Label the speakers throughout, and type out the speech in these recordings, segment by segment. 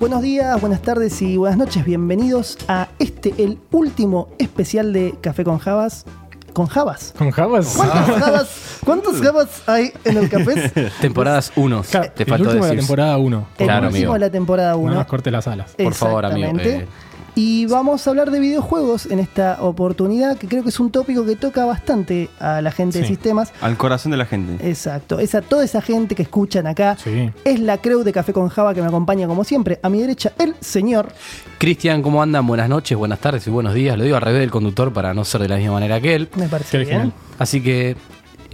Speaker 1: Buenos días, buenas tardes y buenas noches. Bienvenidos a este, el último especial de Café con Javas. Con Javas.
Speaker 2: ¿Con Javas? Ah.
Speaker 1: ¿Cuántas Javas, cuántos Javas hay en el café?
Speaker 3: Temporadas 1,
Speaker 2: Ja-
Speaker 3: te
Speaker 2: el
Speaker 3: faltó
Speaker 2: último de la
Speaker 3: decir.
Speaker 2: temporada 1.
Speaker 1: El
Speaker 3: Claro,
Speaker 1: último
Speaker 3: amigo.
Speaker 1: de la temporada
Speaker 2: No
Speaker 1: 1.
Speaker 2: nos corte las alas.
Speaker 3: Por favor, amigo,
Speaker 1: Exactamente.
Speaker 3: eh.
Speaker 1: Y vamos a hablar de videojuegos en esta oportunidad, que creo que es un tópico que toca bastante a la gente de
Speaker 2: Sí.
Speaker 1: sistemas.
Speaker 4: Al corazón de la
Speaker 1: Eh,
Speaker 4: gente.
Speaker 1: Exacto. Es a toda esa gente que escuchan acá.
Speaker 2: Sí.
Speaker 1: Es la creu de Café con Java que me acompaña como siempre. A mi derecha, el señor.
Speaker 3: Cristian, ¿cómo andan? Buenas noches, buenas tardes y buenos días. Lo digo al revés del conductor para no ser de la misma manera que él.
Speaker 1: Me
Speaker 2: Qué
Speaker 1: parece bien.
Speaker 2: original.
Speaker 3: Así que,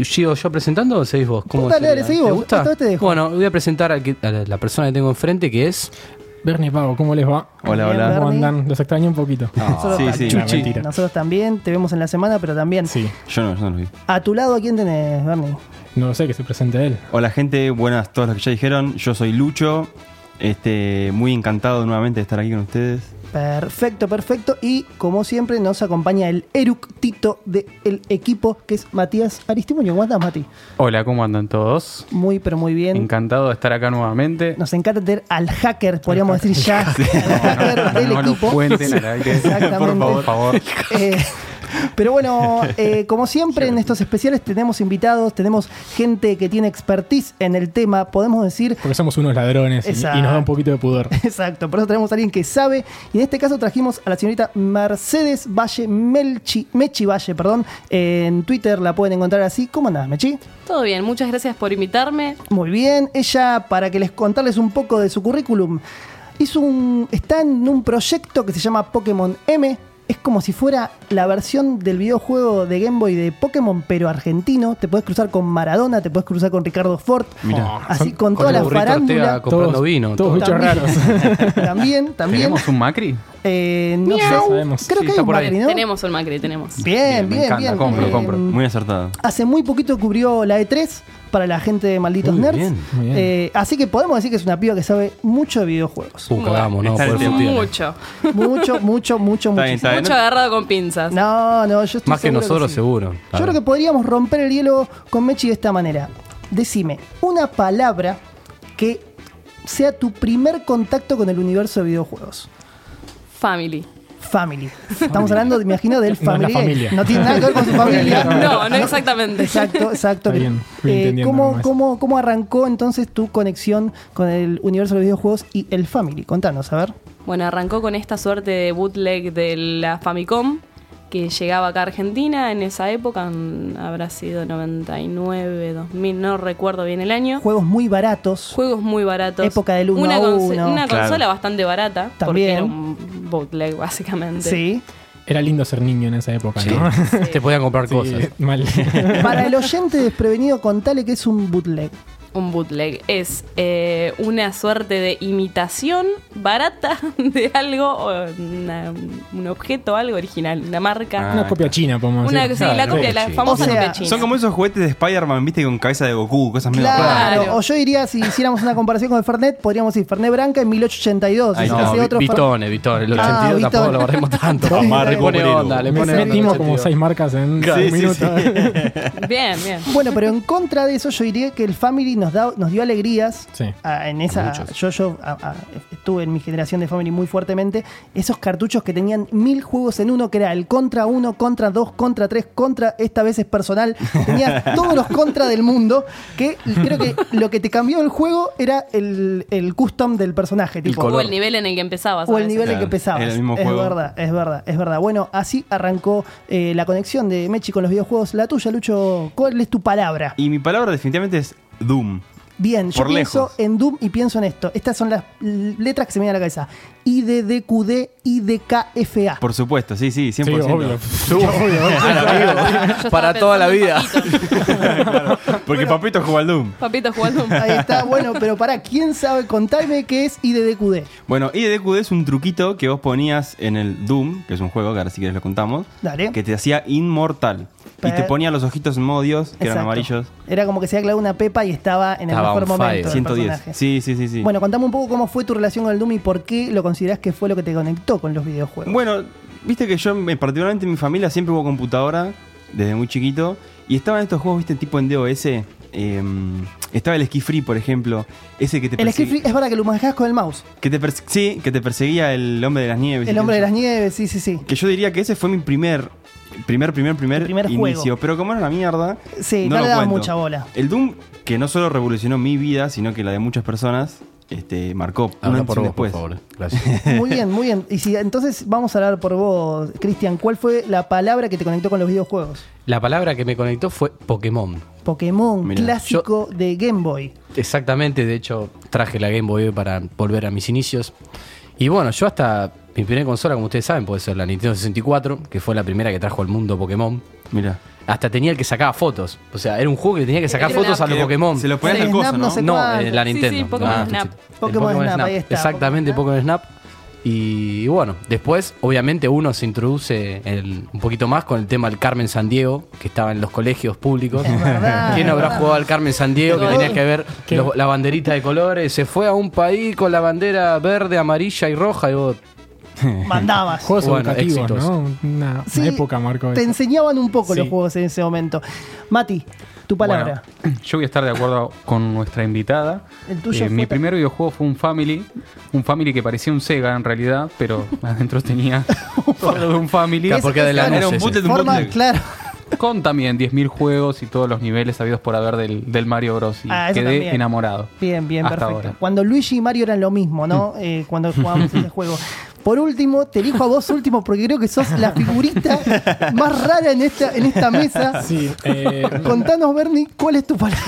Speaker 3: ¿sigo yo presentando o seguís vos? ¿Cómo
Speaker 1: Vos dale,
Speaker 3: sería?
Speaker 1: dale, seguí
Speaker 3: ¿Te
Speaker 1: vos.
Speaker 3: gusta?
Speaker 1: Hasta vos te dejo.
Speaker 3: Bueno, voy a presentar al que- a la- la persona que tengo enfrente que es
Speaker 2: Bernie Pago, ¿cómo les va?
Speaker 4: Hola,
Speaker 1: Bien,
Speaker 4: hola. Ah,
Speaker 2: ¿Cómo
Speaker 1: Bernie.
Speaker 2: andan? Los extraño un poquito.
Speaker 1: Nosotros,
Speaker 4: sí, sí.
Speaker 1: también,
Speaker 2: Chuchi. Mentira.
Speaker 1: Nosotros también te vemos en la semana, pero también.
Speaker 2: Sí.
Speaker 4: Yo no, yo no lo vi.
Speaker 1: A tu lado, ¿a quién tenés, Bernie?
Speaker 2: No lo sé, que se presente él.
Speaker 4: Hola gente, buenas todos los que ya dijeron. Yo soy Lucho. Este, muy encantado nuevamente de estar aquí con ustedes.
Speaker 1: Perfecto, perfecto. Y como siempre, nos acompaña el eructito del equipo, que es Matías Aristimuño. ¿Cómo andás, Mati?
Speaker 5: Hola, ¿cómo andan todos?
Speaker 1: Muy, pero muy bien.
Speaker 5: Encantado de estar acá nuevamente.
Speaker 1: Nos encanta tener al hacker, podríamos decir ya. Al hacker del
Speaker 5: no lo
Speaker 1: equipo.
Speaker 5: cuenten al aire.
Speaker 1: Exactamente.
Speaker 5: Por favor, por favor.
Speaker 1: Eh, pero bueno, eh, como siempre en estos especiales tenemos invitados, tenemos gente que tiene expertise en el tema, podemos decir
Speaker 2: Porque somos unos ladrones y,
Speaker 1: Exacto.
Speaker 2: y nos da un poquito de pudor.
Speaker 1: Exacto, por eso tenemos a alguien que sabe. Y en este caso trajimos a la señorita Mercedes Valle Melchi, Mechi Valle, perdón. En Twitter la pueden encontrar así. ¿Cómo andás, Mechi?
Speaker 6: Todo bien, muchas gracias por invitarme.
Speaker 1: Muy bien. Ella, para que les contarles un poco de su currículum, hizo un, está en un proyecto que se llama Pokémon M. Es como si fuera la versión del videojuego de Game Boy de Pokémon, pero argentino. Te puedes cruzar con Maradona, te puedes cruzar con Ricardo Ford.
Speaker 2: Mirá.
Speaker 1: así
Speaker 2: Son-
Speaker 1: con toda
Speaker 3: el
Speaker 1: la
Speaker 3: burrito
Speaker 1: farándula.
Speaker 3: Ortega comprando vino.
Speaker 2: Todos
Speaker 3: todo.
Speaker 2: bichos raros.
Speaker 1: También, también.
Speaker 5: ¿Tenemos un Macri?
Speaker 1: Eh, no sé.
Speaker 2: Ya sabemos.
Speaker 1: Creo
Speaker 3: Sí,
Speaker 1: que hay
Speaker 3: está
Speaker 1: un
Speaker 3: por ahí.
Speaker 1: Macri, ¿no?
Speaker 6: Tenemos un Macri, tenemos.
Speaker 1: Bien, bien,
Speaker 5: Bien, me
Speaker 1: bien.
Speaker 5: encanta, compro,
Speaker 1: Eh,
Speaker 5: compro.
Speaker 4: Muy acertado.
Speaker 1: Hace muy poquito cubrió la E3 para la gente de Malditos
Speaker 4: Muy
Speaker 1: Nerds.
Speaker 4: bien,
Speaker 2: muy bien.
Speaker 1: Eh, así que podemos decir que es una piba que sabe mucho de videojuegos.
Speaker 3: Uh, cagamos, no,
Speaker 4: Está
Speaker 3: poder
Speaker 4: el tema.
Speaker 3: futear.
Speaker 6: Mucho.
Speaker 1: Mucho, mucho, mucho,
Speaker 4: Está
Speaker 1: mucho.
Speaker 4: bien, está bien.
Speaker 6: Mucho agarrado con pinzas.
Speaker 1: No, no, yo estoy
Speaker 3: Más que
Speaker 1: seguro
Speaker 3: nosotros,
Speaker 1: sí.
Speaker 3: seguro.
Speaker 1: Yo creo que podríamos romper el hielo con Mechi de esta manera. Decime, una palabra que sea tu primer contacto con el universo de videojuegos.
Speaker 6: Family.
Speaker 1: Family. Estamos hablando, me imagino, del
Speaker 2: No, la
Speaker 1: Family. Guy.
Speaker 2: familia.
Speaker 1: No tiene nada que ver con su familia.
Speaker 6: No, no exactamente.
Speaker 1: Exacto, exacto.
Speaker 2: Está bien, fui
Speaker 1: Eh,
Speaker 2: entendiendo
Speaker 1: ¿cómo,
Speaker 2: nomás.
Speaker 1: cómo, cómo arrancó entonces tu conexión con el universo de los videojuegos y el Family? Contanos, a ver.
Speaker 6: Bueno, arrancó con esta suerte de bootleg de la Famicom que llegaba acá a Argentina en esa época, en- habrá sido 99, 2000, no recuerdo bien el año.
Speaker 1: Juegos muy baratos.
Speaker 6: Juegos muy baratos.
Speaker 1: Época del uno
Speaker 6: una
Speaker 1: a
Speaker 6: conso-
Speaker 1: uno.
Speaker 6: Una
Speaker 4: Claro.
Speaker 6: consola bastante barata.
Speaker 1: También.
Speaker 6: Porque era un bootleg, básicamente.
Speaker 1: Sí.
Speaker 2: Era lindo ser niño en esa época,
Speaker 3: Sí.
Speaker 2: ¿no?
Speaker 3: Te podían comprar
Speaker 2: Sí,
Speaker 3: cosas.
Speaker 2: mal.
Speaker 1: Para el oyente desprevenido, contale que es un bootleg.
Speaker 6: Un bootleg es eh, una suerte de imitación barata de algo, o una- un objeto, algo original, una mar
Speaker 4: Ah,
Speaker 6: marca.
Speaker 2: Una copia china, podemos
Speaker 6: una,
Speaker 2: decir.
Speaker 6: sí, la
Speaker 3: claro.
Speaker 6: copia, la
Speaker 3: Sí.
Speaker 6: famosa
Speaker 1: O sea,
Speaker 6: copia china.
Speaker 4: Son como esos juguetes de Spider-Man, viste, con cabeza de Goku, cosas medio raras.
Speaker 1: Claro.
Speaker 6: Claro.
Speaker 1: O yo diría, si hiciéramos una comparación con el Fernet, podríamos decir Fernet Branca en 1882.
Speaker 4: Ahí
Speaker 1: Y si
Speaker 4: está.
Speaker 1: hace
Speaker 3: No,
Speaker 1: otro Fer-
Speaker 3: Vitone, Vitone. El
Speaker 1: Ah,
Speaker 3: 82 tampoco
Speaker 1: Vitone.
Speaker 3: lo barremos tanto.
Speaker 4: Amargo
Speaker 3: le pone
Speaker 4: obrero.
Speaker 3: onda, le
Speaker 2: Me
Speaker 3: pone onda el
Speaker 2: metimos como
Speaker 3: 82.
Speaker 2: seis marcas en
Speaker 4: Sí,
Speaker 2: un
Speaker 4: sí,
Speaker 2: minuto.
Speaker 4: sí.
Speaker 6: Bien, bien.
Speaker 1: Bueno, pero en contra de eso, yo diría que el Family nos, da, nos dio alegrías.
Speaker 2: Sí.
Speaker 1: Ah, en esa, yo, yo ah, ah, estuve en mi generación de Family muy fuertemente. Esos cartuchos que tenían mil juegos en uno, que era el contra uno, contra dos, contra tres, contra esta vez es personal. Tenías todos los contra del mundo. Que creo que lo que te cambió el juego era el, el custom del personaje. Tipo,
Speaker 6: O el nivel en el que empezabas.
Speaker 1: o
Speaker 6: a
Speaker 1: el
Speaker 6: veces.
Speaker 1: nivel en
Speaker 4: Claro,
Speaker 1: que pesabas.
Speaker 4: era el mismo
Speaker 1: es
Speaker 4: juego.
Speaker 1: verdad, es verdad, es verdad. Bueno, así arrancó eh, la conexión de Mechi con los videojuegos. La tuya, Lucho, ¿cuál es tu palabra?
Speaker 4: Y mi palabra definitivamente es Doom.
Speaker 1: Bien, yo
Speaker 4: por
Speaker 1: pienso
Speaker 4: lejos.
Speaker 1: en Doom y pienso en esto. Estas son las l- letras que se me vienen a la cabeza. IDDQD, IDKFA.
Speaker 4: Por supuesto, sí, sí, 100%.
Speaker 2: Sí, obvio.
Speaker 6: Yo
Speaker 3: Para
Speaker 6: estaba
Speaker 3: toda la vida.
Speaker 6: pensando en Papito.
Speaker 4: Porque Papito juega al Doom.
Speaker 6: Papito jugando un
Speaker 1: Ahí está, bueno, pero para ¿quién sabe? Contame qué es IDDQD.
Speaker 4: Bueno, IDQD es un truquito que vos ponías en el Doom, que es un juego que ahora si quieres lo contamos,
Speaker 1: Dale.
Speaker 4: que te hacía inmortal.
Speaker 1: Pe-
Speaker 4: Y te ponía los ojitos en modo Dios, que eran
Speaker 1: Exacto.
Speaker 4: amarillos.
Speaker 1: Era como que se había clavado una pepa y estaba en el
Speaker 3: Estaba
Speaker 1: mejor
Speaker 3: on fire.
Speaker 1: momento. del
Speaker 4: 110.
Speaker 1: personaje.
Speaker 4: Sí, sí, sí, sí.
Speaker 1: Bueno, contame un poco cómo fue tu relación con el Doom y por qué lo considerás que fue lo que te conectó con los videojuegos.
Speaker 4: Bueno, viste que yo, me- particularmente en mi familia, siempre hubo computadora desde muy chiquito. Y estaban estos juegos, viste, tipo en DOS. em, Estaba el Ski Free, por ejemplo. Ese que te
Speaker 1: El
Speaker 4: persegui-
Speaker 1: Skill Free es para que lo manejás con el mouse.
Speaker 4: Que te perse- sí, que te perseguía el hombre de las nieves.
Speaker 1: El hombre de las nieves, sí, sí, sí.
Speaker 4: Que yo diría que ese fue mi primer. Primer, primer, primer,
Speaker 1: El primer juego.
Speaker 4: inicio. Pero como era una mierda.
Speaker 1: Sí, no,
Speaker 4: lo
Speaker 1: le daba
Speaker 4: cuento.
Speaker 1: mucha bola.
Speaker 4: El Doom, que no solo revolucionó mi vida, sino que la de muchas personas, este, marcó
Speaker 3: Habla
Speaker 4: un antes
Speaker 3: por
Speaker 4: y un
Speaker 3: vos, por
Speaker 4: después.
Speaker 3: favor. eh. Gracias.
Speaker 1: Muy bien, muy bien. Y si entonces vamos a hablar por vos, Cristian, ¿cuál fue la palabra que te conectó con los videojuegos?
Speaker 3: La palabra que me conectó fue Pokémon.
Speaker 1: Pokémon,
Speaker 4: Mirá,
Speaker 1: clásico de Game Boy.
Speaker 3: Exactamente, de hecho traje la Game Boy hoy para volver a mis inicios. Y bueno, yo hasta mi primera consola, como ustedes saben, puede ser la Nintendo 64, que fue la primera que trajo al mundo Pokémon.
Speaker 4: Mirá.
Speaker 3: Hasta tenía el que sacaba fotos. O sea, era un juego que tenía que sacar
Speaker 6: Era
Speaker 3: fotos
Speaker 6: una-
Speaker 3: a los
Speaker 4: Eh, Que
Speaker 3: Pokémon.
Speaker 4: Se lo ponían
Speaker 1: Sí,
Speaker 4: al
Speaker 1: Snap
Speaker 4: coso,
Speaker 1: no
Speaker 4: ¿no?
Speaker 1: se-
Speaker 3: No, eh, la
Speaker 6: Sí, sí,
Speaker 3: Nintendo.
Speaker 6: Pokémon
Speaker 3: Ah,
Speaker 6: Snap.
Speaker 3: sí, sí. El
Speaker 1: Pokémon Snap, ahí está,
Speaker 3: Exactamente, Pokémon Snap. Y bueno, después, obviamente, uno se introduce el- un poquito más con el tema del Carmen San Diego, que estaba en los colegios públicos.
Speaker 1: Es verdad,
Speaker 3: ¿Quién
Speaker 1: es
Speaker 3: habrá
Speaker 1: verdad.
Speaker 3: jugado al Carmen San Diego que
Speaker 6: Todo.
Speaker 3: tenía que ver los- la banderita de colores? Se fue a un país con la bandera verde, amarilla y roja. Y vos,
Speaker 1: Mandabas.
Speaker 2: Juegos
Speaker 3: Bueno,
Speaker 2: educativos,
Speaker 3: éxitos.
Speaker 2: ¿no? Una, una
Speaker 1: Sí,
Speaker 2: época marcó
Speaker 1: Te
Speaker 2: eso.
Speaker 1: enseñaban un poco
Speaker 5: Sí.
Speaker 1: los juegos en ese momento. Mati, tu palabra.
Speaker 5: Bueno, yo voy a estar de acuerdo con nuestra invitada. Eh,
Speaker 1: El tuyo fue
Speaker 5: mi
Speaker 1: ta-
Speaker 5: primer videojuego fue un Family. Un Family que parecía un Sega en realidad, pero adentro tenía todo de un Family.
Speaker 3: Claro, porque de la
Speaker 4: Era
Speaker 3: noche
Speaker 4: un
Speaker 3: ese.
Speaker 4: bootleg, un
Speaker 1: Forma,
Speaker 4: bootleg.
Speaker 1: claro.
Speaker 5: Con también 10.000 juegos y todos los niveles habidos por haber del, del Mario Bros. Y
Speaker 1: Ah, eso
Speaker 5: quedé
Speaker 1: también.
Speaker 5: enamorado.
Speaker 1: Bien, bien,
Speaker 5: Hasta
Speaker 1: perfecto.
Speaker 5: ahora.
Speaker 1: Cuando Luigi y Mario eran lo mismo, ¿no? Eh, cuando jugábamos ese juego. Por último, te elijo a vos último porque creo que sos la figurita más rara en esta, en esta mesa.
Speaker 2: Sí, eh,
Speaker 1: Contanos, Bernie, ¿cuál es tu palabra?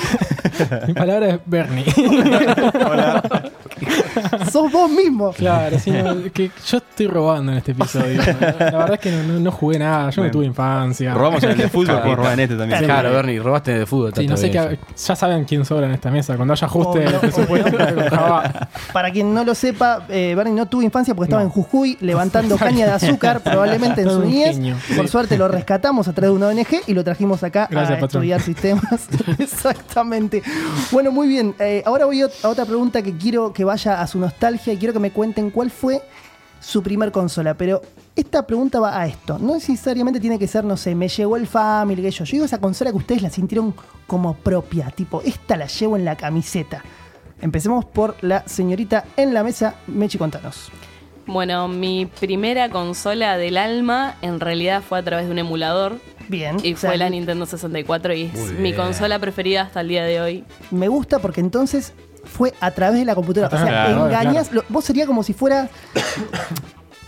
Speaker 2: mi palabra es Bernie.
Speaker 1: sos vos mismo.
Speaker 2: Claro, sí, no, que yo estoy robando en este episodio. La verdad es que no, no- no jugué nada, yo
Speaker 4: Bueno.
Speaker 2: no tuve infancia.
Speaker 4: Robamos el de fútbol, como roban este también.
Speaker 3: Claro, Bernie, robaste de fútbol.
Speaker 2: Sí,
Speaker 3: tanto
Speaker 2: no sé
Speaker 3: bien.
Speaker 2: qué. Ya saben quién sobra en esta mesa. Cuando haya ajuste
Speaker 1: Obvio,
Speaker 2: de presupuesto, con Java.
Speaker 1: Para quien no lo sepa, eh, Bernie no tuvo infancia porque estaba
Speaker 2: No.
Speaker 1: en Jujuy levantando caña de azúcar, probablemente en
Speaker 2: Todo
Speaker 1: su
Speaker 2: un
Speaker 1: niñez.
Speaker 2: genio.
Speaker 1: Por
Speaker 2: Sí.
Speaker 1: suerte lo rescatamos a través de una ONG y lo trajimos acá
Speaker 2: Gracias,
Speaker 1: a
Speaker 2: patrón.
Speaker 1: estudiar sistemas. Exactamente. Bueno, muy bien. Eh, ahora voy a otra pregunta que quiero que vaya a su nostalgia y quiero que me cuenten cuál fue su primer consola. Pero esta pregunta va a esto. No necesariamente tiene que ser, no sé, me llegó el Family, que yo. Yo digo esa consola que ustedes la sintieron como propia. Tipo, esta la llevo en la camiseta. Empecemos por la señorita en la mesa, Mechi Contanos.
Speaker 6: Bueno, mi primera consola del alma en realidad fue a través de un emulador
Speaker 1: Bien.
Speaker 6: y
Speaker 1: o sea,
Speaker 6: fue la Nintendo 64 y es
Speaker 3: Muy
Speaker 6: mi
Speaker 3: bien.
Speaker 6: consola preferida hasta el día de hoy.
Speaker 1: Me gusta porque entonces fue a través de la computadora. O sea,
Speaker 2: Claro,
Speaker 1: engañas. vos sería como si fuera.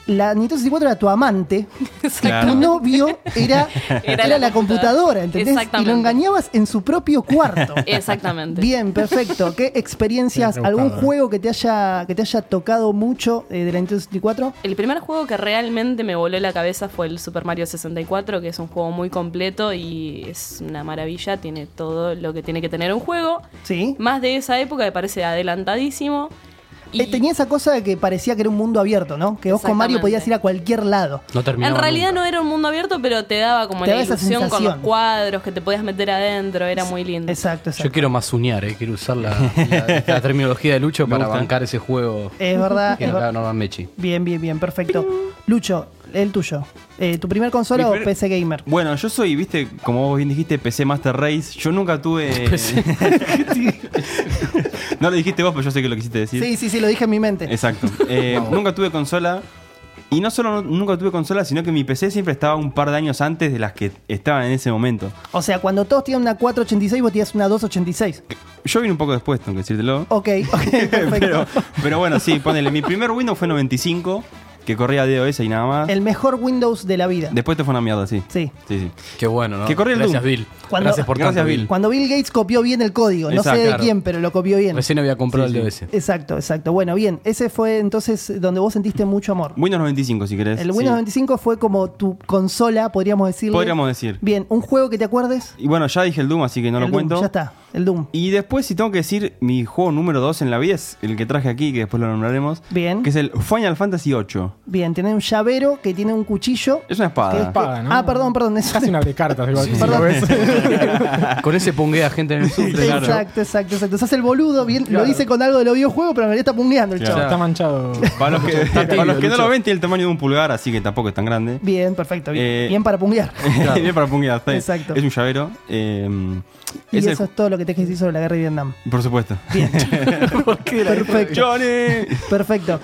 Speaker 1: La Nintendo 64 era tu amante, tu
Speaker 4: Claro.
Speaker 1: novio era, era, la,
Speaker 6: computadora.
Speaker 1: computadora, ¿entendés? Y lo
Speaker 6: Exactamente.
Speaker 1: engañabas en su propio cuarto.
Speaker 6: Exactamente.
Speaker 1: Bien, perfecto. ¿Qué experiencias?
Speaker 2: Bien
Speaker 1: ¿Algún
Speaker 2: rebuscado, ¿eh?
Speaker 1: juego que te haya, que te haya tocado mucho eh, de la Nintendo 64?
Speaker 6: El primer juego que realmente me voló la cabeza fue el Super Mario 64, que es un juego muy completo y es una maravilla, tiene todo lo que tiene que tener un juego.
Speaker 1: Sí.
Speaker 6: Más de esa época me parece adelantadísimo. Y
Speaker 1: Eh, tenía esa cosa de que parecía que era un mundo abierto, ¿no? Que vos con Mario
Speaker 6: Exactamente.
Speaker 1: podías ir a cualquier lado.
Speaker 3: No terminaba
Speaker 6: en realidad
Speaker 3: nunca.
Speaker 6: no era un mundo abierto, pero te daba como
Speaker 1: Te daba
Speaker 6: la
Speaker 1: esa
Speaker 6: ilusión con los
Speaker 1: sensación.
Speaker 6: cuadros que te podías meter adentro, era muy lindo.
Speaker 1: Exacto, exacto.
Speaker 3: Yo quiero más uñar, eh, quiero usar la, la- la terminología de Lucho
Speaker 4: Me
Speaker 3: para
Speaker 4: gusta.
Speaker 3: bancar ese juego
Speaker 1: Es verdad.
Speaker 3: que
Speaker 1: es
Speaker 3: no
Speaker 1: ver-
Speaker 3: era Norman Mechi.
Speaker 1: Bien, bien, bien, perfecto. Lucho, el tuyo. Eh, ¿Tu primer consola
Speaker 4: Mi
Speaker 1: o
Speaker 4: primer-
Speaker 1: PC gamer?
Speaker 4: Bueno, yo soy, viste, como vos bien dijiste, PC Master Race. Yo nunca tuve. no lo dijiste vos, pero yo sé que lo quisiste decir.
Speaker 1: Sí, sí, sí, lo dije en mi mente.
Speaker 4: Exacto. Eh, nunca tuve consola. Y no solo no- nunca tuve consola, sino que mi PC siempre estaba un par de años antes de las que estaban en ese momento.
Speaker 1: O sea, cuando todos tienen una 486, vos tenías una 286.
Speaker 4: Yo vine un poco después, tengo que decírtelo.
Speaker 1: Ok, ok, perfecto.
Speaker 4: pero, pero bueno, sí, ponele. Mi primer Windows fue 95, que corría DOS y nada más.
Speaker 1: El mejor Windows de la vida.
Speaker 4: Después te fue una mierda, sí.
Speaker 1: Sí.
Speaker 4: Sí, sí.
Speaker 3: Qué bueno, ¿no?
Speaker 4: Que corre el
Speaker 3: Gracias,
Speaker 4: Doom.
Speaker 3: Bill.
Speaker 1: Cuando-
Speaker 3: Gracias por
Speaker 4: Gracias,
Speaker 3: tanto,
Speaker 4: Bill.
Speaker 3: Bill.
Speaker 1: Cuando Bill Gates copió bien el código, no
Speaker 4: Exacto,
Speaker 1: sé de
Speaker 4: claro.
Speaker 1: quién, pero lo copió bien.
Speaker 3: Recién había comprado
Speaker 4: Sí,
Speaker 3: el
Speaker 4: sí.
Speaker 3: DOS.
Speaker 1: Exacto, exacto. Bueno, bien, ese fue entonces donde vos sentiste mucho amor.
Speaker 4: Windows 95, si querés.
Speaker 1: El Windows
Speaker 4: Sí.
Speaker 1: 95 fue como tu consola, podríamos decirle.
Speaker 4: Podríamos decir.
Speaker 1: Bien, un juego que te acuerdes.
Speaker 4: Y bueno, ya dije el Doom, así que no
Speaker 1: el
Speaker 4: lo
Speaker 1: Doom,
Speaker 4: cuento.
Speaker 1: Ya está, el Doom.
Speaker 4: Y después, si tengo que decir, mi juego número 2 en la vida es el que traje aquí, que después lo nombraremos.
Speaker 1: Bien.
Speaker 4: Que es el Final Fantasy VIII.
Speaker 1: Bien, tiene un llavero que tiene un cuchillo.
Speaker 4: Es una
Speaker 1: que es-
Speaker 4: espada.
Speaker 2: Espada, ¿no?
Speaker 1: Ah, perdón, perdón. Es
Speaker 2: Casi una de cartas, igual.
Speaker 1: Sí,
Speaker 2: si lo
Speaker 1: perdón.
Speaker 2: ves.
Speaker 3: Con ese punguea gente en el sur. claro.
Speaker 1: Exacto, exacto, exacto. Se hace el boludo, bien, lo dice con algo de los videojuegos, pero en realidad está pungueando el
Speaker 4: Claro.
Speaker 1: chavo.
Speaker 2: Está manchado.
Speaker 4: Para los que, para
Speaker 3: tibio,
Speaker 4: los que no
Speaker 3: Lucho.
Speaker 4: lo ven, tiene el tamaño de un pulgar, así que tampoco es tan grande.
Speaker 1: Bien, perfecto. Bien,
Speaker 4: Eh,
Speaker 1: Bien para punguear.
Speaker 4: Bien para punguear, está bien.
Speaker 1: Exacto.
Speaker 4: Es un llavero. eh,
Speaker 1: Y
Speaker 4: es el-
Speaker 1: eso es todo lo que que te dejes decir sobre la guerra de Vietnam.
Speaker 4: Por supuesto.
Speaker 1: Bien. Perfecto.
Speaker 4: ¡Johnny!
Speaker 1: Perfecto.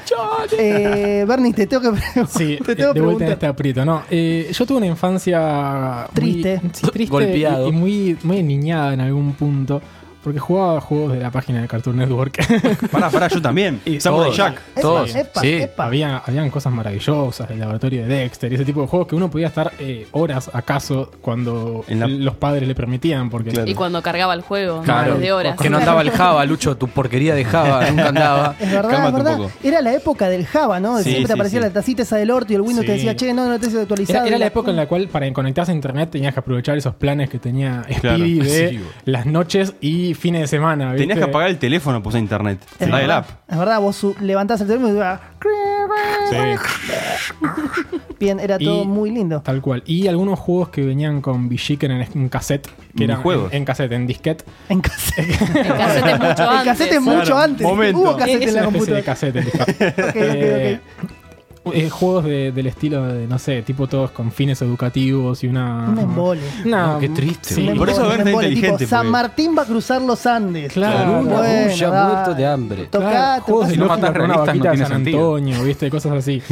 Speaker 1: Eh, Bernie, te tengo que preguntar.
Speaker 2: Sí,
Speaker 1: te
Speaker 2: eh,
Speaker 1: tengo
Speaker 2: de
Speaker 1: que
Speaker 2: vuelta en este
Speaker 1: preguntar.
Speaker 2: aprieto. No, eh, yo tuve una infancia muy-
Speaker 1: Triste.
Speaker 2: sí, triste
Speaker 3: Golpeado.
Speaker 2: y, y muy, muy niñada en algún punto. Porque jugaba juegos de la página de Cartoon Network.
Speaker 4: Pará, pará, yo también.
Speaker 2: Y
Speaker 4: Samurai
Speaker 3: todos.
Speaker 4: Jack.
Speaker 3: Todos,
Speaker 1: Epa,
Speaker 3: sí.
Speaker 1: epa, epa.
Speaker 2: Había, habían cosas maravillosas, el laboratorio de Dexter, ese tipo de juegos que uno podía estar eh, horas acaso cuando
Speaker 4: En la-
Speaker 2: los padres le permitían. Porque
Speaker 4: Claro.
Speaker 6: Y cuando cargaba el juego,
Speaker 3: Claro,
Speaker 6: de horas.
Speaker 3: que no andaba el Java, Lucho, tu porquería de Java, nunca andaba.
Speaker 1: Es verdad, es
Speaker 4: Cálmate un
Speaker 1: verdad.
Speaker 4: poco.
Speaker 1: Era la época del Java, ¿no?
Speaker 4: Sí,
Speaker 1: Siempre te
Speaker 4: sí,
Speaker 1: aparecía
Speaker 4: sí.
Speaker 1: la tacita esa del orto y el Windows te
Speaker 2: Sí.
Speaker 1: decía, che, no, no te has actualizado.
Speaker 2: Era, era
Speaker 1: Y
Speaker 2: la época en la cual para conectarse a internet tenías que aprovechar esos planes que tenía
Speaker 4: Claro.
Speaker 2: Speedy de
Speaker 3: Sí, güey.
Speaker 2: las noches y fines de semana. ¿viste?
Speaker 4: Tenías que apagar el teléfono, puse internet.
Speaker 1: Es
Speaker 4: Dial
Speaker 1: verdad,
Speaker 4: up.
Speaker 1: es verdad, vos su- levantás el teléfono y ibas, Ah. Bien, era todo
Speaker 2: Y-
Speaker 1: muy lindo.
Speaker 2: Tal cual. Y algunos juegos que venían con Villiquen en, en cassette, que eran
Speaker 4: Minijuegos.
Speaker 2: en, en cassette, en disquete.
Speaker 1: En cassette.
Speaker 6: El cassette es mucho
Speaker 1: El
Speaker 6: antes.
Speaker 1: cassette es mucho antes.
Speaker 4: momento.
Speaker 1: Hubo cassette
Speaker 2: Es
Speaker 1: en la
Speaker 2: una especie de
Speaker 1: computadora.
Speaker 2: cassette. el
Speaker 1: Ok, ok, ok.
Speaker 2: disquete. Eh, eh, juegos de- del estilo de, no sé, tipo todos con fines educativos y una...
Speaker 1: Un embole.
Speaker 2: No,
Speaker 3: No, qué triste,
Speaker 2: sí.
Speaker 1: Un
Speaker 4: Por eso
Speaker 1: embole,
Speaker 4: Berta
Speaker 1: un
Speaker 4: es
Speaker 1: embole, tipo,
Speaker 4: inteligente,
Speaker 1: San
Speaker 4: porque-
Speaker 1: Martín va a cruzar los Andes.
Speaker 2: pues. Claro.
Speaker 1: Muy
Speaker 2: Una
Speaker 3: bulla,
Speaker 1: dale.
Speaker 3: muerto de hambre.
Speaker 1: Tocá,
Speaker 2: Claro,
Speaker 1: tocá
Speaker 2: juegos de
Speaker 5: no
Speaker 2: lógica
Speaker 5: matar
Speaker 2: con una
Speaker 5: realistas no
Speaker 2: vaquita de
Speaker 5: tiene
Speaker 2: San
Speaker 5: sentido.
Speaker 2: Antonio, ¿viste? Cosas así.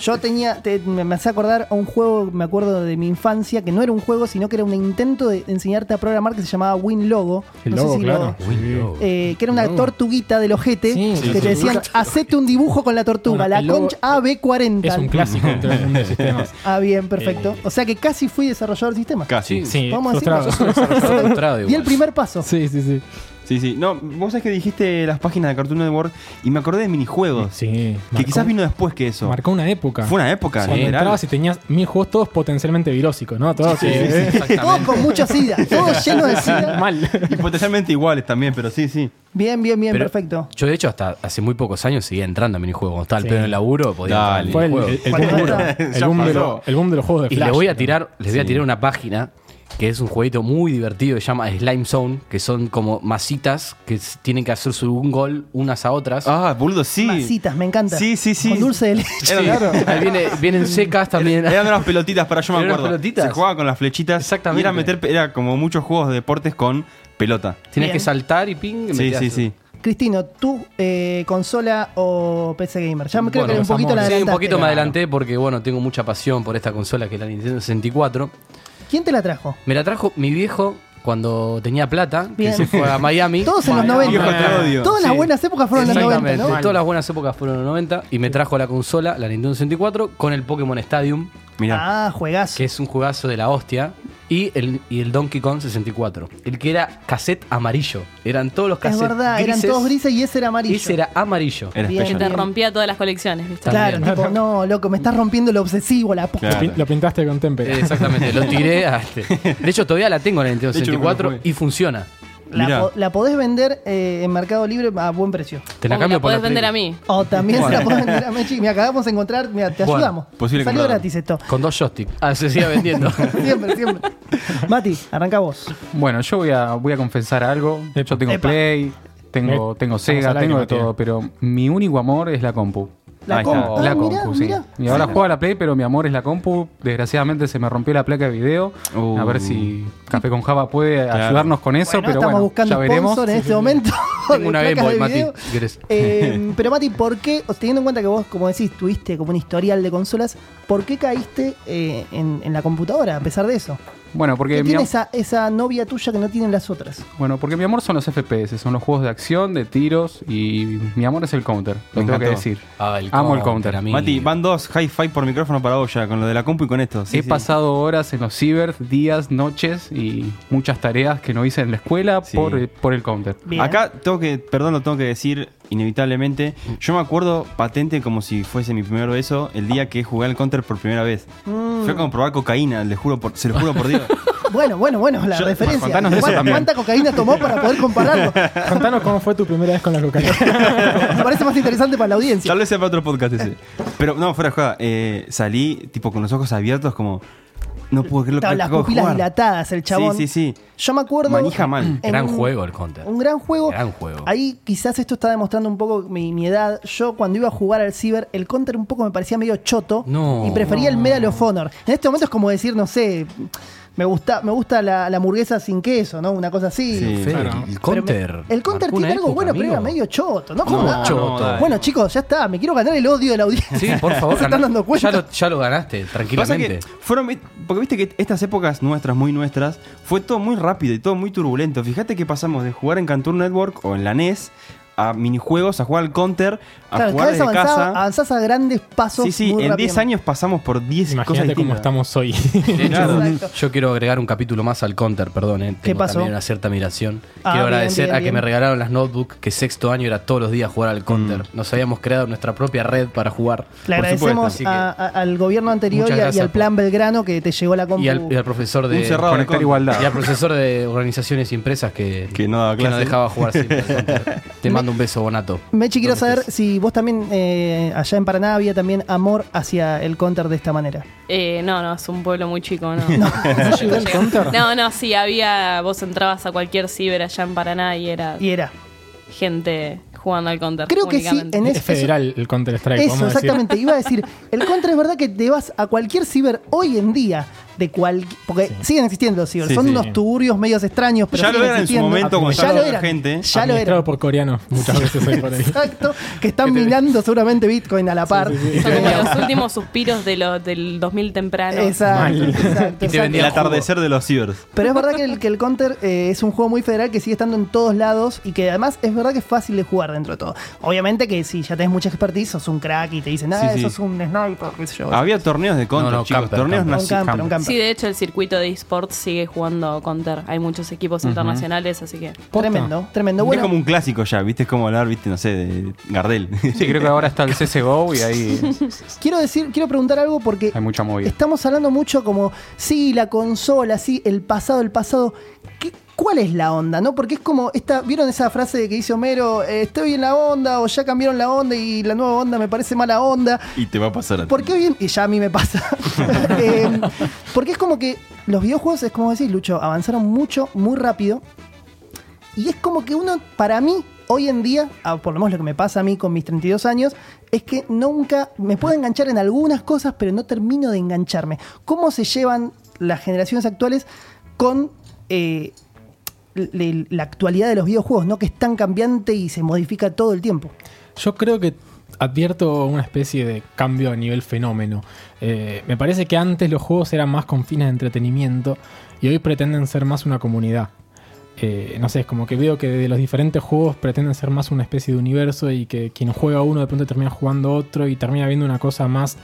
Speaker 1: Yo tenía, te- me, me hace acordar a un juego, me acuerdo de mi infancia, que no era un juego, sino que era un intento de enseñarte a programar que se llamaba WinLogo.
Speaker 2: El
Speaker 1: no
Speaker 2: logo,
Speaker 1: sé si
Speaker 2: claro.
Speaker 1: lo-
Speaker 3: Uy, no.
Speaker 1: eh, que era una
Speaker 2: Logo.
Speaker 1: tortuguita del ojete
Speaker 2: Sí,
Speaker 1: que
Speaker 2: sí,
Speaker 1: te
Speaker 2: sí.
Speaker 1: decían, hacete un dibujo con la tortuga,
Speaker 2: Bueno,
Speaker 1: la
Speaker 2: el logo
Speaker 1: concha AB40.
Speaker 2: Es un clásico dentro del mundo de sistemas.
Speaker 1: Ah, bien, perfecto.
Speaker 2: Eh.
Speaker 1: o sea que casi fui desarrollador de sistemas.
Speaker 4: Casi.
Speaker 3: Sí.
Speaker 2: Sí,
Speaker 1: Vamos a
Speaker 2: frustrado.
Speaker 3: Frustrado
Speaker 1: Di el
Speaker 3: igual.
Speaker 1: primer paso.
Speaker 2: Sí, sí, sí.
Speaker 4: Sí, sí. No, vos sabés que dijiste las páginas de Cartoon Network y me acordé de minijuegos.
Speaker 2: Sí.
Speaker 4: Que
Speaker 2: marcó-
Speaker 4: quizás vino después que eso.
Speaker 2: Marcó una época.
Speaker 4: Fue una época,
Speaker 2: Cuando
Speaker 4: general.
Speaker 2: entrabas y tenías mil juegos todos potencialmente virósicos, ¿no? Todos eh, que-
Speaker 1: Todos con mucha sida, todos llenos de sida.
Speaker 2: mal.
Speaker 4: Y potencialmente iguales también, pero sí, sí.
Speaker 1: Bien, bien, bien,
Speaker 3: Pero-
Speaker 1: perfecto.
Speaker 3: Yo, de hecho, hasta hace muy pocos años seguía entrando a minijuegos. Cuando estaba el
Speaker 2: Sí.
Speaker 3: pedo en el laburo, podía entrar al
Speaker 4: Dale.
Speaker 2: Fue el,
Speaker 3: minijuego.
Speaker 2: el- el
Speaker 1: Bueno,
Speaker 2: boom,
Speaker 1: ya
Speaker 2: de- el
Speaker 4: pasó.
Speaker 2: boom de los, el boom de los juegos de
Speaker 3: Y
Speaker 2: Flash.
Speaker 3: les voy a tirar, les voy a tirar una página que es un jueguito muy divertido que se llama Slime Zone, que son como masitas que s- tienen que hacer su un gol unas a otras.
Speaker 4: Ah, boludo, sí.
Speaker 1: Masitas, me encanta.
Speaker 4: Sí, sí, sí.
Speaker 1: Con dulce de leche.
Speaker 4: Eran,
Speaker 3: Ahí viene- vienen secas también.
Speaker 4: eran unas pelotitas, para yo me
Speaker 3: Eran unas
Speaker 4: acuerdo.
Speaker 3: pelotitas.
Speaker 4: Se jugaba con las flechitas.
Speaker 3: Exactamente.
Speaker 4: Y era meter, era como muchos juegos de deportes con pelota.
Speaker 3: Tienes
Speaker 1: Bien.
Speaker 3: que saltar y ping. y
Speaker 4: Sí,
Speaker 3: metías-
Speaker 4: sí, sí.
Speaker 1: Cristino, ¿tú eh, consola o PC Gamer? Ya me creo
Speaker 2: Bueno,
Speaker 1: que un poquito la
Speaker 2: pasamos-
Speaker 3: Sí, un
Speaker 1: adelantaste.
Speaker 3: poquito me adelanté porque, bueno, tengo mucha pasión por esta consola que es la Nintendo 64.
Speaker 1: ¿Quién te la trajo?
Speaker 3: Me la trajo mi viejo cuando tenía plata,
Speaker 1: Bien.
Speaker 3: que se fue a Miami.
Speaker 1: Todos en los
Speaker 2: Bueno,
Speaker 1: 90.
Speaker 4: Viejo, te odio.
Speaker 1: Todas las
Speaker 3: Sí.
Speaker 1: buenas épocas fueron en los 90,
Speaker 3: Exactamente.
Speaker 1: ¿no?
Speaker 3: Todas las buenas épocas fueron los 90 y me trajo la consola, la Nintendo 64, con el Pokémon Stadium,
Speaker 4: Mirá.
Speaker 1: Ah, juegazo.
Speaker 3: que es un jugazo de la hostia, y el, y el Donkey Kong 64, el que era cassette amarillo. Eran todos los
Speaker 1: es
Speaker 3: cassettes
Speaker 1: verdad, eran todos grises y ese era amarillo.
Speaker 3: Ese era amarillo.
Speaker 4: Era
Speaker 1: Bien.
Speaker 6: Que
Speaker 4: especial.
Speaker 6: te rompía todas las colecciones, ¿viste?
Speaker 1: Claro,
Speaker 3: también.
Speaker 1: tipo, no, loco, me estás rompiendo lo obsesivo, la puta.
Speaker 2: Lo, pin-
Speaker 4: Claro.
Speaker 2: lo pintaste con
Speaker 3: Eh,
Speaker 2: Tempe.
Speaker 3: Exactamente, lo tiré. a este. De hecho, todavía la tengo en la Nintendo
Speaker 4: De hecho, nunca lo
Speaker 3: 64
Speaker 4: jugué.
Speaker 3: y funciona.
Speaker 1: La,
Speaker 4: Mirá.
Speaker 1: po- la podés vender eh, en Mercado Libre a buen precio.
Speaker 3: Te la
Speaker 6: O me
Speaker 3: cambio
Speaker 6: la
Speaker 3: por la
Speaker 6: podés vender
Speaker 3: Play.
Speaker 6: a mí.
Speaker 1: O también se la
Speaker 3: Bueno.
Speaker 1: podés vender a Mechi. Mira, acabamos de encontrar, mira, te
Speaker 3: Bueno,
Speaker 1: ayudamos.
Speaker 4: posible
Speaker 1: Salió
Speaker 4: comprador.
Speaker 1: gratis esto.
Speaker 3: Con dos joysticks. Ah, se sigue vendiendo.
Speaker 1: Siempre, siempre. Mati, arranca vos.
Speaker 5: Bueno, yo voy a, voy a confesar algo. Yo tengo
Speaker 1: Epa.
Speaker 5: Play, tengo,
Speaker 2: Eh,
Speaker 5: tengo
Speaker 2: vamos
Speaker 5: Sega,
Speaker 2: al aire,
Speaker 5: tengo de
Speaker 2: Matías.
Speaker 5: todo, pero mi único amor es la compu.
Speaker 1: La
Speaker 4: Ahí está.
Speaker 1: compu.
Speaker 5: la
Speaker 1: Ah, mirá,
Speaker 5: compu, sí.
Speaker 1: mirá.
Speaker 5: Y ahora juego a la Play, pero mi amor es la compu. Desgraciadamente se me rompió la placa de video.
Speaker 4: Uh.
Speaker 5: A ver si Café con Java puede
Speaker 4: Claro.
Speaker 5: ayudarnos con eso,
Speaker 1: Bueno,
Speaker 5: pero
Speaker 1: estamos
Speaker 5: bueno, ya
Speaker 1: buscando
Speaker 5: veremos.
Speaker 1: sponsor en este momento. de
Speaker 3: Tengo una Game
Speaker 1: placas
Speaker 3: Boy,
Speaker 1: de
Speaker 3: Mati.
Speaker 1: video.
Speaker 3: si querés.
Speaker 1: Eh, pero Mati, ¿por qué, o sea, teniendo en cuenta que vos, como decís, tuviste como un historial de consolas, ¿por qué caíste eh, en, en la computadora a pesar de eso?
Speaker 5: Bueno, porque
Speaker 1: ¿Qué
Speaker 5: mi,
Speaker 1: tiene
Speaker 5: am-
Speaker 1: esa, esa novia tuya que no tienen las otras?
Speaker 5: bueno, porque mi amor son los FPS, son los juegos de acción, de tiros y mi amor es el counter, lo
Speaker 4: Me
Speaker 5: tengo que
Speaker 4: encantó.
Speaker 5: decir.
Speaker 3: Ah, el
Speaker 5: Amo el counter.
Speaker 3: amigo.
Speaker 4: Mati, van dos hi-fi por micrófono para vos ya, con lo de la compu y con esto. Sí,
Speaker 5: He
Speaker 4: sí.
Speaker 5: pasado horas en los ciber, días, noches y muchas tareas que no hice en la escuela
Speaker 4: Sí.
Speaker 5: por, eh, por el counter.
Speaker 1: Bien.
Speaker 4: Acá tengo que, perdón, lo tengo que decir inevitablemente. Yo me acuerdo patente como si fuese mi primer beso el día que jugué al counter por primera vez.
Speaker 1: Mm.
Speaker 4: Fue como probar cocaína, le juro por, se lo juro por Dios.
Speaker 1: Bueno, bueno, bueno, la
Speaker 4: Yo-
Speaker 1: referencia.
Speaker 5: contanos de eso
Speaker 1: ¿Cuán-
Speaker 5: también.
Speaker 1: ¿Cuánta cocaína tomó para poder compararlo?
Speaker 2: Contanos cómo fue tu primera vez con la cocaína.
Speaker 1: Me parece más interesante para la audiencia.
Speaker 4: Tal vez sea para otro podcast ese. Pero no, fuera de joda, eh, salí tipo con los ojos abiertos como... No puedo creer lo que
Speaker 1: Estaban las
Speaker 4: acabo de
Speaker 1: pupilas
Speaker 4: jugar.
Speaker 1: dilatadas, el chabón.
Speaker 4: Sí, sí, sí.
Speaker 1: Yo me acuerdo.
Speaker 4: Manija mal.
Speaker 1: en
Speaker 3: Gran
Speaker 1: un-
Speaker 3: juego el counter.
Speaker 1: Un gran juego.
Speaker 3: Gran juego.
Speaker 1: Ahí quizás esto está demostrando un poco mi, mi edad. Yo cuando iba a jugar al Ciber, el counter un poco me parecía medio choto.
Speaker 3: No.
Speaker 1: y prefería el Medal of Honor. En este momento es como decir, no sé, Me gusta, me gusta la, la hamburguesa sin queso, ¿no? Una cosa así.
Speaker 4: Sí.
Speaker 3: Fede,
Speaker 2: Claro.
Speaker 1: Pero
Speaker 3: El
Speaker 1: me-
Speaker 3: counter.
Speaker 1: el counter
Speaker 3: marcó
Speaker 1: tiene
Speaker 3: una
Speaker 1: algo
Speaker 3: época,
Speaker 1: bueno, pero era
Speaker 3: amigo.
Speaker 1: medio choto, ¿no? Ah, Como
Speaker 4: Ah, No,
Speaker 1: la-
Speaker 3: choto.
Speaker 4: dale.
Speaker 1: Bueno, chicos, ya está. Me quiero ganar el odio de la audiencia.
Speaker 3: Sí, por favor.
Speaker 1: ¿Se están
Speaker 3: ganá.
Speaker 1: dando cuenta?
Speaker 3: Ya lo, ya lo ganaste,
Speaker 4: Pasa
Speaker 3: tranquilamente.
Speaker 4: que fueron, porque viste que estas épocas nuestras, muy nuestras, fue todo muy rápido y todo muy turbulento. Fíjate que pasamos de jugar en Cantour Network o en la NES a minijuegos, a jugar al Counter, a
Speaker 1: Claro, cada
Speaker 4: jugar
Speaker 1: vez
Speaker 4: desde
Speaker 1: avanzaba-
Speaker 4: casa.
Speaker 1: avanzás a grandes pasos.
Speaker 4: Sí, sí,
Speaker 1: muy
Speaker 4: en 10
Speaker 1: rápidamente.
Speaker 4: años pasamos por 10 cosas
Speaker 2: Imagínate
Speaker 4: distintas.
Speaker 2: cómo estamos hoy.
Speaker 3: De hecho,
Speaker 4: Claro.
Speaker 1: Exacto.
Speaker 3: yo quiero agregar un capítulo más al counter, perdón. eh, tengo
Speaker 1: ¿Qué pasó?
Speaker 3: También una cierta admiración.
Speaker 1: Ah,
Speaker 3: quiero
Speaker 1: bien,
Speaker 3: agradecer
Speaker 1: bien,
Speaker 3: a que
Speaker 1: bien.
Speaker 3: me regalaron las notebooks, que sexto año era todos los días jugar al counter.
Speaker 4: Mm.
Speaker 3: Nos habíamos creado nuestra propia red para jugar.
Speaker 1: Le
Speaker 4: Por
Speaker 1: agradecemos
Speaker 3: supuesto.
Speaker 1: a- a- al gobierno anterior y, a-
Speaker 3: Muchas
Speaker 1: y
Speaker 3: gracias
Speaker 1: al plan Belgrano que te llegó la compu.
Speaker 3: Y al, y al profesor de.
Speaker 4: Un cerrado de
Speaker 5: Conectar
Speaker 4: Counter.
Speaker 5: igualdad.
Speaker 3: Y al profesor de organizaciones y empresas que,
Speaker 4: Que no daba
Speaker 3: nos
Speaker 4: clase.
Speaker 3: dejaba jugar siempre al counter. Te mando un beso, Bonato.
Speaker 1: Mechi, quiero
Speaker 3: ¿Dónde
Speaker 1: saber
Speaker 3: estés?
Speaker 1: si vos también, eh, allá en Paraná, había también amor hacia el counter de esta manera.
Speaker 6: Eh, no, no, es un pueblo muy chico, no. No,
Speaker 2: llegó el counter?
Speaker 6: no, no, sí, había. Vos entrabas a cualquier ciber allá en Paraná y era
Speaker 1: Y era.
Speaker 6: gente jugando al counter.
Speaker 1: Creo que sí,
Speaker 6: únicamente.
Speaker 1: en
Speaker 2: es
Speaker 1: eso-
Speaker 2: federal el Counter Strike.
Speaker 1: Eso, exactamente. Iba a decir, el contra es verdad que te vas a cualquier ciber hoy en día, de cual, porque siguen existiendo los ciber.
Speaker 4: Sí,
Speaker 1: Son
Speaker 4: sí.
Speaker 1: unos tuburios medios extraños, pero
Speaker 4: Ya
Speaker 1: siguen
Speaker 4: lo eran en su
Speaker 1: existiendo.
Speaker 4: momento cuando
Speaker 1: ya
Speaker 4: estaba
Speaker 1: lo eran.
Speaker 4: gente.
Speaker 1: Ya lo
Speaker 2: Administrado
Speaker 1: eran.
Speaker 2: por coreanos muchas veces hoy por ahí.
Speaker 1: Exacto, que están minando seguramente Bitcoin a la par.
Speaker 6: Son como los últimos suspiros de los del 2000 temprano.
Speaker 1: Exacto, exacto,
Speaker 3: Y te
Speaker 1: exacto.
Speaker 4: El
Speaker 3: vendían
Speaker 4: atardecer de los cibers.
Speaker 1: Pero es verdad que el, que el Counter eh, es un juego muy federal que sigue estando en todos lados y que además es verdad que es fácil de jugar dentro de todo. Obviamente que si ya tenés mucha expertise, sos un crack y te dicen, ah,
Speaker 4: Sí,
Speaker 1: eso
Speaker 4: sí. Ah,
Speaker 1: sos un sniper, qué sé yo.
Speaker 4: Había torneos de Counter,
Speaker 3: No, no,
Speaker 4: chicos.
Speaker 3: camper,
Speaker 4: torneos
Speaker 3: camper.
Speaker 1: un
Speaker 4: nacionales.
Speaker 1: camper, un camper.
Speaker 6: Sí, de hecho, el circuito de esports sigue jugando counter. Hay muchos equipos internacionales, así que.
Speaker 1: Tremendo, tremendo.
Speaker 4: Es
Speaker 1: Bueno,
Speaker 4: como un clásico ya, ¿viste? Es como hablar, ¿viste? No sé, de Gardel.
Speaker 5: Sí, creo que ahora está el CSGO y ahí
Speaker 1: quiero decir, quiero preguntar algo porque
Speaker 5: hay mucha movida.
Speaker 1: estamos hablando mucho como, sí, la consola, sí, el pasado, el pasado. ¿Qué- ¿Cuál es la onda? ¿No? Porque es como, esta, ¿vieron esa frase que dice Homero? eh, estoy en la onda o ya cambiaron la onda y la nueva onda me parece mala onda?
Speaker 4: y te va a pasar a ti.
Speaker 1: Porque hoy en- y ya a mí me pasa. Eh, porque es como que los videojuegos, es como decís, Lucho, avanzaron mucho, muy rápido. Y es como que uno, para mí, hoy en día, ah, por lo menos lo que me pasa a mí con mis 32 años, es que nunca me puedo enganchar en algunas cosas, pero no termino de engancharme. ¿Cómo se llevan las generaciones actuales con eh, le- la actualidad de los videojuegos, no que es tan cambiante y se modifica todo el tiempo?
Speaker 2: Yo creo que advierto una especie de cambio a nivel fenómeno. Eh, me parece que antes los juegos eran más con fines de entretenimiento y hoy pretenden ser más una comunidad. Eh, no sé, es como que veo que de los diferentes juegos pretenden ser más una especie de universo y que quien juega uno de pronto termina jugando otro y termina viendo una cosa más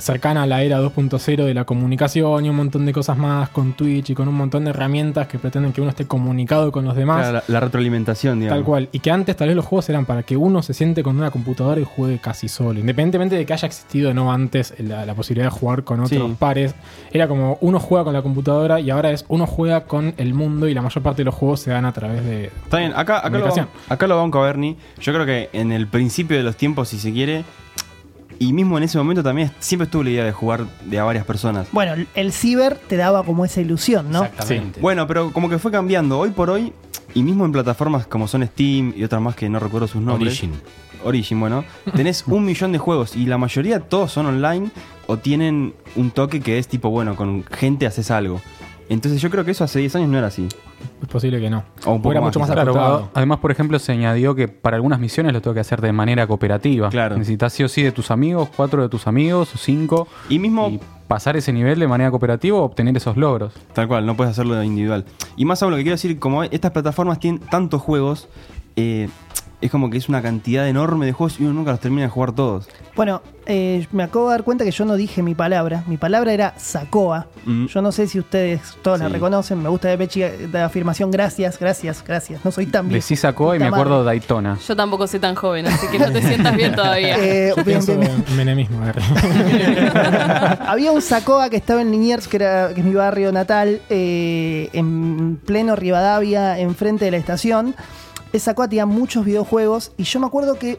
Speaker 2: cercana a la era 2.0 de la comunicación y un montón de cosas más con Twitch y con un montón de herramientas que pretenden que uno esté comunicado con los demás.
Speaker 4: Claro, la, la retroalimentación, digamos.
Speaker 2: Tal cual. Y que antes tal vez los juegos eran para que uno se siente con una computadora y juegue casi solo. Independientemente de que haya existido no antes la, la posibilidad de jugar con otros
Speaker 4: Sí.
Speaker 2: pares. Era como uno juega con la computadora y ahora es uno juega con el mundo y la mayor parte de los juegos se dan a través de...
Speaker 4: Está bien, acá, acá, lo,
Speaker 2: Comunicación.
Speaker 4: acá lo banco a Bernie. Yo creo que en el principio de los tiempos, si se quiere, y mismo en ese momento también siempre estuvo la idea de jugar de a varias personas.
Speaker 1: Bueno, el ciber te daba como esa ilusión, ¿no?
Speaker 3: Exactamente.
Speaker 4: Bueno, pero como que fue cambiando hoy por hoy, y mismo en plataformas como son Steam y otras más que no recuerdo sus nombres.
Speaker 3: Origin.
Speaker 4: Origin, bueno. Tenés un millón de juegos y la mayoría todos son online o tienen un toque que es tipo, bueno, con gente haces algo. Entonces yo creo que eso hace 10 años no era así.
Speaker 2: Es posible que no.
Speaker 4: O un poco
Speaker 2: era
Speaker 4: más,
Speaker 2: mucho más
Speaker 4: quizás.
Speaker 5: Claro,
Speaker 2: acotado.
Speaker 5: además, por ejemplo, se añadió que para algunas misiones lo tengo que hacer de manera cooperativa.
Speaker 4: Claro.
Speaker 5: Necesitas sí o sí de tus amigos, cuatro de tus amigos, o cinco.
Speaker 4: Y mismo,
Speaker 5: Y pasar ese nivel de manera cooperativa o obtener esos logros.
Speaker 4: tal cual, no puedes hacerlo individual. Y más aún lo que quiero decir, como estas plataformas tienen tantos juegos, eh, es como que es una cantidad enorme de juegos y uno nunca los termina de jugar todos.
Speaker 1: Bueno, eh, me acabo de dar cuenta que yo no dije mi palabra. Mi palabra era Sacoa.
Speaker 4: Mm.
Speaker 1: Yo no sé si ustedes todos la
Speaker 4: Sí.
Speaker 1: reconocen. Me gusta de Pechi eh, la afirmación. Gracias, gracias, gracias. No soy tan bien.
Speaker 5: Decí Sacoa y me acuerdo de Daytona.
Speaker 6: Yo tampoco soy tan joven, así que no te sientas bien todavía.
Speaker 1: Eh,
Speaker 2: Yo
Speaker 1: bien,
Speaker 2: pienso
Speaker 1: bien, bien.
Speaker 2: en menemismo. a ver.
Speaker 1: Había un Sacoa que estaba en Liniers, que, era, que es mi barrio natal, eh, en pleno Rivadavia, enfrente de la estación. Esa Sacoa tenía muchos videojuegos y yo me acuerdo que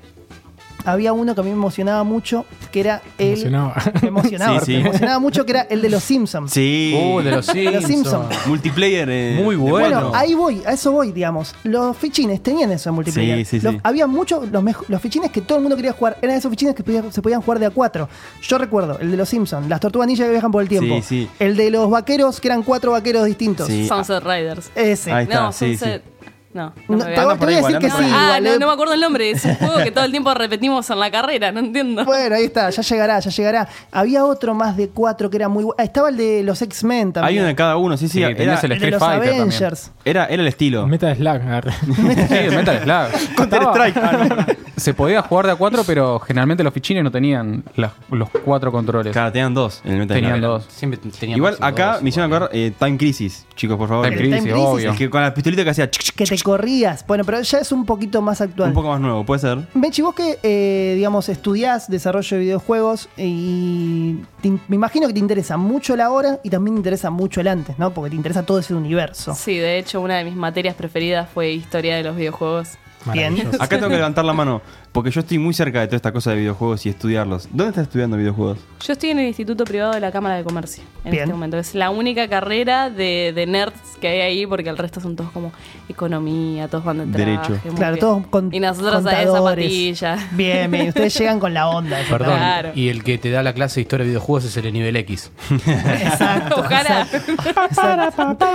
Speaker 1: había uno que a mí me emocionaba mucho, que era el...
Speaker 2: Emocionaba.
Speaker 1: Me emocionaba,
Speaker 4: Sí, sí.
Speaker 1: me emocionaba mucho, que era el de los Simpsons.
Speaker 4: Sí.
Speaker 1: Oh,
Speaker 3: Uh, de los Simpsons.
Speaker 1: Los Simpsons.
Speaker 4: Multiplayer. eh,
Speaker 3: Muy
Speaker 4: de
Speaker 3: bueno.
Speaker 4: cuatro.
Speaker 1: Ahí voy, a eso voy, digamos. Los fichines tenían eso en multiplayer.
Speaker 4: Sí, sí, sí.
Speaker 1: Los- había muchos, los, mej- los fichines que todo el mundo quería jugar, eran esos fichines que podía- se podían jugar de a cuatro. Yo recuerdo, el de los Simpsons, las tortugas ninja que viajan por el tiempo.
Speaker 4: Sí, sí.
Speaker 1: El de los vaqueros, que eran cuatro vaqueros distintos.
Speaker 4: Sí.
Speaker 6: Sunset Riders.
Speaker 1: Ese.
Speaker 4: Ahí está,
Speaker 6: no,
Speaker 4: sí,
Speaker 6: Sunset. No, no,
Speaker 1: No, te,
Speaker 6: me veo.
Speaker 1: voy- te voy a
Speaker 4: igual,
Speaker 1: decir que
Speaker 4: anda por
Speaker 1: sí.
Speaker 4: ahí.
Speaker 6: Ah,
Speaker 1: igual,
Speaker 6: no,
Speaker 1: eh.
Speaker 6: no me acuerdo el nombre. Es un juego que todo el tiempo repetimos en la carrera, no entiendo.
Speaker 1: Bueno, ahí está, ya llegará, ya llegará. Había otro más de cuatro que era muy bueno. Ah, estaba el de los X-Men también.
Speaker 4: Hay uno de cada uno, sí, sí.
Speaker 5: Sí,
Speaker 4: era,
Speaker 5: tenías el
Speaker 1: el de
Speaker 5: Street
Speaker 1: los
Speaker 5: Fighter también.
Speaker 1: Avengers.
Speaker 4: era, era el estilo.
Speaker 2: Meta Slack. agarré.
Speaker 5: Sí, el Metal Slug.
Speaker 4: Counter Strike. Ah, no.
Speaker 5: Se podía jugar de a cuatro, pero generalmente los fichines no tenían las- los cuatro controles.
Speaker 4: Claro, tenían dos en el Metal
Speaker 5: Tenían
Speaker 4: Slug.
Speaker 5: dos.
Speaker 3: Siempre teníamos
Speaker 4: Igual acá
Speaker 3: dos,
Speaker 4: me hicieron
Speaker 3: igual.
Speaker 4: acordar eh, Time Crisis, chicos, por favor.
Speaker 5: Time
Speaker 1: El Time
Speaker 5: Crisis,
Speaker 1: Crisis
Speaker 5: obvio.
Speaker 4: El que con la pistolita que hacía chic, chic,
Speaker 1: Que te corrías. Bueno, pero ya es un poquito más actual.
Speaker 4: un poco más nuevo, puede ser.
Speaker 1: Mechi, vos que, eh, digamos, estudiás desarrollo de videojuegos y te in- me imagino que te interesa mucho la hora y también te interesa mucho el antes, ¿no? Porque te interesa todo ese universo.
Speaker 6: Sí, de hecho, una de mis materias preferidas fue historia de los videojuegos.
Speaker 2: Maravilloso.
Speaker 4: Acá tengo que levantar la mano, porque yo estoy muy cerca de toda esta cosa de videojuegos y estudiarlos. ¿Dónde estás estudiando videojuegos?
Speaker 6: Yo estoy en el Instituto Privado de la Cámara de Comercio en
Speaker 1: Bien.
Speaker 6: este momento. Es la única carrera de, de nerds que hay ahí porque el resto son todos como economía, todos van de traje.
Speaker 4: Derecho.
Speaker 6: muy
Speaker 1: Claro,
Speaker 6: bien.
Speaker 1: todos con
Speaker 6: Y nosotros ahí
Speaker 1: contadores.
Speaker 6: zapatillas.
Speaker 1: Bien, bien, ustedes llegan con la onda.
Speaker 3: Perdón.
Speaker 6: Claro.
Speaker 3: Y el que te da la clase de historia de videojuegos es el de nivel X.
Speaker 1: Exacto.
Speaker 6: Ojalá.
Speaker 1: exacto, exacto.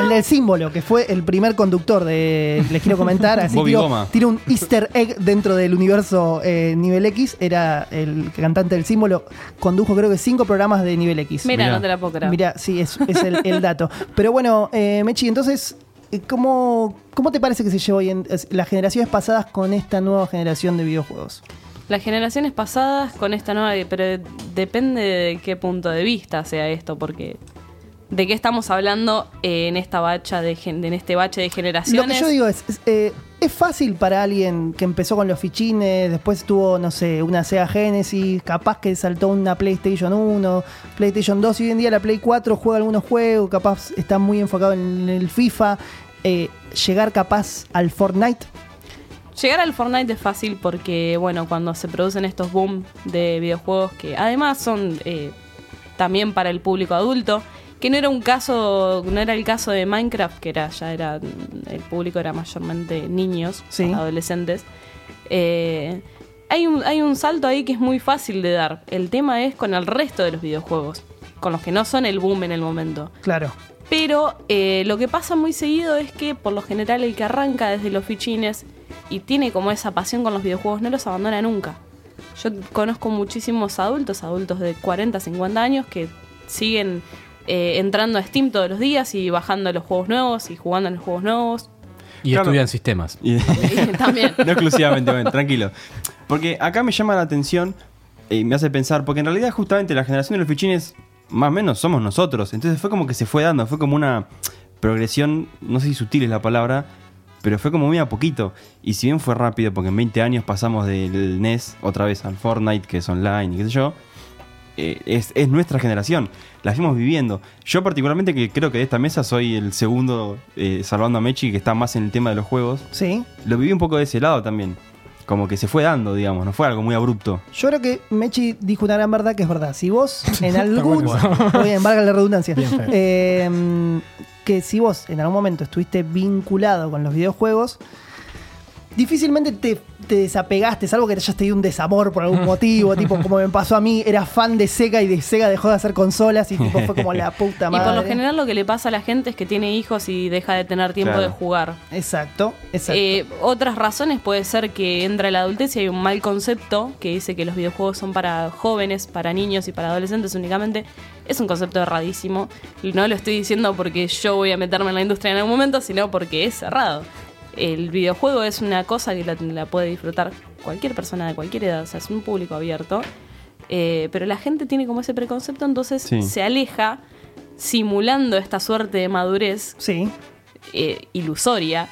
Speaker 1: El del símbolo, que fue el primer conductor de. Les quiero comentar. Así
Speaker 4: Bobby
Speaker 1: tiro,
Speaker 4: Goma.
Speaker 1: tiro un Easter egg dentro del universo eh, Nivel X. Era el cantante del símbolo. Condujo, creo que, cinco programas de Nivel X.
Speaker 6: Mira,
Speaker 4: Mirá.
Speaker 6: no te la puedo creer.
Speaker 1: Mira, sí, es, es el, el dato. Pero bueno, eh, Mechi, entonces, eh, ¿cómo, ¿cómo te parece que se lleva hoy en es- las generaciones pasadas con esta nueva generación de videojuegos?
Speaker 6: Las generaciones pasadas con esta nueva, pero depende de qué punto de vista sea esto, porque de qué estamos hablando en esta bacha de gen- en este bache de
Speaker 1: Lo que
Speaker 6: generaciones.
Speaker 1: yo digo es, es, eh, es fácil para alguien que empezó con los fichines, después tuvo, no sé, una Sega Genesis, capaz que saltó una PlayStation 1, PlayStation 2, y hoy en día la Play 4 juega algunos juegos, capaz está muy enfocado en el FIFA, eh, llegar capaz al Fortnite.
Speaker 6: Llegar al Fortnite es fácil porque, bueno, cuando se producen estos boom de videojuegos que además son eh, también para el público adulto, que no era un caso, no era el caso de Minecraft, que era, ya era, el público era mayormente niños,
Speaker 1: Sí.
Speaker 6: adolescentes. Eh, hay, un, hay un salto ahí que es muy fácil de dar. El tema es con el resto de los videojuegos, con los que no son el boom en el momento.
Speaker 1: Claro.
Speaker 6: Pero eh, lo que pasa muy seguido es que por lo general el que arranca desde los fichines y tiene como esa pasión con los videojuegos no los abandona nunca. Yo conozco muchísimos adultos, adultos de 40, 50 años que siguen eh, entrando a Steam todos los días y bajando los juegos nuevos y jugando a los juegos nuevos.
Speaker 3: Y
Speaker 4: Claro.
Speaker 3: estudian sistemas.
Speaker 4: Y-
Speaker 6: Y También.
Speaker 4: no exclusivamente, bueno, tranquilo. Porque acá me llama la atención eh, y me hace pensar, porque en realidad justamente la generación de los fichines, más o menos, somos nosotros. Entonces fue como que se fue dando, fue como una progresión, no sé si sutil es la palabra, pero fue como muy a poquito. Y si bien fue rápido, porque en 20 años pasamos del NES otra vez al Fortnite, que es online y qué sé yo, eh, es, es nuestra generación, la fuimos viviendo. Yo particularmente que creo que de esta mesa soy el segundo, eh, salvando a Mechi, que está más en el tema de los juegos
Speaker 1: Sí.
Speaker 4: lo viví un poco de ese lado también. Como que se fue dando, digamos, no fue algo muy abrupto.
Speaker 1: Yo creo que Mechi dijo una gran verdad que es verdad. Si vos en algún. Muy bien, valga la redundancia.
Speaker 2: Bien, Fede.
Speaker 1: Eh, que si vos en algún momento estuviste vinculado con los videojuegos, difícilmente te, te desapegaste, salvo que te hayas tenido un desamor por algún motivo, tipo como me pasó a mí, era fan de Sega y de Sega dejó de hacer consolas y tipo fue como la puta
Speaker 6: Y
Speaker 1: madre.
Speaker 6: por lo general lo que le pasa a la gente es que tiene hijos y deja de tener tiempo
Speaker 4: Claro.
Speaker 6: de jugar.
Speaker 1: Exacto, exacto.
Speaker 6: Eh, otras razones puede ser que entra la adultez y hay un mal concepto que dice que los videojuegos son para jóvenes, para niños y para adolescentes únicamente. Es un concepto erradísimo. No lo estoy diciendo porque yo voy a meterme en la industria en algún momento, sino porque es errado. El videojuego es una cosa que la, la puede disfrutar cualquier persona de cualquier edad, o sea, es un público abierto. Eh, pero la gente tiene como ese preconcepto, entonces
Speaker 4: Sí.
Speaker 6: se aleja simulando esta suerte de madurez
Speaker 1: sí.
Speaker 6: eh, ilusoria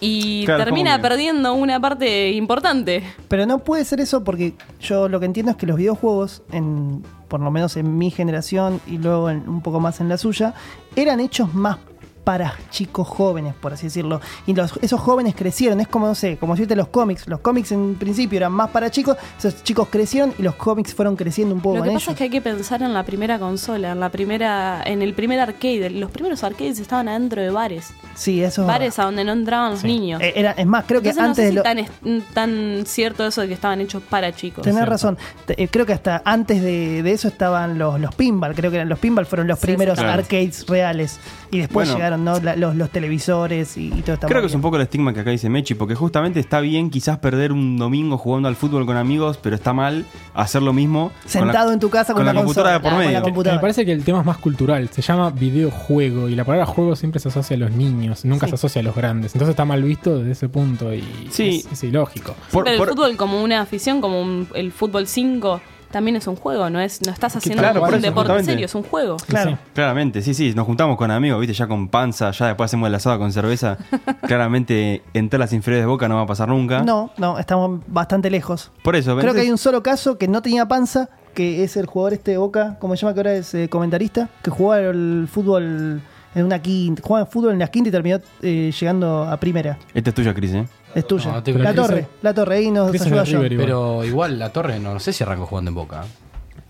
Speaker 6: y
Speaker 4: Claro,
Speaker 6: termina
Speaker 4: como que-
Speaker 6: perdiendo una parte importante.
Speaker 1: Pero no puede ser eso porque yo lo que entiendo es que los videojuegos, en, por lo menos en mi generación y luego en- un poco más en la suya, eran hechos más para chicos jóvenes, por así decirlo. Y los- esos jóvenes crecieron, es como, no sé, como decirte los cómics. Los cómics en principio eran más para chicos, esos chicos crecieron y los cómics fueron creciendo un poco
Speaker 6: Lo que
Speaker 1: con
Speaker 6: pasa es
Speaker 1: ellos.
Speaker 6: que hay que pensar en la primera consola, en la primera, en el primer arcade. Los primeros arcades estaban adentro de bares,
Speaker 1: Sí, eso.
Speaker 6: bares a donde no entraban los niños.
Speaker 1: Eh, era- es más, creo que
Speaker 6: Entonces no
Speaker 1: antes
Speaker 6: sé
Speaker 1: de
Speaker 6: si
Speaker 1: lo.
Speaker 6: tan, es- tan cierto eso de que estaban hechos para chicos.
Speaker 1: Tenés
Speaker 2: cierto.
Speaker 1: razón. Te- eh, creo que hasta antes de, de eso estaban los, los pinball. Creo que eran los pinball fueron los
Speaker 6: Sí,
Speaker 1: primeros
Speaker 6: exactamente.
Speaker 1: arcades reales. Y después
Speaker 4: Bueno.
Speaker 1: llegaron ¿no? La- los, los televisores y, y todo este esta
Speaker 4: Creo que es
Speaker 1: movida.
Speaker 4: un poco el estigma que acá dice Mechi, porque justamente está bien quizás perder un domingo jugando al fútbol con amigos, pero está mal hacer lo mismo. con la-
Speaker 1: Sentado en tu casa con,
Speaker 4: con la
Speaker 1: una
Speaker 4: computadora
Speaker 1: consola,
Speaker 4: de por
Speaker 1: con la
Speaker 4: medio.
Speaker 1: computadora.
Speaker 2: Me parece que el tema es más cultural. Se llama videojuego y la palabra juego siempre se asocia a los niños, nunca
Speaker 1: Sí.
Speaker 2: se asocia a los grandes. Entonces está mal visto desde ese punto y
Speaker 4: Sí.
Speaker 2: es, es ilógico.
Speaker 4: Por-
Speaker 6: Pero el
Speaker 4: por-
Speaker 6: fútbol como una afición, como un- el fútbol 5, también es un juego, no es no estás haciendo
Speaker 4: claro,
Speaker 6: un
Speaker 4: por eso,
Speaker 6: deporte
Speaker 4: justamente.
Speaker 6: serio, es un juego.
Speaker 1: Claro.
Speaker 4: Claramente, sí, sí, nos juntamos con amigos, viste, ya con panza, ya después hacemos el asado con cerveza. Claramente, entrar las inferiores de boca no va a pasar nunca.
Speaker 1: No, no, estamos bastante lejos.
Speaker 4: Por eso,
Speaker 1: Creo que
Speaker 4: entonces-
Speaker 1: hay un solo caso que no tenía panza, que es el jugador este de Boca, ¿cómo se llama? Que ahora es eh, comentarista, que jugaba el fútbol en una quinta, jugaba fútbol en la quinta y terminó eh, llegando a primera.
Speaker 4: Este es tuyo, Cris, ¿eh?
Speaker 1: Es tuya.
Speaker 3: No, no te
Speaker 1: la
Speaker 2: creo.
Speaker 1: torre, la torre, ahí nos
Speaker 2: Chris es
Speaker 1: ayuda
Speaker 2: de River
Speaker 1: yo.
Speaker 2: igual.
Speaker 3: Pero igual la torre, no, no sé si arrancó jugando en Boca. ¿eh?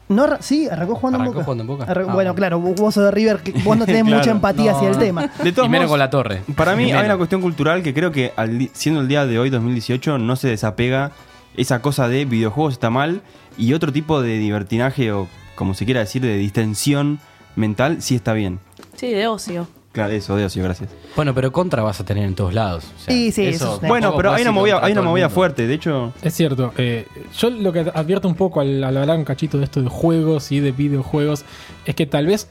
Speaker 1: No, arra- sí, arrancó jugando
Speaker 3: Arrancó
Speaker 1: en Boca.
Speaker 3: jugando en Boca.
Speaker 1: Arran-
Speaker 3: Ah,
Speaker 1: bueno,
Speaker 3: bueno.
Speaker 1: claro, vos vos sos de River, que vos no tenés
Speaker 4: Claro.
Speaker 1: mucha empatía
Speaker 3: No,
Speaker 1: hacia el
Speaker 3: no.
Speaker 1: tema.
Speaker 4: De
Speaker 3: Y
Speaker 4: todos
Speaker 3: menos
Speaker 4: modos,
Speaker 3: con la torre.
Speaker 4: para mí
Speaker 3: Ni
Speaker 4: hay
Speaker 3: menos.
Speaker 4: una cuestión cultural que creo que al di- siendo el día de hoy, 2018, no se desapega esa cosa de videojuegos está mal y otro tipo de divertinaje o, como se quiera decir, de distensión mental, sí está bien.
Speaker 6: Sí, de ocio.
Speaker 4: Claro, eso, de ocio, gracias.
Speaker 3: Bueno, pero contra vas a tener en todos lados. o sea,
Speaker 1: Sí, sí, eso es-
Speaker 3: tampoco
Speaker 4: Bueno, pero
Speaker 3: podés
Speaker 4: hay una
Speaker 3: ir
Speaker 4: movida,
Speaker 3: contra
Speaker 4: hay una
Speaker 3: todo el
Speaker 4: movida
Speaker 3: mundo.
Speaker 4: fuerte, de hecho...
Speaker 2: Es cierto, eh, yo lo que advierto un poco al, al hablar un cachito de esto de juegos y de videojuegos es que tal vez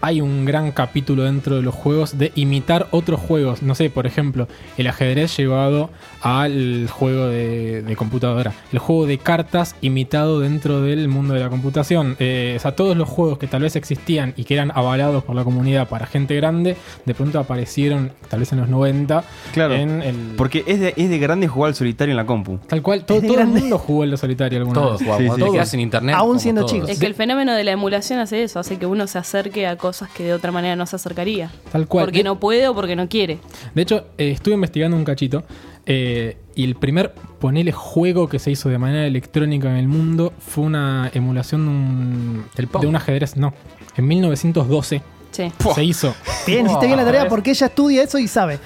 Speaker 2: hay un gran capítulo dentro de los juegos de imitar otros juegos. No sé, por ejemplo, el ajedrez llevado al juego de, de computadora, el juego de cartas imitado dentro del mundo de la computación. Eh, o sea, todos los juegos que tal vez existían y que eran avalados por la comunidad para gente grande, de pronto aparecieron, tal vez en los 90,
Speaker 4: Claro.
Speaker 2: en el...
Speaker 4: Porque es de, es de grande jugar al solitario en la compu.
Speaker 2: Tal cual, todo,
Speaker 1: de
Speaker 2: todo el
Speaker 1: grande.
Speaker 2: mundo jugó en lo solitario alguna vez.
Speaker 3: Todos jugamos,
Speaker 4: Sí,
Speaker 3: cuando
Speaker 4: sí.
Speaker 3: te quedás en internet.
Speaker 1: Aún
Speaker 3: como
Speaker 1: siendo
Speaker 3: todos.
Speaker 1: chicos.
Speaker 6: Es que el fenómeno de la emulación hace eso, hace que uno se acerque a cosas que de otra manera no se acercaría.
Speaker 2: Tal cual.
Speaker 6: Porque no puede o porque no quiere.
Speaker 2: De hecho, eh, estuve investigando un cachito eh, y el primer, ponele, juego que se hizo de manera electrónica en el mundo fue una emulación de un,
Speaker 3: El Pong.
Speaker 2: de un ajedrez. No, en 1912
Speaker 6: Sí.
Speaker 2: se hizo.
Speaker 1: Bien, hiciste bien la tarea porque ella estudia eso y sabe.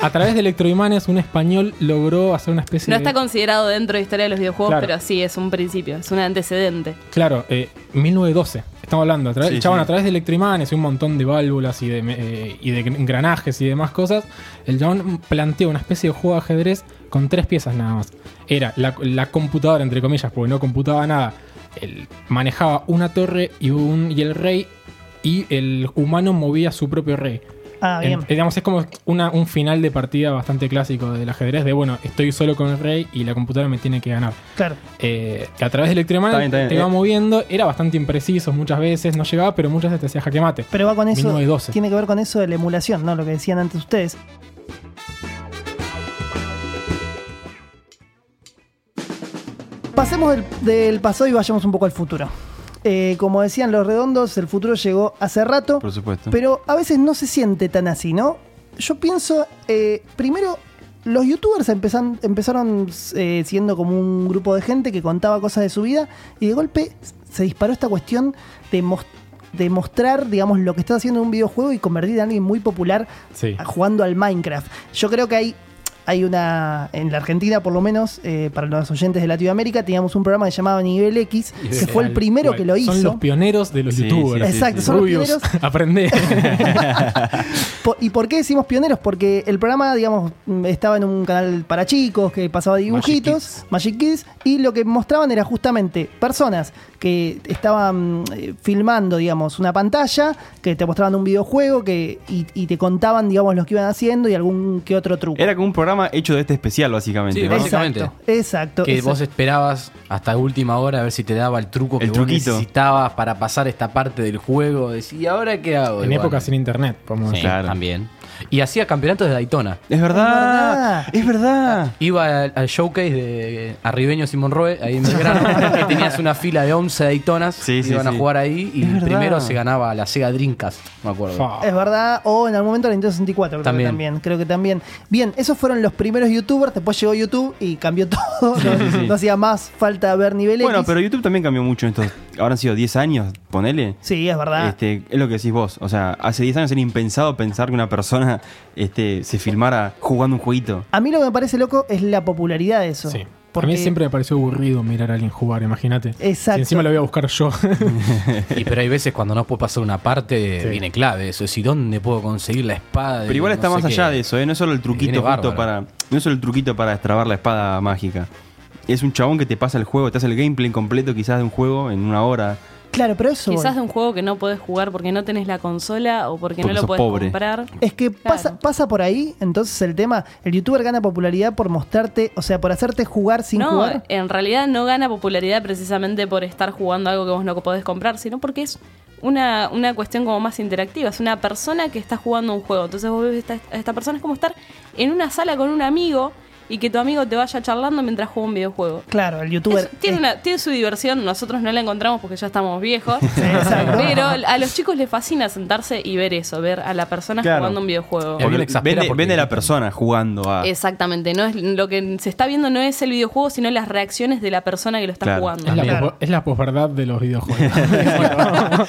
Speaker 2: A, a través de electroimanes, un español logró hacer una especie
Speaker 6: No
Speaker 2: de...
Speaker 6: está considerado dentro de historia de los videojuegos,
Speaker 2: Claro.
Speaker 6: pero sí es un principio, es un antecedente.
Speaker 2: Claro, eh, 1912. Estamos hablando. A través,
Speaker 4: Sí,
Speaker 2: chabón,
Speaker 4: sí.
Speaker 2: a través de electroimanes y un montón de válvulas y de, eh, y de engranajes y demás cosas, el chabón planteó una especie de juego de ajedrez con tres piezas nada más. Era la, la computadora, entre comillas, porque no computaba nada. Él manejaba una torre y, un, y el rey y el humano movía su propio rey.
Speaker 1: Ah, bien.
Speaker 2: En- digamos, es como una- un final de partida bastante clásico del ajedrez de, bueno, estoy solo con el rey y la computadora me tiene que ganar
Speaker 1: Claro.
Speaker 2: eh, que a través del
Speaker 4: Está bien,
Speaker 2: electromagnetismo
Speaker 4: está bien.
Speaker 2: te iba
Speaker 4: Eh.
Speaker 2: moviendo, era bastante impreciso muchas veces, no llegaba, pero muchas veces te hacía jaque mate.
Speaker 1: Pero va con eso.
Speaker 2: 1912.
Speaker 1: Tiene que ver con eso de la emulación, ¿no? Lo que decían antes ustedes. Pasemos del, del pasado y vayamos un poco al futuro. Eh, como decían los redondos, el futuro llegó hace rato.
Speaker 4: Por supuesto.
Speaker 1: Pero a veces no se siente tan así, ¿no? Yo pienso, eh, primero, los youtubers empezan- empezaron eh, siendo como un grupo de gente que contaba cosas de su vida y de golpe se disparó esta cuestión de, mos- de mostrar, digamos, lo que estás haciendo en un videojuego y convertir a alguien muy popular
Speaker 2: Sí.
Speaker 1: jugando al Minecraft. Yo creo que hay, hay una, en la Argentina por lo menos, eh, para los oyentes de Latinoamérica, teníamos un programa que se llamaba Nivel X, que fue el
Speaker 2: Tal
Speaker 1: primero
Speaker 2: cual.
Speaker 1: que lo hizo.
Speaker 2: Son los pioneros de los
Speaker 4: Sí,
Speaker 2: youtubers.
Speaker 4: sí, sí,
Speaker 1: Exacto, sí. son los
Speaker 2: Rubius, aprende.
Speaker 1: Po- ¿Y por qué decimos pioneros? Porque el programa, digamos, mm, estaba en un canal para chicos que pasaba dibujitos, Magic Kids, y lo que mostraban era justamente personas que estaban mm, eh, filmando, digamos, una pantalla, que te mostraban un videojuego que, y, y te contaban, digamos, lo que iban haciendo y algún que otro truco.
Speaker 4: Era como un programa hecho de este especial, básicamente.
Speaker 3: Sí,
Speaker 4: ¿no?
Speaker 3: básicamente.
Speaker 1: exacto, exacto.
Speaker 3: Que
Speaker 1: exacto.
Speaker 3: vos esperabas hasta última hora a ver si te daba el truco
Speaker 4: El
Speaker 3: que vos
Speaker 4: truquito.
Speaker 3: necesitabas para pasar esta parte del juego. Decís, ¿Y ahora qué hago?
Speaker 2: en
Speaker 3: Y
Speaker 2: época
Speaker 3: bueno,
Speaker 2: sin internet, podemos
Speaker 3: sí,
Speaker 2: decir.
Speaker 4: Claro.
Speaker 3: también. Y hacía campeonatos de Daytona.
Speaker 4: Es verdad, es verdad.
Speaker 3: eh, Iba al, al showcase de Arribeños y Monroe, ahí en Belgrano, que tenías una fila de 11 11 Daytonas,
Speaker 4: Sí, sí,
Speaker 3: iban a
Speaker 4: sí.
Speaker 3: jugar ahí y
Speaker 1: Es verdad.
Speaker 3: primero se ganaba la Sega Dreamcast, me acuerdo.
Speaker 2: Fa.
Speaker 1: Es verdad, o en algún momento la Nintendo 64, creo
Speaker 3: También.
Speaker 1: que también. Creo que también. Bien, esos fueron los primeros youtubers, después llegó YouTube y cambió todo. no,
Speaker 4: sí, sí.
Speaker 1: no hacía más falta ver nivel
Speaker 4: Bueno,
Speaker 1: X.
Speaker 4: pero YouTube también cambió mucho en estos. Ahora han sido 10 años, ponele.
Speaker 1: Sí, es verdad.
Speaker 4: Este, es lo que decís vos. O sea, hace 10 años era impensado pensar que una persona este, se filmara jugando un jueguito.
Speaker 1: A mí lo que me parece loco es la popularidad de eso.
Speaker 2: Sí.
Speaker 1: Porque-
Speaker 2: A mí siempre me pareció aburrido mirar a alguien jugar, imagínate.
Speaker 1: Exacto.
Speaker 2: Si encima lo voy a buscar yo.
Speaker 3: Y, pero hay veces cuando no puede pasar una parte,
Speaker 2: Sí.
Speaker 3: viene clave eso. Es decir, ¿dónde puedo conseguir la espada?
Speaker 4: Pero igual está más allá de eso, ¿eh? No es solo el
Speaker 3: Viene
Speaker 4: truquito justo
Speaker 3: bárbaro.
Speaker 4: para. No es solo el truquito para destrabar la espada mágica. Es un chabón que te pasa el juego, te hace el gameplay completo quizás de un juego en una hora.
Speaker 1: Claro, pero eso.
Speaker 6: Quizás
Speaker 1: voy.
Speaker 6: de un juego que no podés jugar porque no tenés la consola o porque,
Speaker 4: Porque
Speaker 6: no
Speaker 4: sos
Speaker 6: lo podés
Speaker 4: pobre.
Speaker 6: comprar.
Speaker 1: Es que
Speaker 6: Claro.
Speaker 1: pasa, pasa por ahí, entonces el tema, el youtuber gana popularidad por mostrarte, o sea, por hacerte jugar sin
Speaker 6: no, eh,
Speaker 1: jugar.
Speaker 6: en realidad no gana popularidad precisamente por estar jugando algo que vos no podés comprar, sino porque es una, una cuestión como más interactiva. Es una persona que está jugando un juego. Entonces vos ves a esta, a esta persona, es como estar en una sala con un amigo y que tu amigo te vaya charlando mientras juega un videojuego.
Speaker 1: Claro, el youtuber.
Speaker 6: Es- tiene,
Speaker 1: eh,
Speaker 6: una- tiene su diversión, nosotros no la encontramos porque ya estamos viejos.
Speaker 1: exacto.
Speaker 6: pero a los chicos les fascina sentarse y ver eso, ver a la persona
Speaker 4: Claro.
Speaker 6: jugando un videojuego.
Speaker 3: mí me
Speaker 4: Porque
Speaker 3: exaspera
Speaker 4: vende,
Speaker 3: porque-
Speaker 4: vende la persona jugando a.
Speaker 6: Exactamente, no es lo que se está viendo no es el videojuego, sino las reacciones de la persona que lo está
Speaker 4: Claro.
Speaker 6: jugando.
Speaker 2: Es la,
Speaker 1: Claro.
Speaker 2: posver- es la posverdad de los videojuegos.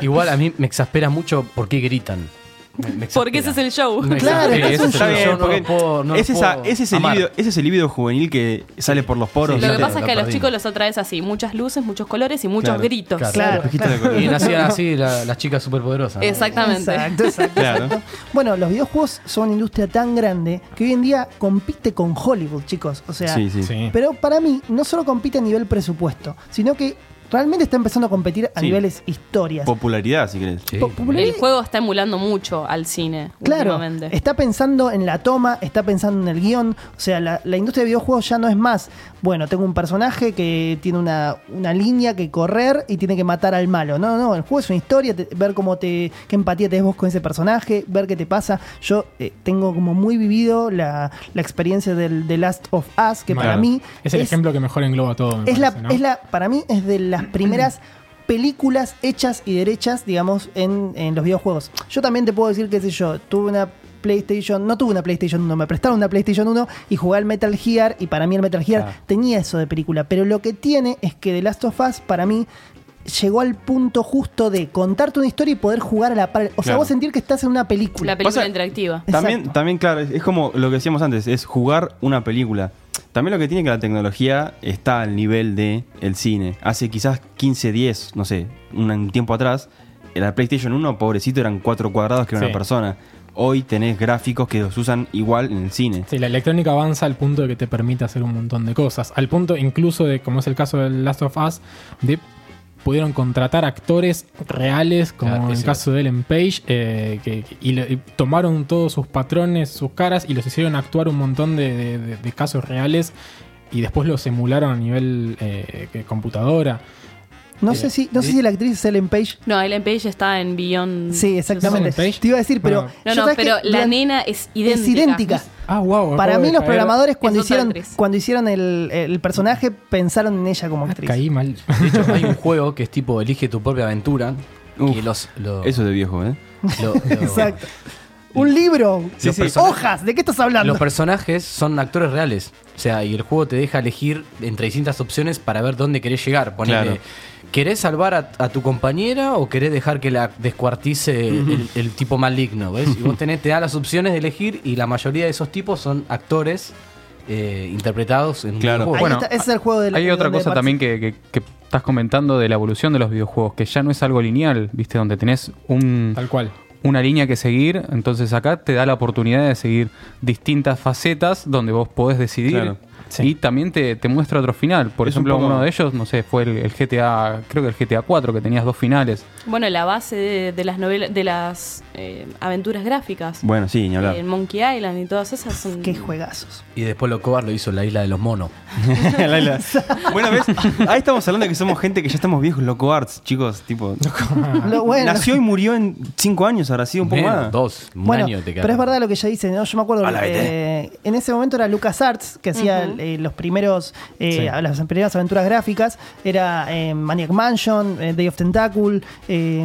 Speaker 3: Igual a mí me exaspera mucho por qué gritan. Me- me exaspera.
Speaker 6: Porque ese es el show.
Speaker 3: Me
Speaker 1: Claro,
Speaker 3: exaspera.
Speaker 1: es un
Speaker 3: Ese
Speaker 4: Está
Speaker 3: es el
Speaker 4: bien,
Speaker 3: show, no
Speaker 4: porque
Speaker 3: lo puedo- no lo
Speaker 4: ese, esa-
Speaker 3: puedo
Speaker 4: ese es el
Speaker 3: amar.
Speaker 4: libido, ese es el libido juvenil que sale por los poros.
Speaker 3: Sí,
Speaker 6: Lo
Speaker 3: ya
Speaker 6: que
Speaker 3: te-
Speaker 6: pasa es
Speaker 3: lo
Speaker 6: que a los
Speaker 3: perdí.
Speaker 6: chicos los atraes así, muchas luces, muchos colores y muchos
Speaker 4: Claro.
Speaker 6: gritos.
Speaker 1: Claro,
Speaker 4: Ojitos de color.
Speaker 3: Y nacían así la- las chicas superpoderosas. ¿no?
Speaker 6: Exactamente.
Speaker 1: Exacto, exacto,
Speaker 4: Claro.
Speaker 1: exacto. Bueno, los videojuegos son una industria tan grande que hoy en día compite con Hollywood, chicos. O sea,
Speaker 4: Sí, sí.
Speaker 2: Sí.
Speaker 1: pero para mí no solo compite a nivel presupuesto, sino que realmente está empezando a competir a
Speaker 4: Sí.
Speaker 1: niveles historias.
Speaker 4: Popularidad, si querés.
Speaker 3: Sí.
Speaker 1: Po- popularidad-
Speaker 6: El juego está emulando mucho al cine
Speaker 1: Claro,
Speaker 6: últimamente.
Speaker 1: está pensando en la toma, está pensando en el guión. O sea, la, la industria de videojuegos ya no es más, bueno, tengo un personaje que tiene una, una línea que correr y tiene que matar al malo. No, no, el juego es una historia, te- ver cómo te, qué empatía te vos con ese personaje, ver qué te pasa. Yo eh, tengo como muy vivido la, la experiencia del The Last of Us, que para
Speaker 2: Claro.
Speaker 1: mí
Speaker 2: Es el ejemplo que mejor engloba todo. me
Speaker 1: es la,
Speaker 2: parece, ¿no?
Speaker 1: es la, para mí es de las primeras películas hechas y derechas, digamos, en, en los videojuegos. Yo también te puedo decir, qué sé yo, tuve una PlayStation, no tuve una PlayStation 1, me prestaron una PlayStation 1 y jugué al Metal Gear y para mí el Metal Gear tenía eso de película, pero lo que tiene es que The Last of Us para mí llegó al punto justo de contarte una historia y poder jugar a la par. O sea,
Speaker 4: Claro.
Speaker 1: vos sentir que estás en una película.
Speaker 6: La película
Speaker 4: Pasa-
Speaker 6: interactiva.
Speaker 4: También,
Speaker 1: Exacto.
Speaker 4: también, claro, es, es como lo que decíamos antes, es jugar una película. También lo que tiene que la tecnología está al nivel de el cine. Hace quizás 15, 10, no sé, un, un tiempo atrás, en la PlayStation 1, pobrecito, eran cuatro cuadrados que era
Speaker 2: Sí.
Speaker 4: una persona. Hoy tenés gráficos que los usan igual en el cine.
Speaker 2: Sí, la electrónica avanza al punto de que te permite hacer un montón de cosas. Al punto incluso de, como es el caso del Last of Us, de pudieron contratar actores reales, como
Speaker 3: Claro,
Speaker 2: en el
Speaker 3: sí.
Speaker 2: caso de Ellen Page, eh, que, que- y, lo- y tomaron todos sus patrones, sus caras, y los hicieron actuar un montón de, de- de- de casos reales, y después los emularon a nivel eh, que- computadora.
Speaker 1: no sé si, no sé si la actriz es Ellen Page.
Speaker 6: No, Ellen Page está en Beyond.
Speaker 1: Sí, exactamente.
Speaker 2: ¿Es Ellen Page?
Speaker 1: Te iba a decir, pero...
Speaker 2: Bueno.
Speaker 6: No,
Speaker 1: yo
Speaker 6: no,
Speaker 1: sabes
Speaker 6: pero
Speaker 1: que
Speaker 6: la
Speaker 1: durante-
Speaker 6: nena es idéntica.
Speaker 1: Es idéntica.
Speaker 2: Ah, wow.
Speaker 1: Para mí los programadores cuando
Speaker 6: Es otra
Speaker 1: hicieron,
Speaker 6: actriz.
Speaker 1: cuando hicieron el, el personaje pensaron en ella como actriz.
Speaker 2: Caí mal.
Speaker 3: De hecho, hay un juego que es tipo elige tu propia aventura.
Speaker 4: Uf,
Speaker 3: y los, lo-
Speaker 4: Eso es de viejo, ¿eh?
Speaker 3: lo- lo-
Speaker 1: Exacto. Un libro,
Speaker 4: Sí,
Speaker 1: Los
Speaker 4: sí.
Speaker 1: person- hojas, ¿de qué estás hablando?
Speaker 3: Los personajes son actores reales. O sea, y el juego te deja elegir entre distintas opciones para ver dónde querés llegar. Ponele,
Speaker 4: Claro.
Speaker 3: ¿Querés salvar a, a tu compañera o querés dejar que la descuartice el, el tipo maligno? ¿ves? Y vos tenés, te da las opciones de elegir y la mayoría de esos tipos son actores eh, interpretados en un
Speaker 4: Claro.
Speaker 3: videojuego.
Speaker 1: Ahí
Speaker 5: Bueno,
Speaker 1: está, ese es el juego del.
Speaker 5: Hay
Speaker 1: de
Speaker 5: otra
Speaker 1: donde
Speaker 5: cosa
Speaker 1: Marx-
Speaker 5: también que, que- que estás comentando de la evolución de los videojuegos, que ya no es algo lineal, ¿viste? Donde tenés un,
Speaker 2: Tal cual.
Speaker 5: una línea que seguir, entonces acá te da la oportunidad de seguir distintas facetas donde vos podés decidir.
Speaker 4: Claro,
Speaker 2: sí.
Speaker 5: Y también te, te muestra otro final. Por
Speaker 4: Es un
Speaker 5: ejemplo,
Speaker 4: poco-
Speaker 5: uno de ellos, no sé, fue el, el GTA, creo que el GTA 4, que tenías dos finales.
Speaker 6: Bueno, la base de, de las novelas, de las eh, aventuras gráficas.
Speaker 4: Bueno, sí, ni hablar.
Speaker 6: En Monkey Island y todas esas son.
Speaker 1: Qué juegazos.
Speaker 3: Y después lo Cobar lo hizo en la isla de los monos.
Speaker 4: Laila. Bueno, ¿ves? Ahí estamos hablando de que somos gente que ya estamos viejos, loco arts, chicos. Tipo,
Speaker 1: Lo bueno,
Speaker 4: nació y murió en 5 años, habrá sido un poco
Speaker 3: Menos,
Speaker 4: más.
Speaker 3: Dos, un
Speaker 1: bueno,
Speaker 3: año te
Speaker 1: pero es verdad lo que eh, ella dice, ¿no? Yo me acuerdo,
Speaker 3: A la
Speaker 1: eh, en ese momento era Lucas Arts que hacía el- eh, los primeros, eh,
Speaker 2: Sí.
Speaker 1: a las primeras aventuras gráficas, era eh, Maniac Mansion, eh, Day of Tentacle, eh,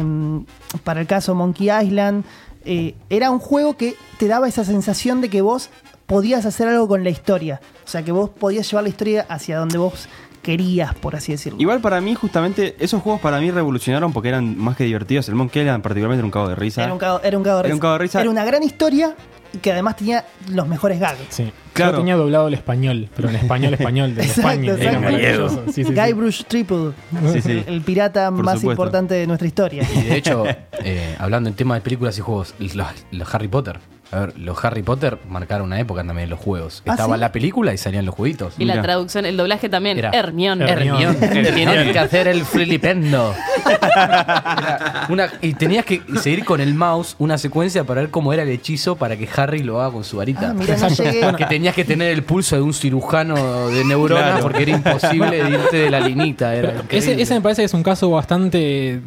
Speaker 1: para el caso Monkey Island. eh, era un juego que te daba esa sensación de que vos podías hacer algo con la historia. O sea, que vos podías llevar la historia hacia donde vos querías, por así decirlo.
Speaker 4: Igual para mí, justamente, esos juegos para mí revolucionaron porque eran más que divertidos. El Monkey Island particularmente era un cago de risa.
Speaker 1: Era un cago, era un cago de
Speaker 4: Era
Speaker 1: risa.
Speaker 4: un cago de risa.
Speaker 1: Era una gran historia y que además tenía los mejores gags.
Speaker 2: Sí.
Speaker 4: Claro.
Speaker 2: Yo tenía doblado el español, pero en español, español, de
Speaker 1: Exacto,
Speaker 2: España. Era
Speaker 1: exacto.
Speaker 2: maravilloso. Sí, sí, sí.
Speaker 1: Guybrush Triple,
Speaker 4: Sí, sí.
Speaker 1: el pirata
Speaker 4: Por
Speaker 1: más
Speaker 4: supuesto.
Speaker 1: importante de nuestra historia.
Speaker 3: Y de hecho, eh, hablando en tema de películas y juegos, los, los Harry Potter. A ver, los Harry Potter marcaron una época también en los juegos.
Speaker 1: ¿Ah,
Speaker 3: Estaba
Speaker 1: sí?
Speaker 3: la película y salían los jueguitos.
Speaker 6: Y la
Speaker 4: Mirá.
Speaker 6: traducción, el doblaje también.
Speaker 3: Era-
Speaker 6: Hermión.
Speaker 2: Her-
Speaker 3: Hermión,
Speaker 5: Hermione.
Speaker 3: tienes que hacer el filipendo. Era una- y tenías que seguir con el mouse una secuencia para ver cómo era el hechizo para que Harry lo haga con su varita.
Speaker 1: Ah, mira, no
Speaker 2: Exacto.
Speaker 1: llegué.
Speaker 2: Bueno,
Speaker 3: que tenías que tener el pulso de un cirujano de neuronas
Speaker 4: Claro.
Speaker 3: porque era imposible de irte de la linita. Era
Speaker 2: Pero Ese,
Speaker 3: increíble.
Speaker 2: ese me parece que es un caso bastante, eh,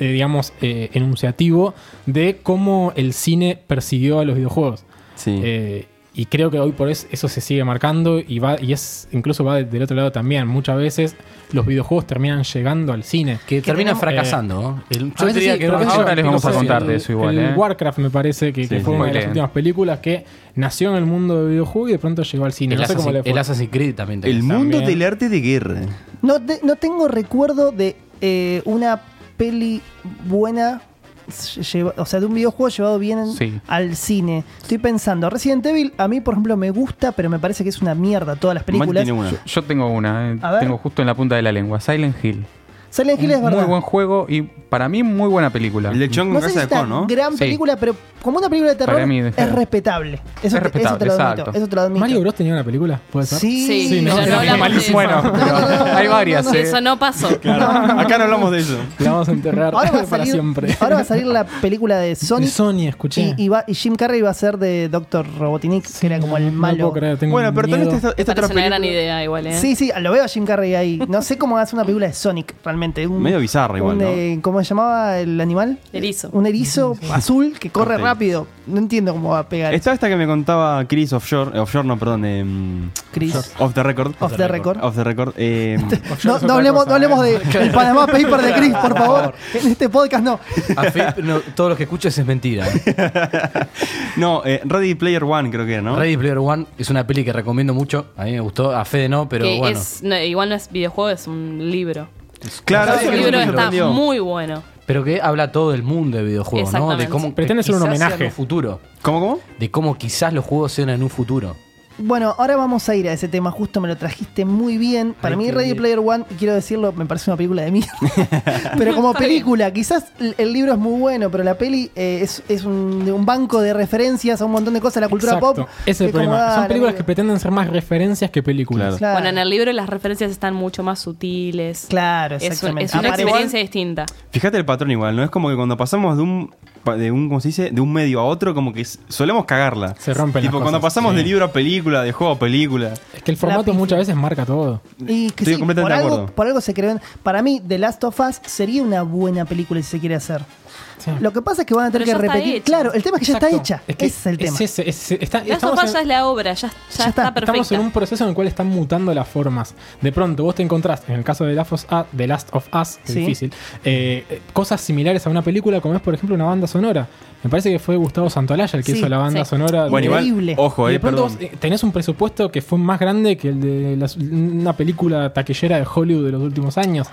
Speaker 2: digamos, eh, enunciativo de cómo el cine persiguió a los videojuegos.
Speaker 4: Sí.
Speaker 2: Eh, y creo que hoy por eso, eso se sigue marcando y va y es incluso va del otro lado también. Muchas veces los videojuegos terminan llegando al cine.
Speaker 3: que termina
Speaker 2: tenemos- eh,
Speaker 3: fracasando. ¿no? El-
Speaker 2: A veces sí, pero qué sé
Speaker 5: ahora
Speaker 2: yo,
Speaker 5: les vamos a
Speaker 2: no sé,
Speaker 5: contar
Speaker 2: el-
Speaker 5: de eso igual,
Speaker 2: el
Speaker 5: ¿eh?
Speaker 2: Warcraft me parece que, que
Speaker 4: Sí,
Speaker 2: fue una de
Speaker 4: sí.
Speaker 2: las
Speaker 5: Spoiler.
Speaker 2: últimas películas que nació en el mundo de videojuegos y de pronto llegó al cine.
Speaker 3: El,
Speaker 2: no sé cómo
Speaker 3: Assassin-
Speaker 2: le fue.
Speaker 3: el Assassin's Creed también. tenía
Speaker 4: El
Speaker 3: esa-
Speaker 4: mundo
Speaker 2: también.
Speaker 4: del arte de guerra.
Speaker 1: No, te- no tengo recuerdo de eh, una peli buena, lleva- o sea, de un videojuego llevado bien
Speaker 5: Sí.
Speaker 1: al cine. Estoy pensando, Resident Evil, a mí, por ejemplo, me gusta, pero me parece que es una mierda todas las
Speaker 4: Mati
Speaker 1: películas.
Speaker 4: tiene una.
Speaker 5: Yo tengo una, eh,
Speaker 1: A ver.
Speaker 5: tengo justo en la punta de la lengua, Silent Hill.
Speaker 1: Silent Hill es
Speaker 5: Un
Speaker 1: verdad.
Speaker 5: muy buen juego y para mí muy buena película.
Speaker 4: El del chongo
Speaker 1: No
Speaker 4: en
Speaker 1: sé si
Speaker 4: casa
Speaker 1: es
Speaker 4: de Con,
Speaker 1: una
Speaker 4: ¿no?
Speaker 1: gran
Speaker 5: Sí.
Speaker 1: película, pero como una película de
Speaker 5: Para
Speaker 1: terror
Speaker 5: mí,
Speaker 1: es
Speaker 5: claro.
Speaker 1: respetable. Eso,
Speaker 5: Es
Speaker 1: te- eso te
Speaker 5: respetable,
Speaker 1: lo admito.
Speaker 5: exacto.
Speaker 1: Eso te lo admito.
Speaker 2: Mario Bros tenía una película, puede ser.
Speaker 1: Sí,
Speaker 6: Sí,
Speaker 2: Sí, no,
Speaker 6: pero
Speaker 2: no
Speaker 6: no hablamos de
Speaker 2: malísimo.
Speaker 6: eso.
Speaker 5: Bueno, pero hay varias, eh.
Speaker 6: Eso no pasó.
Speaker 4: Claro. Acá no hablamos de eso.
Speaker 2: La vamos a enterrar
Speaker 1: Ahora va a
Speaker 2: para
Speaker 1: salir-
Speaker 2: siempre.
Speaker 1: ahora va a salir la película de
Speaker 2: De
Speaker 1: Sonic
Speaker 2: Sony, escuché.
Speaker 1: Y, y va- y Jim Carrey va a ser de Doctor Robotnik, que era como el
Speaker 2: No
Speaker 1: malo.
Speaker 2: puedo creer, tengo
Speaker 4: Bueno, pero también
Speaker 2: miedo.
Speaker 4: está esta, esta otra
Speaker 6: Parece una gran
Speaker 4: película-
Speaker 6: idea igual, ¿eh?
Speaker 1: Sí, sí, lo veo a Jim Carrey ahí. No sé cómo hace una película de Sonic realmente. Un,
Speaker 4: Medio bizarra igual,
Speaker 1: un,
Speaker 4: ¿no?
Speaker 1: eh, ¿Cómo se llamaba el animal?
Speaker 6: Erizo.
Speaker 1: Un erizo azul que corre
Speaker 4: Ok.
Speaker 1: rápido. No entiendo cómo va a pegar
Speaker 4: Está esta que me contaba Chris Offshore. eh, Offshore, no, perdón. eh, mm,
Speaker 1: Chris.
Speaker 4: off the record.
Speaker 1: Off the record.
Speaker 4: Off the record. eh,
Speaker 1: No, no hablemos, no hablemos de el Panamá Paper de Chris, ¿eh? por favor. En este podcast no.
Speaker 3: A Fip, no, todo lo que escuches es mentira.
Speaker 4: no, eh, Ready Player One creo que era, ¿no?
Speaker 3: Ready Player One es una peli que recomiendo mucho. A mí me gustó, a Fede no, pero
Speaker 6: que
Speaker 3: bueno.
Speaker 6: es, no, igual no es videojuego, es un libro.
Speaker 4: Claro,
Speaker 6: Ese
Speaker 4: eso
Speaker 6: libro
Speaker 4: me
Speaker 6: está
Speaker 4: sorprendió.
Speaker 6: muy bueno.
Speaker 3: Pero que habla todo del mundo de videojuegos, ¿no? De
Speaker 6: Exactamente.
Speaker 3: cómo
Speaker 2: Pretende ser un
Speaker 3: quizás
Speaker 2: homenaje.
Speaker 3: sean un futuro.
Speaker 4: ¿Cómo, cómo?
Speaker 3: De cómo quizás los juegos sean en un futuro.
Speaker 1: Bueno, ahora vamos a ir a ese tema. Justo me lo trajiste muy bien. Para
Speaker 3: Ay,
Speaker 1: mí,
Speaker 3: qué
Speaker 1: Ready
Speaker 3: bien.
Speaker 1: Player One, y quiero decirlo, me parece una película de mierda. pero como película, quizás el, el libro es muy bueno, pero la peli eh, es, es un, de un banco de referencias a un montón de cosas de la cultura
Speaker 2: Exacto,
Speaker 1: pop.
Speaker 2: Ese es el
Speaker 1: que como,
Speaker 2: problema.
Speaker 1: ah,
Speaker 2: Son
Speaker 1: la
Speaker 2: películas que
Speaker 1: mierda.
Speaker 2: pretenden ser más referencias que películas.
Speaker 4: Claro.
Speaker 6: Bueno, en el libro las referencias están mucho más sutiles.
Speaker 1: Claro,
Speaker 6: Es, un-
Speaker 1: exactamente. Ah,
Speaker 6: es una
Speaker 1: Aparte,
Speaker 6: experiencia distinta.
Speaker 4: Fíjate el patrón igual, ¿no? Es como que cuando pasamos de un, pa- de un ¿cómo se dice? De un medio a otro, como que s- solemos cagarla.
Speaker 2: Se rompen las
Speaker 4: Tipo, cuando
Speaker 2: cosas,
Speaker 4: pasamos
Speaker 2: sí.
Speaker 4: de libro a película, de juego a película.
Speaker 2: Es que el formato
Speaker 1: pifia.
Speaker 2: muchas veces marca todo.
Speaker 1: Y que
Speaker 4: Estoy
Speaker 1: sí,
Speaker 4: completamente
Speaker 1: por,
Speaker 4: de
Speaker 1: algo,
Speaker 4: acuerdo.
Speaker 1: por algo se creó. en- Para mí, The Last of Us sería una buena película si se quiere hacer.
Speaker 2: Sí.
Speaker 1: Lo que pasa es que van a tener
Speaker 6: Pero
Speaker 1: que
Speaker 6: ya está
Speaker 1: repetir.
Speaker 6: hecha.
Speaker 1: Claro, el tema es que ya
Speaker 2: Exacto.
Speaker 1: está hecha.
Speaker 2: que
Speaker 1: ese es el tema.
Speaker 2: ese, es- está-
Speaker 6: La
Speaker 2: estamos
Speaker 6: sopa
Speaker 2: en-
Speaker 6: ya es la obra, ya,
Speaker 1: Ya
Speaker 6: ya está,
Speaker 1: está,
Speaker 6: perfecta.
Speaker 2: Estamos en un proceso en el cual están mutando las formas. De pronto, vos te encontrás, en el caso de Last of Us, The Last of Us qué
Speaker 1: Sí.
Speaker 2: difícil, eh, eh, cosas similares a una película, como es, por ejemplo, una banda sonora. Me parece que fue Gustavo Santolaya el que
Speaker 1: Sí,
Speaker 2: hizo la banda
Speaker 6: sí.
Speaker 2: sonora. de-
Speaker 4: Bueno,
Speaker 1: Increíble.
Speaker 4: igual, ojo,
Speaker 2: y
Speaker 4: eh,
Speaker 2: de pronto
Speaker 4: perdón.
Speaker 2: vos, eh, tenés un presupuesto que fue más grande que el de las- una película taquillera de Hollywood de los últimos años.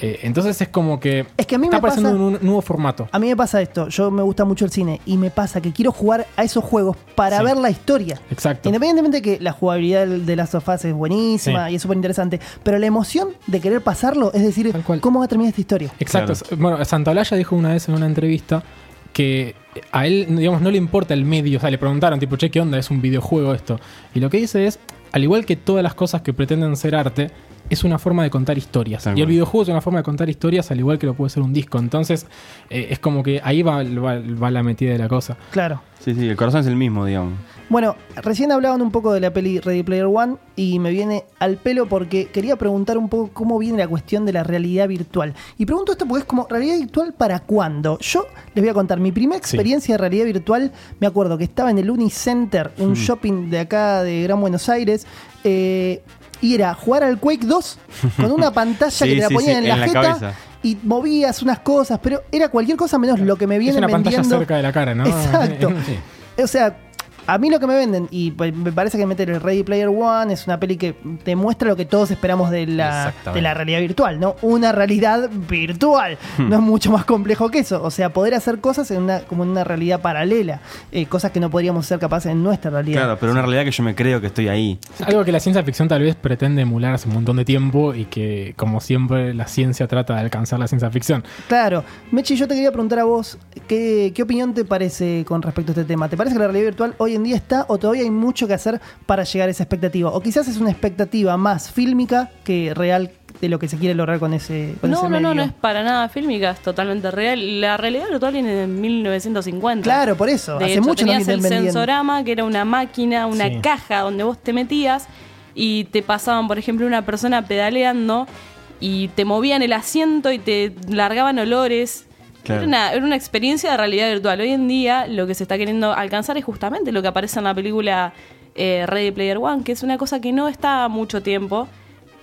Speaker 2: Eh, entonces es como que,
Speaker 1: Es que a mí
Speaker 2: está
Speaker 1: me pasa-
Speaker 2: apareciendo un, un nuevo formato.
Speaker 1: A mí me pasa esto, yo me gusta mucho el cine y me pasa que quiero jugar a esos juegos para
Speaker 2: Sí.
Speaker 1: ver la historia.
Speaker 2: Exacto.
Speaker 1: Independientemente de que la jugabilidad del- de las sofás es buenísima
Speaker 2: Sí.
Speaker 1: y es súper interesante, pero la emoción de querer pasarlo es decir,
Speaker 2: Tal cual.
Speaker 1: ¿cómo va a terminar esta historia?
Speaker 2: Exacto.
Speaker 4: Claro.
Speaker 2: S- Bueno, Santaolalla dijo una vez en una entrevista que a él, digamos, no le importa el medio. O sea, le preguntaron, tipo, che, ¿qué onda? ¿Es un videojuego esto? Y lo que dice es, al igual que todas las cosas que pretenden ser arte, es una forma de contar historias.
Speaker 4: Tal
Speaker 2: y el
Speaker 4: cual.
Speaker 2: videojuego es una forma de contar historias al igual que lo puede ser un disco. Entonces eh, es como que ahí va, va- va la metida de la cosa.
Speaker 1: Claro.
Speaker 4: Sí, sí, el corazón es el mismo, digamos.
Speaker 1: Bueno, recién hablaban un poco de la peli Ready Player One y me viene al pelo porque quería preguntar un poco cómo viene la cuestión de la realidad virtual. Y pregunto esto porque es como realidad virtual para cuándo. Yo les voy a contar mi primera experiencia de realidad virtual. Me acuerdo que estaba en el Unicenter, un shopping de acá de Gran Buenos Aires. eh, y era jugar al Quake 2 con una pantalla que
Speaker 4: Sí,
Speaker 1: te la
Speaker 4: sí,
Speaker 1: ponían
Speaker 4: sí,
Speaker 1: en, la,
Speaker 4: en la
Speaker 1: jeta
Speaker 4: cabeza.
Speaker 1: y movías unas cosas, pero era cualquier cosa menos lo que me
Speaker 2: Es
Speaker 1: viene
Speaker 2: una pantalla
Speaker 1: vendiendo.
Speaker 2: cerca de la cara, ¿no?
Speaker 1: Exacto.
Speaker 2: Sí.
Speaker 1: O sea, a mí lo que me venden, y pa- me parece que meter el Ready Player One es una peli que te muestra lo que todos esperamos de la,
Speaker 3: Exactamente.
Speaker 1: de la realidad virtual, ¿no? Una realidad virtual. No es mucho más complejo que eso. O sea, poder hacer cosas en una, como en una realidad paralela, eh, cosas que no podríamos ser capaces en nuestra realidad.
Speaker 4: Claro, pero una realidad que yo me creo que estoy ahí.
Speaker 2: Algo que la ciencia ficción tal vez pretende emular hace un montón de tiempo y que, como siempre, la ciencia trata de alcanzar la ciencia ficción.
Speaker 1: Claro. Mechi, yo te quería preguntar a vos, ¿qué, ¿qué opinión te parece con respecto a este tema? ¿Te parece que la realidad virtual hoy en día está o todavía hay mucho que hacer para llegar a esa expectativa? ¿O quizás es una expectativa más fílmica que real de lo que se quiere lograr con ese, con
Speaker 6: No,
Speaker 1: ese
Speaker 6: no, no,
Speaker 1: medio?
Speaker 6: no es para nada fílmica, es totalmente real. La realidad virtual viene de 1950.
Speaker 1: Claro, por eso.
Speaker 6: De
Speaker 1: Hace
Speaker 6: hecho,
Speaker 1: mucho no
Speaker 6: tenías
Speaker 1: vienen
Speaker 6: el
Speaker 1: vendiendo.
Speaker 6: sensorama, que era una máquina, una
Speaker 2: Sí.
Speaker 6: caja donde vos te metías y te pasaban, por ejemplo, una persona pedaleando y te movían el asiento y te largaban olores.
Speaker 4: Claro.
Speaker 6: Era, una, era una experiencia de realidad virtual. Hoy en día lo que se está queriendo alcanzar es justamente lo que aparece en la película eh, Ready Player One, que es una cosa que no está mucho tiempo,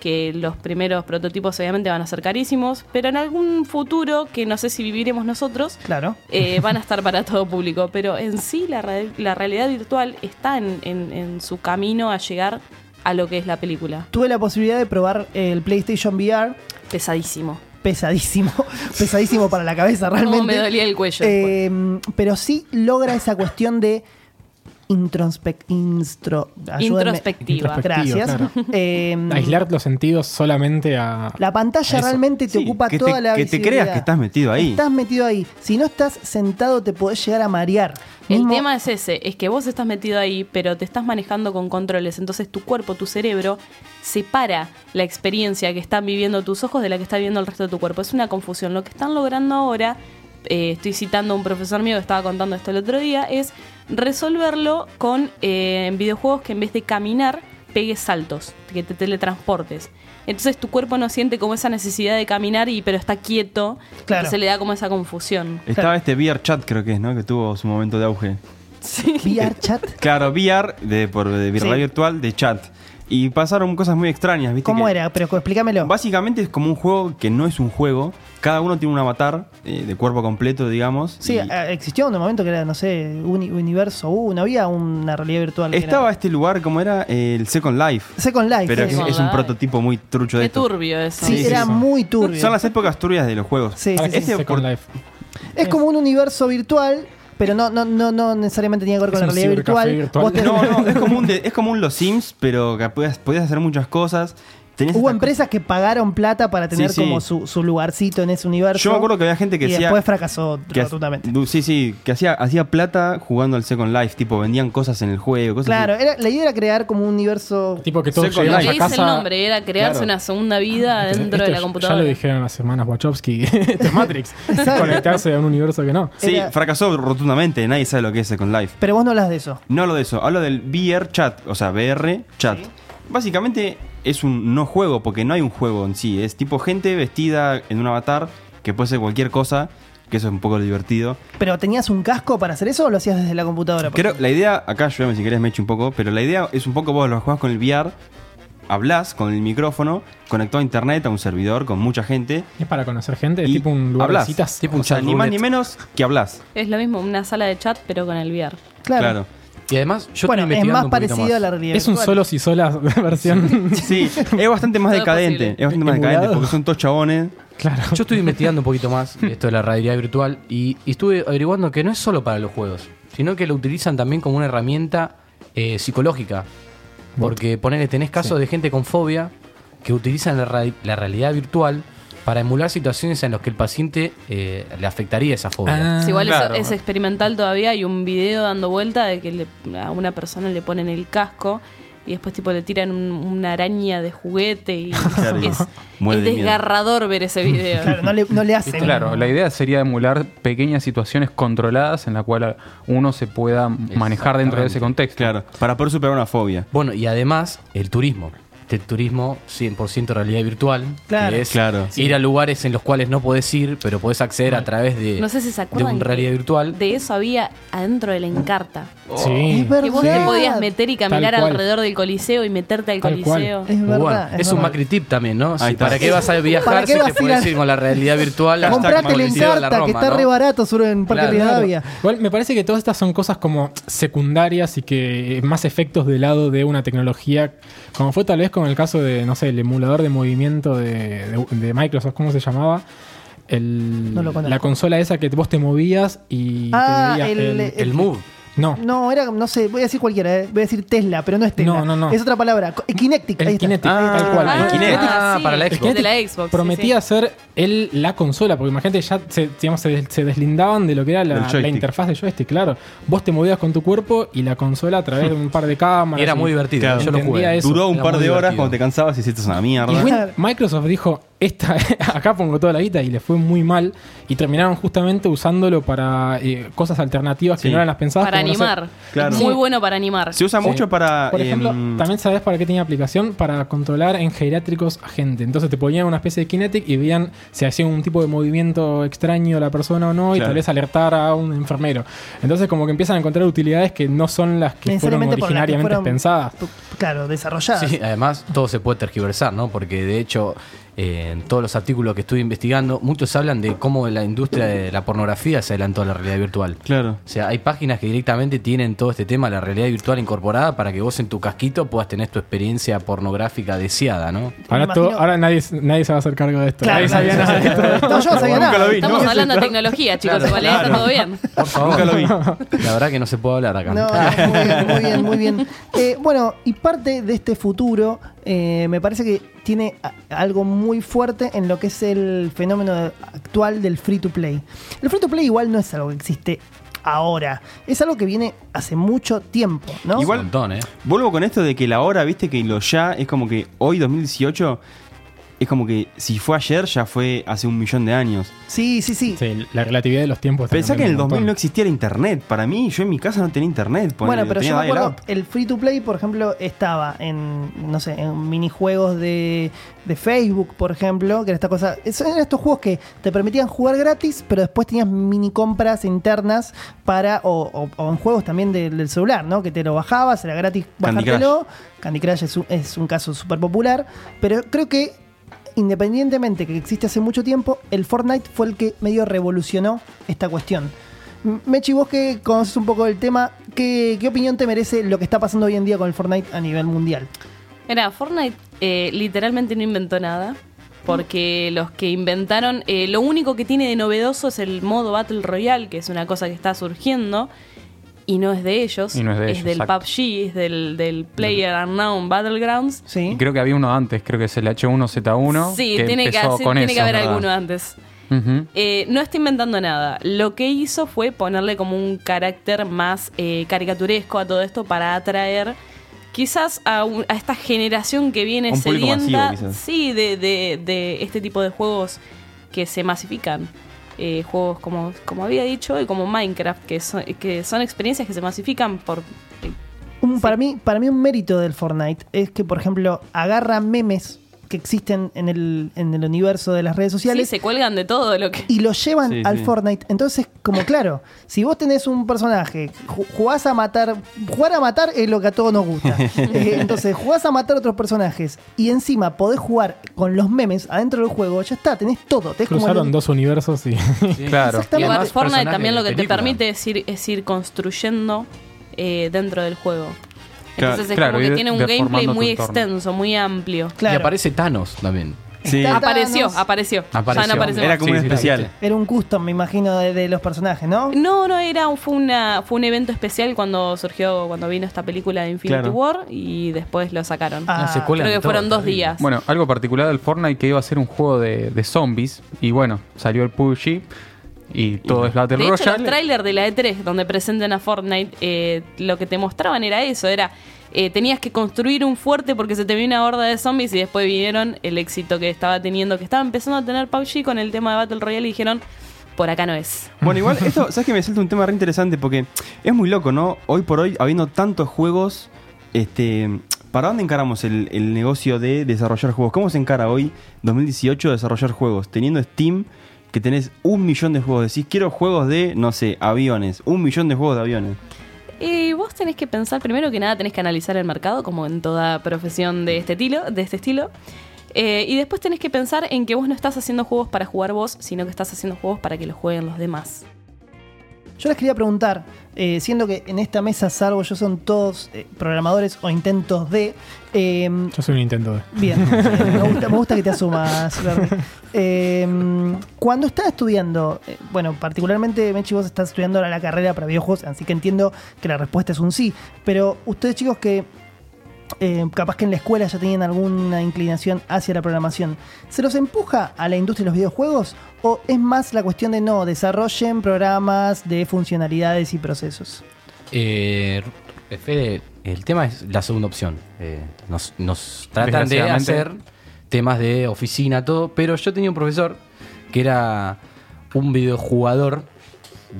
Speaker 6: que los primeros prototipos obviamente van a ser carísimos, pero en algún futuro, que no sé si viviremos nosotros,
Speaker 1: Claro.
Speaker 6: eh, van a estar para todo público, pero en sí la, re- la realidad virtual está en, en- en su camino a llegar a lo que es la película.
Speaker 1: Tuve la posibilidad de probar el PlayStation VR,
Speaker 6: Pesadísimo.
Speaker 1: pesadísimo, pesadísimo para la cabeza realmente.
Speaker 6: Cómo me dolía el cuello
Speaker 1: Eh, pero sí logra esa cuestión de introspec- instro- ayúdenme.
Speaker 6: Introspectiva.
Speaker 2: Introspectiva,
Speaker 1: Gracias.
Speaker 2: claro.
Speaker 1: Eh,
Speaker 4: Mm.
Speaker 2: Aislar los sentidos solamente a...
Speaker 1: la pantalla
Speaker 4: Eso.
Speaker 1: realmente te
Speaker 4: Sí,
Speaker 1: ocupa
Speaker 4: que te-
Speaker 1: toda la
Speaker 4: que te creas
Speaker 1: visibilidad.
Speaker 4: que estás metido ahí.
Speaker 1: Estás metido ahí. Si no estás sentado te podés llegar a marear.
Speaker 6: El
Speaker 1: Mismo-
Speaker 6: tema es ese, es que vos estás metido ahí, pero te estás manejando con controles, entonces tu cuerpo, tu cerebro, separa la experiencia que están viviendo tus ojos de la que está viviendo el resto de tu cuerpo. Es una confusión. Lo que están logrando ahora, eh, estoy citando a un profesor mío que estaba contando esto el otro día, es resolverlo con eh, videojuegos que en vez de caminar, pegues saltos, que te teletransportes. Entonces tu cuerpo no siente como esa necesidad de caminar, y, pero está quieto,
Speaker 1: Claro.
Speaker 6: se le da como esa confusión.
Speaker 4: Estaba este VR chat, creo que es, ¿no? Que tuvo su momento de auge.
Speaker 1: VR chat.
Speaker 4: Claro, VR, de, por, de virtual
Speaker 1: Sí.
Speaker 4: virtual, de chat. Y pasaron cosas muy extrañas, ¿viste?
Speaker 1: ¿Cómo
Speaker 4: que-
Speaker 1: era? Pero explícamelo.
Speaker 4: Básicamente es como un juego que no es un juego. Cada uno tiene un avatar eh, de cuerpo completo, digamos.
Speaker 1: Sí,
Speaker 4: y-
Speaker 1: eh, existió un momento que era, no sé, Uni- Universo 1, había una realidad virtual. que
Speaker 4: Estaba
Speaker 1: era-
Speaker 4: este lugar, como era el Second Life.
Speaker 1: Second Life.
Speaker 4: Pero
Speaker 1: sí,
Speaker 4: es,
Speaker 6: Second
Speaker 4: es un
Speaker 6: Life.
Speaker 4: prototipo muy trucho de
Speaker 6: Qué
Speaker 4: esto.
Speaker 6: turbio eso.
Speaker 1: Sí,
Speaker 4: Sí,
Speaker 1: era
Speaker 2: sí, sí.
Speaker 1: muy turbio.
Speaker 4: Son las épocas turbias de los juegos.
Speaker 1: Sí, sí,
Speaker 2: Ahora,
Speaker 1: sí.
Speaker 2: ¿qué es
Speaker 4: Este
Speaker 2: Second
Speaker 4: por-
Speaker 2: Life?
Speaker 1: Es como un universo virtual, pero no, no, no, no necesariamente tiene que ver con
Speaker 2: Es
Speaker 1: la
Speaker 2: un
Speaker 1: realidad
Speaker 2: cibercafé
Speaker 1: virtual.
Speaker 2: virtual.
Speaker 1: Vos te-
Speaker 4: No, no, es como un, de- es como un Los Sims, pero que podías, podías hacer muchas cosas. Tenías
Speaker 1: Hubo
Speaker 4: esta co-
Speaker 1: empresas que pagaron plata para tener
Speaker 4: Sí, sí.
Speaker 1: como su, su lugarcito en ese universo.
Speaker 4: Yo me acuerdo que había gente que
Speaker 1: y
Speaker 4: decía-
Speaker 1: después fracasó
Speaker 4: que ha-
Speaker 1: rotundamente.
Speaker 4: du- sí, sí, que hacía, hacía plata jugando al Second Life, tipo vendían cosas en el juego, cosas
Speaker 1: Claro,
Speaker 4: así.
Speaker 1: era, la idea era crear como un universo.
Speaker 2: Tipo que todos
Speaker 4: Second
Speaker 2: llegamos
Speaker 4: Life.
Speaker 6: Lo
Speaker 2: a
Speaker 6: que dice
Speaker 2: casa...
Speaker 6: el nombre era crearse
Speaker 4: Claro.
Speaker 6: una segunda vida dentro
Speaker 2: Esto
Speaker 6: de
Speaker 2: ya-
Speaker 6: la computadora.
Speaker 2: Ya lo dijeron las semanas Wachowski de Matrix.
Speaker 1: Exacto.
Speaker 2: Conectarse a un universo que no.
Speaker 4: Sí,
Speaker 1: era-
Speaker 4: fracasó rotundamente, nadie sabe lo que es Second Life.
Speaker 1: Pero vos no hablas de eso.
Speaker 4: No hablo de eso, hablo del VR chat, o sea, VR chat. Básicamente es un no juego, porque no hay un juego en sí. Es tipo gente vestida en un avatar que puede ser cualquier cosa, que eso es un poco lo divertido.
Speaker 1: ¿Pero tenías un casco para hacer eso o lo hacías desde la computadora?
Speaker 4: Creo, la idea, acá ayúdame si querés, me echo un poco, pero la idea es un poco vos lo jugás con el VR, hablas con el micrófono, conectado a internet, a un servidor con mucha gente.
Speaker 2: Es para conocer gente, es
Speaker 4: y
Speaker 2: tipo un lugar
Speaker 4: hablás.
Speaker 2: de citas.
Speaker 4: Tipo un
Speaker 3: O sea,
Speaker 4: chat, ni más
Speaker 3: roulette.
Speaker 4: ni menos que hablas.
Speaker 6: Es lo mismo, una sala de chat, pero con el VR.
Speaker 1: Claro.
Speaker 4: claro.
Speaker 3: Y además, yo
Speaker 1: bueno,
Speaker 3: estoy
Speaker 1: es
Speaker 3: investigando
Speaker 1: más
Speaker 3: un poquito
Speaker 1: parecido a la realidad.
Speaker 2: Es un
Speaker 1: virtual.
Speaker 2: solos y solas versión.
Speaker 4: Sí, es bastante más
Speaker 6: Todo es
Speaker 4: decadente.
Speaker 6: posible.
Speaker 4: Es bastante
Speaker 2: Emulado.
Speaker 4: más decadente porque son todos chabones.
Speaker 2: Claro.
Speaker 3: Yo estuve investigando un poquito más de esto de la realidad virtual y, y estuve averiguando que no es solo para los juegos, sino que lo utilizan también como una herramienta eh, psicológica. Porque ponele, tenés casos de gente con fobia que utilizan la, ra- la realidad virtual para emular situaciones en las que el paciente eh, le afectaría esa fobia.
Speaker 2: Ah,
Speaker 6: Si igual es-
Speaker 4: claro.
Speaker 6: es, experimental todavía, hay un video dando vuelta de que le- a una persona le ponen el casco y después tipo le tiran un- una araña de juguete y
Speaker 4: Claro, y
Speaker 6: es,
Speaker 4: muere
Speaker 6: es
Speaker 4: de miedo.
Speaker 6: desgarrador ver ese video.
Speaker 1: Claro, no le, no le hacen.
Speaker 5: Claro, la idea sería emular pequeñas situaciones controladas en la cual uno se pueda manejar dentro de ese contexto.
Speaker 4: Claro, para poder superar una fobia.
Speaker 3: Bueno, y además, el turismo. Este turismo 100% realidad virtual.
Speaker 1: Claro.
Speaker 3: Que es
Speaker 4: Claro.
Speaker 3: ir a lugares en los cuales no podés ir, pero podés acceder a través de,
Speaker 6: No sé si se
Speaker 3: de
Speaker 6: acuerdan
Speaker 3: un realidad
Speaker 6: que
Speaker 3: virtual.
Speaker 6: de eso había adentro de la Encarta.
Speaker 2: Sí.
Speaker 1: Es verdad.
Speaker 6: Que vos te podías meter y caminar
Speaker 2: Tal cual.
Speaker 6: alrededor del coliseo y meterte al
Speaker 2: Tal cual.
Speaker 6: coliseo.
Speaker 1: Es
Speaker 3: Muy
Speaker 1: verdad.
Speaker 3: bueno, es, un
Speaker 1: verdad.
Speaker 3: Macri tip también, ¿no?
Speaker 4: Ahí
Speaker 3: Si,
Speaker 4: está.
Speaker 3: ¿Para qué vas a
Speaker 1: ¿Para
Speaker 3: viajar
Speaker 1: qué
Speaker 3: si
Speaker 1: vas
Speaker 3: te
Speaker 1: a ir
Speaker 3: puedes
Speaker 1: al-
Speaker 3: ir con la realidad virtual? hasta
Speaker 1: Comprate la
Speaker 4: Mauricio
Speaker 3: Mauricio de la
Speaker 1: Encarta, que
Speaker 3: Roma,
Speaker 1: está
Speaker 3: ¿no?
Speaker 1: re barato sobre en Parque
Speaker 3: Claro.
Speaker 1: Rivadavia.
Speaker 2: Igual me parece que todas estas son cosas como secundarias y que eh, más efectos del lado de una tecnología, como fue tal vez con el caso de, no sé, el emulador de movimiento de, de- de Microsoft, ¿cómo se llamaba? El-
Speaker 1: No lo conozco.
Speaker 2: la consola esa que vos te movías y te
Speaker 1: Ah,
Speaker 2: veías
Speaker 1: el-
Speaker 3: El Move.
Speaker 2: no,
Speaker 1: No, era, no sé, voy a decir cualquiera, eh. voy a decir Tesla, pero no es Tesla.
Speaker 2: No, no, no.
Speaker 1: Es otra palabra. Co- Kinetic.
Speaker 2: el
Speaker 1: ahí está.
Speaker 2: Kinetic,
Speaker 4: Ah,
Speaker 2: tal cual.
Speaker 4: el
Speaker 2: El
Speaker 4: Kinetic.
Speaker 3: Ah, para la
Speaker 6: sí,
Speaker 3: Xbox.
Speaker 6: De la Xbox. sí,
Speaker 2: prometía
Speaker 6: sí.
Speaker 2: ser el- la consola, porque imagínate, ya se, digamos, se, des- se deslindaban de lo que era
Speaker 4: Del
Speaker 2: la,
Speaker 4: joystick.
Speaker 2: la interfaz de joystick, claro. Vos te movías con tu cuerpo y la consola a través de un par de cámaras.
Speaker 3: Y era
Speaker 2: y-
Speaker 3: muy divertido.
Speaker 4: Claro.
Speaker 3: Yo lo
Speaker 2: Entendía
Speaker 3: jugué.
Speaker 2: eso.
Speaker 4: Duró un
Speaker 3: Era
Speaker 4: par
Speaker 3: muy
Speaker 4: de horas
Speaker 3: divertido.
Speaker 4: cuando te cansabas y hiciste una
Speaker 2: Y
Speaker 4: mierda.
Speaker 2: Win-
Speaker 1: Claro.
Speaker 2: Microsoft dijo, esta, acá pongo toda la guita y le fue muy mal. Y terminaron justamente usándolo para eh, cosas alternativas
Speaker 4: Sí.
Speaker 2: que no eran las pensadas.
Speaker 6: Para
Speaker 2: como, no sé,
Speaker 6: animar.
Speaker 4: Claro.
Speaker 6: Muy bueno para animar.
Speaker 4: Se usa mucho para.
Speaker 2: Por
Speaker 4: eh,
Speaker 2: ejemplo,
Speaker 4: mm,
Speaker 2: también sabes para qué tenía aplicación, para controlar en geriátricos a gente. Entonces te ponían una especie de kinetic y veían si hacía un tipo de movimiento extraño la persona o no, y
Speaker 4: Claro.
Speaker 2: tal vez alertar a un enfermero. Entonces como que empiezan a encontrar utilidades que no son las que fueron
Speaker 1: Necesariamente por las que
Speaker 2: originariamente
Speaker 1: fueron,
Speaker 2: pensadas.
Speaker 1: p- Claro, desarrolladas.
Speaker 3: Sí, además todo se puede tergiversar, ¿no? Porque de hecho, eh, en todos los artículos que estuve investigando, muchos hablan de cómo la industria de la pornografía se adelantó a la realidad virtual.
Speaker 4: Claro.
Speaker 3: O sea, hay páginas que directamente tienen todo este tema, la realidad virtual incorporada, para que vos en tu casquito puedas tener tu experiencia pornográfica deseada, ¿no?
Speaker 2: Ahora,
Speaker 1: imagino-
Speaker 2: todo- ahora nadie, nadie se va a hacer cargo de esto.
Speaker 1: Claro,
Speaker 2: Nadie
Speaker 1: claro,
Speaker 2: sabía
Speaker 1: sí,
Speaker 2: nada de
Speaker 1: sí,
Speaker 2: esto.
Speaker 1: sí. No, yo no sabía
Speaker 4: Nunca
Speaker 1: nada.
Speaker 4: lo vi,
Speaker 6: Estamos
Speaker 4: ¿no?
Speaker 6: hablando de tecnología, chicos.
Speaker 4: Claro,
Speaker 6: ¿vale?
Speaker 4: claro.
Speaker 6: Está todo bien.
Speaker 3: Por favor.
Speaker 4: Nunca lo vi.
Speaker 3: La verdad que no se puede hablar acá.
Speaker 1: No, muy bien, muy bien. Muy bien. Eh, bueno, y parte de este futuro eh, me parece que tiene a- algo muy fuerte en lo que es el fenómeno actual del free to play. El free to play igual no es algo que existe ahora, es algo que viene hace mucho tiempo, ¿no?
Speaker 4: Igual-
Speaker 3: Un montón, ¿eh?
Speaker 4: Vuelvo con esto de que la hora, viste, que lo ya es como que hoy, 2018, es como que si fue ayer, ya fue hace un millón de años.
Speaker 1: Sí, sí, sí.
Speaker 2: Sí, la relatividad de los tiempos. está
Speaker 4: Pensá que en el
Speaker 2: cambiando un
Speaker 4: 2000
Speaker 2: montón.
Speaker 4: no existía el internet. Para mí, yo en mi casa no tenía internet. ponele,
Speaker 1: Bueno, pero
Speaker 4: tenía
Speaker 1: yo me acuerdo,
Speaker 4: dial-up.
Speaker 1: el free to play, por ejemplo, estaba en, no sé, en minijuegos de, de Facebook, por ejemplo, que era esta cosa. eso Eran estos juegos que te permitían jugar gratis, pero después tenías mini compras internas para, o, o- o en juegos también de- del celular, ¿no? Que te lo bajabas, era gratis
Speaker 4: Candy
Speaker 1: bajártelo. Candy Crush es un, es un caso súper popular, pero creo que independientemente que existe hace mucho tiempo, el Fortnite fue el que medio revolucionó esta cuestión. M- Mechi, vos que conoces un poco del tema, ¿qué, qué opinión te merece lo que está pasando hoy en día con el Fortnite a nivel mundial?
Speaker 6: Mira, Fortnite eh, literalmente no inventó nada. Porque los que inventaron, eh, lo único que tiene de novedoso es el modo Battle Royale, que es una cosa que está surgiendo, y no es de ellos,
Speaker 5: Y no es de ellos,
Speaker 6: del
Speaker 5: exacto.
Speaker 6: PUBG, es del, del Player Unknown Battlegrounds.
Speaker 1: ¿Sí?
Speaker 5: Y creo que había uno antes, creo que es el H1Z1.
Speaker 6: sí,
Speaker 5: que
Speaker 6: tiene, que,
Speaker 5: empezó
Speaker 6: sí,
Speaker 5: con
Speaker 6: tiene que
Speaker 5: eso,
Speaker 6: haber
Speaker 5: ¿verdad?
Speaker 6: alguno antes.
Speaker 5: Ujú.
Speaker 6: Eh, no está inventando nada. Lo que hizo fue ponerle como un carácter más eh, caricaturesco a todo esto para atraer quizás a, un- a esta generación que viene
Speaker 4: Un público
Speaker 6: sedienta
Speaker 4: masivo, quizás.
Speaker 6: sí, de, de- de este tipo de juegos que se masifican. Eh, juegos como, como había dicho y como Minecraft, que son, que son experiencias que se masifican por...
Speaker 1: Un- para, mí, para mí un mérito del Fortnite es que, por ejemplo, agarra memes que existen en el, en el universo de las redes
Speaker 6: Sí,
Speaker 1: sociales
Speaker 6: se cuelgan de todo lo que...
Speaker 1: y lo llevan
Speaker 4: Sí,
Speaker 1: al
Speaker 4: sí.
Speaker 1: Fortnite. Entonces, como claro, si vos tenés un personaje, ju- jugás a matar, jugar a matar es lo que a todos nos gusta. Eh, Entonces, jugás a matar a otros personajes y encima podés jugar con los memes adentro del juego, ya está, tenés todo. Tenés como el-
Speaker 2: Cruzaron dos universos y...
Speaker 5: Claro.
Speaker 6: Y
Speaker 1: Exactamente.
Speaker 6: además Fortnite
Speaker 3: personajes
Speaker 6: también lo
Speaker 3: de
Speaker 6: que te
Speaker 3: película.
Speaker 6: permite es ir, es ir construyendo eh, dentro del juego.
Speaker 4: Claro,
Speaker 6: Entonces es
Speaker 5: claro,
Speaker 6: como
Speaker 5: ir
Speaker 6: que tiene un
Speaker 5: deformando
Speaker 6: gameplay
Speaker 5: tu
Speaker 6: muy
Speaker 5: entorno.
Speaker 6: extenso, muy amplio.
Speaker 1: Claro.
Speaker 3: Y aparece Thanos también.
Speaker 4: Sí,
Speaker 1: Está-
Speaker 6: Apareció,
Speaker 1: Thanos.
Speaker 6: apareció, Ya
Speaker 5: Apareció.
Speaker 6: no aparece
Speaker 4: era
Speaker 6: más.
Speaker 4: como
Speaker 5: Sí,
Speaker 4: un
Speaker 5: sí, la
Speaker 4: especial.
Speaker 1: Era un custom, me imagino, de, de los personajes, ¿no?
Speaker 6: No, no, era un- fue, una, fue un evento especial cuando surgió, cuando vino esta película de Infinity
Speaker 4: Claro.
Speaker 6: War y después lo sacaron.
Speaker 1: Ah,
Speaker 3: La secuela
Speaker 6: Creo
Speaker 3: de
Speaker 6: que
Speaker 3: todo,
Speaker 6: fueron dos
Speaker 3: terrible.
Speaker 6: días.
Speaker 5: Bueno, algo particular del Fortnite que iba a ser un juego de, de zombies. Y bueno, salió el PUBG. y todo es Battle
Speaker 6: De hecho, los
Speaker 5: Royale.
Speaker 6: trailers de la E3 donde presentan a Fortnite, eh, lo que te mostraban era eso, era eh, tenías que construir un fuerte porque se te vino una horda de zombies y después vinieron el éxito que estaba teniendo, que estaba empezando a tener PUBG con el tema de Battle Royale y dijeron, por acá no es.
Speaker 4: Bueno, igual, esto, ¿sabes que me salta un tema re interesante? Porque es muy loco, ¿no? Hoy por hoy, habiendo tantos juegos, este. ¿Para dónde encaramos el, el negocio de desarrollar juegos? ¿Cómo se encara hoy, 2018, desarrollar juegos? Teniendo Steam, que tenés un millón de juegos. Decís, quiero juegos de, no sé, aviones. Un millón de juegos de aviones.
Speaker 6: Y vos tenés que pensar, primero que nada, tenés que analizar el mercado, como en toda profesión de este estilo, de este estilo. Eh, y después tenés que pensar en que vos no estás haciendo juegos para jugar vos, sino que estás haciendo juegos para que los jueguen los demás.
Speaker 1: Yo les quería preguntar, eh, siendo que en esta mesa, salvo yo, son todos eh, programadores o intentos de. eh,
Speaker 2: Yo soy un intento de.
Speaker 1: bien, eh, me, gusta, me gusta que te asumas, Larry. Eh, cuando estás estudiando, eh, bueno, particularmente, Mechi, vos estás estudiando ahora la carrera para videojuegos, así que entiendo que la respuesta es un sí. Pero ustedes, chicos, que eh, capaz que en la escuela ya tenían alguna inclinación hacia la programación. ¿Se los empuja a la industria de los videojuegos o es más la cuestión de no, desarrollen programas de funcionalidades y procesos?
Speaker 3: Eh, Fede, el tema es la segunda opción. Eh, nos, nos tratan de
Speaker 5: Desgraciadamente.
Speaker 3: hacer temas de oficina, todo, pero yo tenía un profesor que era un videojugador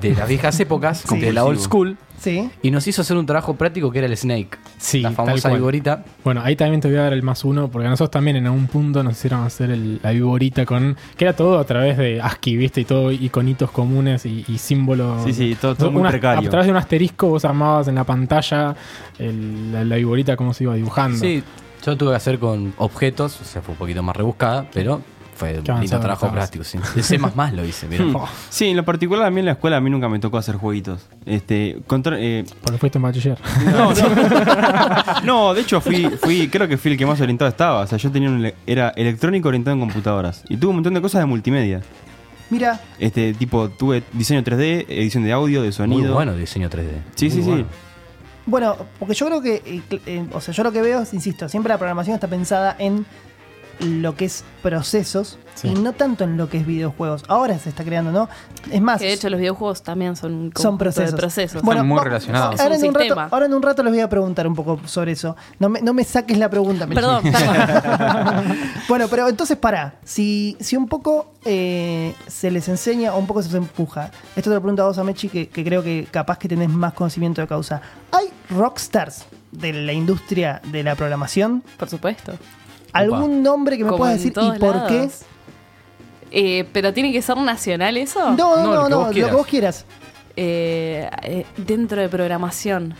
Speaker 3: de las viejas épocas,
Speaker 1: Sí.
Speaker 3: de la old school,
Speaker 1: ¿Sí?
Speaker 3: y nos hizo hacer un trabajo práctico que era el Snake.
Speaker 2: Sí,
Speaker 3: la famosa
Speaker 2: tal cual.
Speaker 3: viborita.
Speaker 2: Bueno, ahí también te voy a dar el más uno, porque a nosotros también en algún punto nos hicieron hacer el- la viborita con. que era todo a través de ASCII, ¿viste? Y todo iconitos comunes y, y símbolos.
Speaker 4: Sí, sí, todo- todo muy
Speaker 2: Una-
Speaker 4: precario.
Speaker 2: A través de un asterisco vos armabas en la pantalla el- la, la viborita, cómo se iba dibujando.
Speaker 3: Sí, yo tuve que hacer con objetos, o sea, fue un poquito más rebuscada, pero fue un lindo
Speaker 2: avanzado,
Speaker 3: trabajo
Speaker 2: avanzado.
Speaker 3: práctico. Sí. De C lo hice, mirá.
Speaker 4: Hmm. Sí, en lo particular a mí en la escuela a mí nunca me tocó hacer jueguitos. Este, contra- eh,
Speaker 2: Porque fuiste un bachiller.
Speaker 4: no, no. No, de hecho fui, fui, creo que fui el que más orientado estaba. O sea, yo tenía un ele- era electrónico orientado en computadoras. Y tuve un montón de cosas de multimedia.
Speaker 1: Mira,
Speaker 4: Este tipo, tuve diseño 3D, edición de audio, de sonido.
Speaker 3: Muy bueno diseño 3D.
Speaker 4: Sí,
Speaker 3: Muy
Speaker 4: sí, sí.
Speaker 3: bueno.
Speaker 1: Bueno, porque yo creo que, eh, cl- eh, o sea, yo lo que veo, es, insisto, siempre la programación está pensada en lo que es procesos
Speaker 2: Sí.
Speaker 1: y no tanto en lo que es videojuegos. Ahora se está creando, ¿no? Es más,
Speaker 6: Que de hecho los videojuegos también son un
Speaker 1: son
Speaker 6: conjunto de
Speaker 1: procesos.
Speaker 6: procesos.
Speaker 5: Bueno, Están muy
Speaker 1: va-
Speaker 5: relacionados.
Speaker 1: Ahora
Speaker 6: Es
Speaker 1: en,
Speaker 6: un
Speaker 1: un rato,
Speaker 6: sistema.
Speaker 1: ahora en un rato les voy a preguntar un poco sobre eso. No me, no me saques la pregunta. Mechi.
Speaker 6: Perdón, perdón.
Speaker 1: Bueno, pero entonces para, si, si un poco eh, se les enseña o un poco se les empuja, esto te lo pregunto a vos, Amechi, que, que creo que capaz que tenés más conocimiento de causa. ¿Hay rockstars de la industria de la programación?
Speaker 6: Por supuesto.
Speaker 1: ¿Algún nombre que me
Speaker 6: Como
Speaker 1: puedas
Speaker 6: en
Speaker 1: decir
Speaker 6: todos
Speaker 1: y por qué?
Speaker 6: lados. Eh, pero tiene que ser nacional eso.
Speaker 1: No, no,
Speaker 3: No,
Speaker 1: no,
Speaker 3: lo que
Speaker 1: no,
Speaker 3: vos
Speaker 1: lo que
Speaker 3: quieras.
Speaker 1: vos quieras.
Speaker 6: Eh, eh, dentro de programación.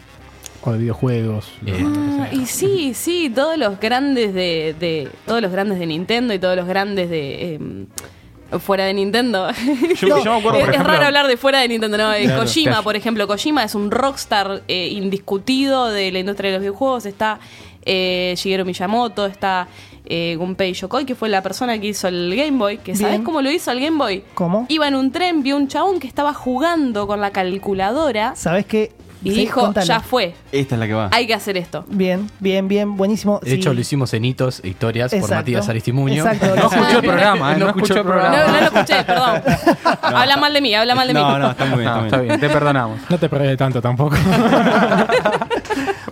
Speaker 2: o de videojuegos.
Speaker 3: Eh,
Speaker 6: Ah, y sí, sí, todos los grandes de, de- todos los grandes de Nintendo y todos los grandes de em, fuera de Nintendo.
Speaker 4: Yo, yo me acuerdo,
Speaker 6: es,
Speaker 4: por
Speaker 6: es
Speaker 4: ejemplo,
Speaker 6: raro hablar de fuera de Nintendo, no, eh,
Speaker 2: Claro.
Speaker 6: Kojima,
Speaker 5: Claro.
Speaker 6: por ejemplo, Kojima es un rockstar eh, indiscutido de la industria de los videojuegos, está eh, Shigeru Miyamoto, está eh, Gunpei Yokoi, que fue la persona que hizo el Game Boy, que ¿sabes
Speaker 1: Bien.
Speaker 6: cómo lo hizo el Game Boy?
Speaker 1: ¿Cómo?
Speaker 6: Iba en un tren, vio un chabón que estaba jugando con la calculadora
Speaker 1: ¿Sabés qué?
Speaker 6: y
Speaker 1: Sí,
Speaker 6: dijo,
Speaker 1: contalo.
Speaker 6: ya fue,
Speaker 4: esta es la que va.
Speaker 6: hay que hacer esto.
Speaker 1: Bien, bien, bien, buenísimo.
Speaker 3: De
Speaker 1: sí.
Speaker 3: hecho, lo hicimos en hitos e historias por
Speaker 1: Exacto.
Speaker 3: Matías Aristimuño.
Speaker 1: Exacto.
Speaker 5: No escuchó el programa, ¿eh?
Speaker 3: No escuchó el
Speaker 6: No,
Speaker 3: programa.
Speaker 6: no lo escuché, perdón. Habla mal de mí, habla mal de mí.
Speaker 4: No, no, está muy bien.
Speaker 5: No,
Speaker 4: Está
Speaker 5: Ah, está
Speaker 4: muy bien.
Speaker 5: bien, te perdonamos.
Speaker 2: No te perdés de tanto tampoco.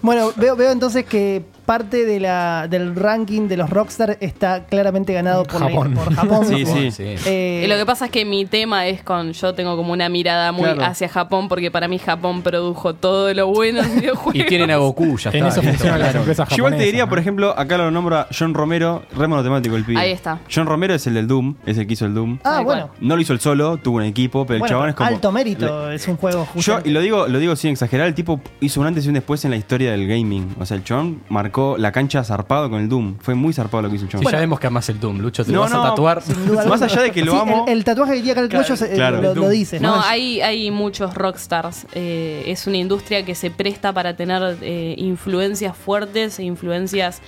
Speaker 1: Bueno, veo, veo entonces que parte de la, del ranking de los rockstar está claramente ganado por la-
Speaker 2: Japón.
Speaker 1: por Japón.
Speaker 4: Sí, sí.
Speaker 1: Eh,
Speaker 6: Y lo que pasa es que mi tema es con. Yo tengo como una mirada muy
Speaker 4: Claro.
Speaker 6: hacia Japón, porque para mí Japón produjo todo lo bueno en videojuegos.
Speaker 3: Y tienen a Goku, ya
Speaker 2: en
Speaker 3: está.
Speaker 2: eso
Speaker 3: listo.
Speaker 2: funcionan las empresas japonesas.
Speaker 4: Yo igual te diría, por
Speaker 3: ¿eh?
Speaker 2: ¿no?
Speaker 4: ejemplo, acá lo nombra John Romero, re monotemático el pibe.
Speaker 6: Ahí está.
Speaker 4: John Romero es el del Doom, es el que hizo el Doom.
Speaker 1: ah,
Speaker 6: Tal
Speaker 1: bueno.
Speaker 6: cual.
Speaker 4: No lo hizo el solo, tuvo un equipo, pero el
Speaker 1: Bueno,
Speaker 4: chabón es como.
Speaker 1: alto mérito, es un juego justo.
Speaker 4: Yo, y lo digo, lo digo sin exagerar, el tipo hizo un antes y un después en la historia del gaming. O sea, el chabón marcó la cancha zarpado con el Doom. Fue muy zarpado lo que hizo el
Speaker 3: Sí,
Speaker 4: chabón.
Speaker 3: ya vemos que amas el Doom, Lucho. Te lo vas a tatuar.
Speaker 1: sin duda
Speaker 4: Más
Speaker 1: alguna.
Speaker 4: allá de que lo
Speaker 1: Sí,
Speaker 4: amo.
Speaker 1: El, el tatuaje que tiene acá en el cuello se- eh,
Speaker 4: Claro.
Speaker 1: lo, lo dice.
Speaker 6: No, hay, hay muchos rockstars. eh, es una industria que se presta para tener eh, influencias fuertes e influencias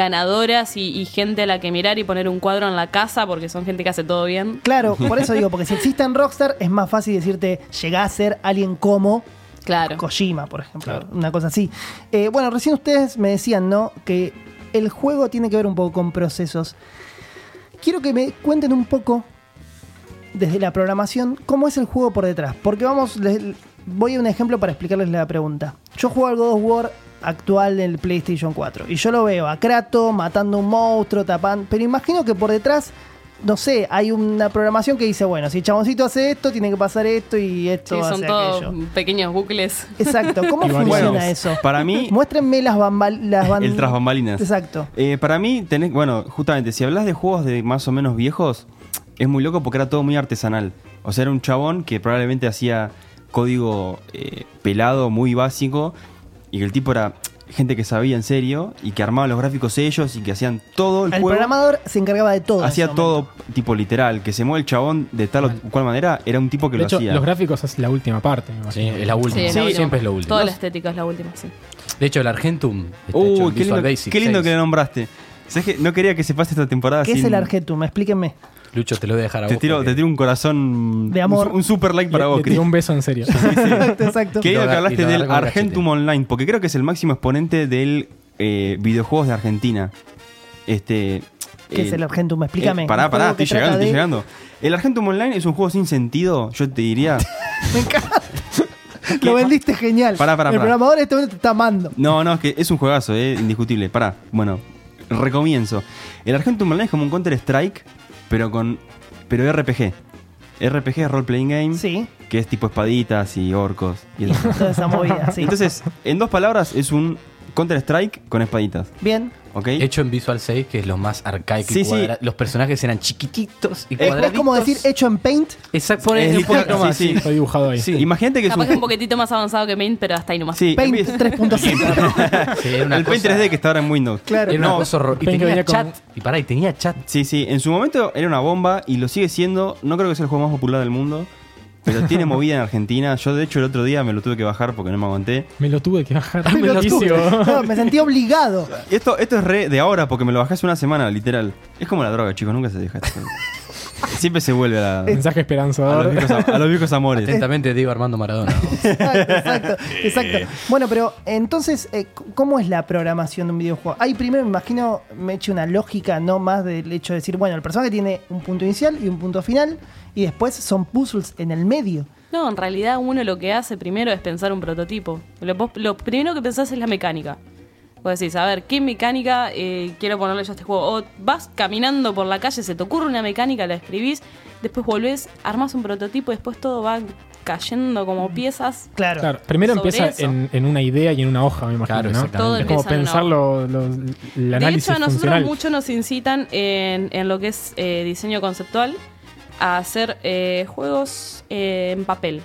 Speaker 6: ganadoras y, y gente a la que mirar y poner un cuadro en la casa porque son gente que hace todo bien.
Speaker 1: Claro, por eso digo, porque si existen rockstar es más fácil decirte, llegá a ser alguien como
Speaker 6: Claro.
Speaker 1: Kojima, por ejemplo, una cosa así. Eh, bueno, recién ustedes me decían, ¿no? Que el juego tiene que ver un poco con procesos. Quiero que me cuenten un poco desde la programación cómo es el juego por detrás. Porque vamos, les- voy a un ejemplo para explicarles la pregunta. Yo juego al God of War actual en el PlayStation 4 y yo lo veo a Kratos matando un monstruo, tapando, pero imagino que por detrás... No sé, hay una programación que dice, bueno, si el Chaboncito hace esto, tiene que pasar esto y esto
Speaker 6: Sí, son
Speaker 1: hace
Speaker 6: todos
Speaker 1: aquello.
Speaker 6: pequeños bucles.
Speaker 1: Exacto, ¿cómo
Speaker 2: Y variables.
Speaker 1: funciona
Speaker 2: Bueno,
Speaker 1: eso?
Speaker 4: para mí-
Speaker 1: Muéstrenme las bambalinas.
Speaker 4: El tras bambalinas.
Speaker 1: Exacto.
Speaker 4: Eh, para mí, tenés, bueno, justamente, si hablas de juegos de más o menos viejos, es muy loco porque era todo muy artesanal. O sea, era un chabón que probablemente hacía código eh, pelado, muy básico, y que el tipo era gente que sabía en serio y que armaba los gráficos ellos y que hacían todo el,
Speaker 1: El
Speaker 4: juego.
Speaker 1: programador se encargaba de todo. en
Speaker 4: hacía
Speaker 1: ese
Speaker 4: todo tipo literal, que se mueve el chabón de tal o cual manera, era un tipo que
Speaker 2: de
Speaker 4: lo
Speaker 2: hecho,
Speaker 4: hacía.
Speaker 2: los gráficos es la última parte, me
Speaker 3: Sí,
Speaker 2: imagino.
Speaker 3: es la última.
Speaker 6: Sí, es la última.
Speaker 3: siempre es lo último.
Speaker 6: Toda la estética es la última, sí.
Speaker 3: De hecho, el Argentum. está
Speaker 4: Uh,
Speaker 3: hecho en
Speaker 4: qué lindo,
Speaker 3: Visual Basic
Speaker 4: qué lindo
Speaker 3: 6.
Speaker 4: que lo nombraste. ¿Sabes que no quería que se pase esta temporada
Speaker 1: ¿Qué es
Speaker 4: sin-
Speaker 1: el Argetum? Explíquenme.
Speaker 3: Lucho, te lo voy a dejar a
Speaker 4: Te
Speaker 3: vos.
Speaker 4: tiro,
Speaker 3: porque-
Speaker 4: te tiro un corazón.
Speaker 1: De amor.
Speaker 4: Un, un super like
Speaker 2: Le-
Speaker 4: para vos,
Speaker 2: le tiré
Speaker 4: Cris.
Speaker 2: un beso en serio.
Speaker 1: Exacto, exacto.
Speaker 4: Qué
Speaker 3: Y lo
Speaker 4: lindo que
Speaker 3: agar- y
Speaker 4: hablaste
Speaker 3: lo
Speaker 4: del
Speaker 3: agarré con el
Speaker 4: Argentum Online, porque creo que es el máximo exponente del eh, videojuegos de Argentina. Este.
Speaker 1: ¿Qué
Speaker 4: eh,
Speaker 1: es el Argentum? Explícame.
Speaker 4: eh, pará,
Speaker 1: Un juego
Speaker 4: pará,
Speaker 1: que
Speaker 4: estoy llegando,
Speaker 1: trata
Speaker 4: estoy
Speaker 1: de-
Speaker 4: llegando. El Argentum Online es un juego sin sentido, yo te diría.
Speaker 1: Me encanta. Lo vendiste genial.
Speaker 4: Pará, pará,
Speaker 1: El
Speaker 4: pará.
Speaker 1: programador en este momento te está amando.
Speaker 4: No, no, es que es un juegazo, eh, indiscutible. Pará, bueno, recomienzo. El Argentum Online es como un Counter-Strike, pero con. pero RPG. RPG es Role Playing Game,
Speaker 1: Sí.
Speaker 4: que es tipo espaditas y orcos y esas cosas.
Speaker 1: Toda esa movida, sí.
Speaker 4: Entonces, en dos palabras, es un Counter-Strike con espaditas,
Speaker 1: Bien.
Speaker 4: ¿ok?
Speaker 3: Hecho en Visual 6, que es lo más arcaico. y
Speaker 4: Sí, sí.
Speaker 3: cuadra- Los personajes eran
Speaker 4: eh,
Speaker 3: chiquititos y
Speaker 1: Es,
Speaker 3: cuadraditos.
Speaker 1: como decir hecho en paint.
Speaker 3: Exacto, ponele
Speaker 4: Es
Speaker 3: un poquito
Speaker 4: literal,
Speaker 3: más.
Speaker 4: sí, sí.
Speaker 2: Estoy dibujado ahí.
Speaker 4: Sí, Imagínate que es
Speaker 6: Capaz que un
Speaker 4: un...
Speaker 6: poquitito más avanzado que Main, pero hasta ahí nomás.
Speaker 4: Sí,
Speaker 1: Paint
Speaker 4: empieza-
Speaker 1: 3.5.
Speaker 3: Sí, era una
Speaker 4: el Paint
Speaker 3: cosa-
Speaker 4: 3D que está ahora en Windows.
Speaker 1: claro.
Speaker 3: Era una
Speaker 4: No.
Speaker 3: cosa horror- Y
Speaker 2: Paint que venía
Speaker 3: tenía
Speaker 2: con-
Speaker 3: chat. Y pará, y tenía chat.
Speaker 4: Sí, sí, en su momento era una bomba y lo sigue siendo. No creo que sea el juego más popular del mundo, pero tiene movida en Argentina. Yo, de hecho, el otro día me lo tuve que bajar porque no me aguanté.
Speaker 2: Me lo tuve que bajar.
Speaker 4: Ah,
Speaker 1: Me lo tuve. No, me sentí obligado.
Speaker 4: Esto, esto es re de ahora porque me lo bajé hace una semana, literal. Es como la droga, chicos, nunca se deja. esto. Siempre se vuelve a,
Speaker 2: Mensaje
Speaker 4: a los,
Speaker 2: esperanzador.
Speaker 4: viejos, am- a los viejos amores.
Speaker 3: Atentamente, Diego Armando Maradona.
Speaker 1: Exacto, exacto, exacto. Bueno, pero entonces, eh, c- ¿cómo es la programación de un videojuego? Hay primero, me imagino, me he hecho una lógica, no más del hecho de decir, bueno, el personaje tiene un punto inicial y un punto final, y después son puzzles en el medio.
Speaker 6: No, en realidad uno lo que hace primero es pensar un prototipo. Lo, vos- lo primero que pensás es la mecánica. Vos decís, a ver, ¿qué mecánica eh, quiero ponerle yo a este juego? O vas caminando por la calle, se te ocurre una mecánica, la escribís, después volvés, armás un prototipo, después todo va cayendo como piezas.
Speaker 1: Claro.
Speaker 2: Claro, primero
Speaker 6: Sobre
Speaker 2: empieza
Speaker 6: eso.
Speaker 2: en, en una idea y en una hoja, me imagino.
Speaker 3: Claro,
Speaker 2: ¿no?
Speaker 3: exactamente. Todo
Speaker 2: Es como
Speaker 6: empieza en una
Speaker 2: pensar
Speaker 6: hoja.
Speaker 2: lo- lo- el
Speaker 6: De
Speaker 2: análisis
Speaker 6: hecho, a nosotros
Speaker 2: funcional.
Speaker 6: mucho nos incitan en, en lo que es eh, diseño conceptual a hacer eh, juegos eh, en papel.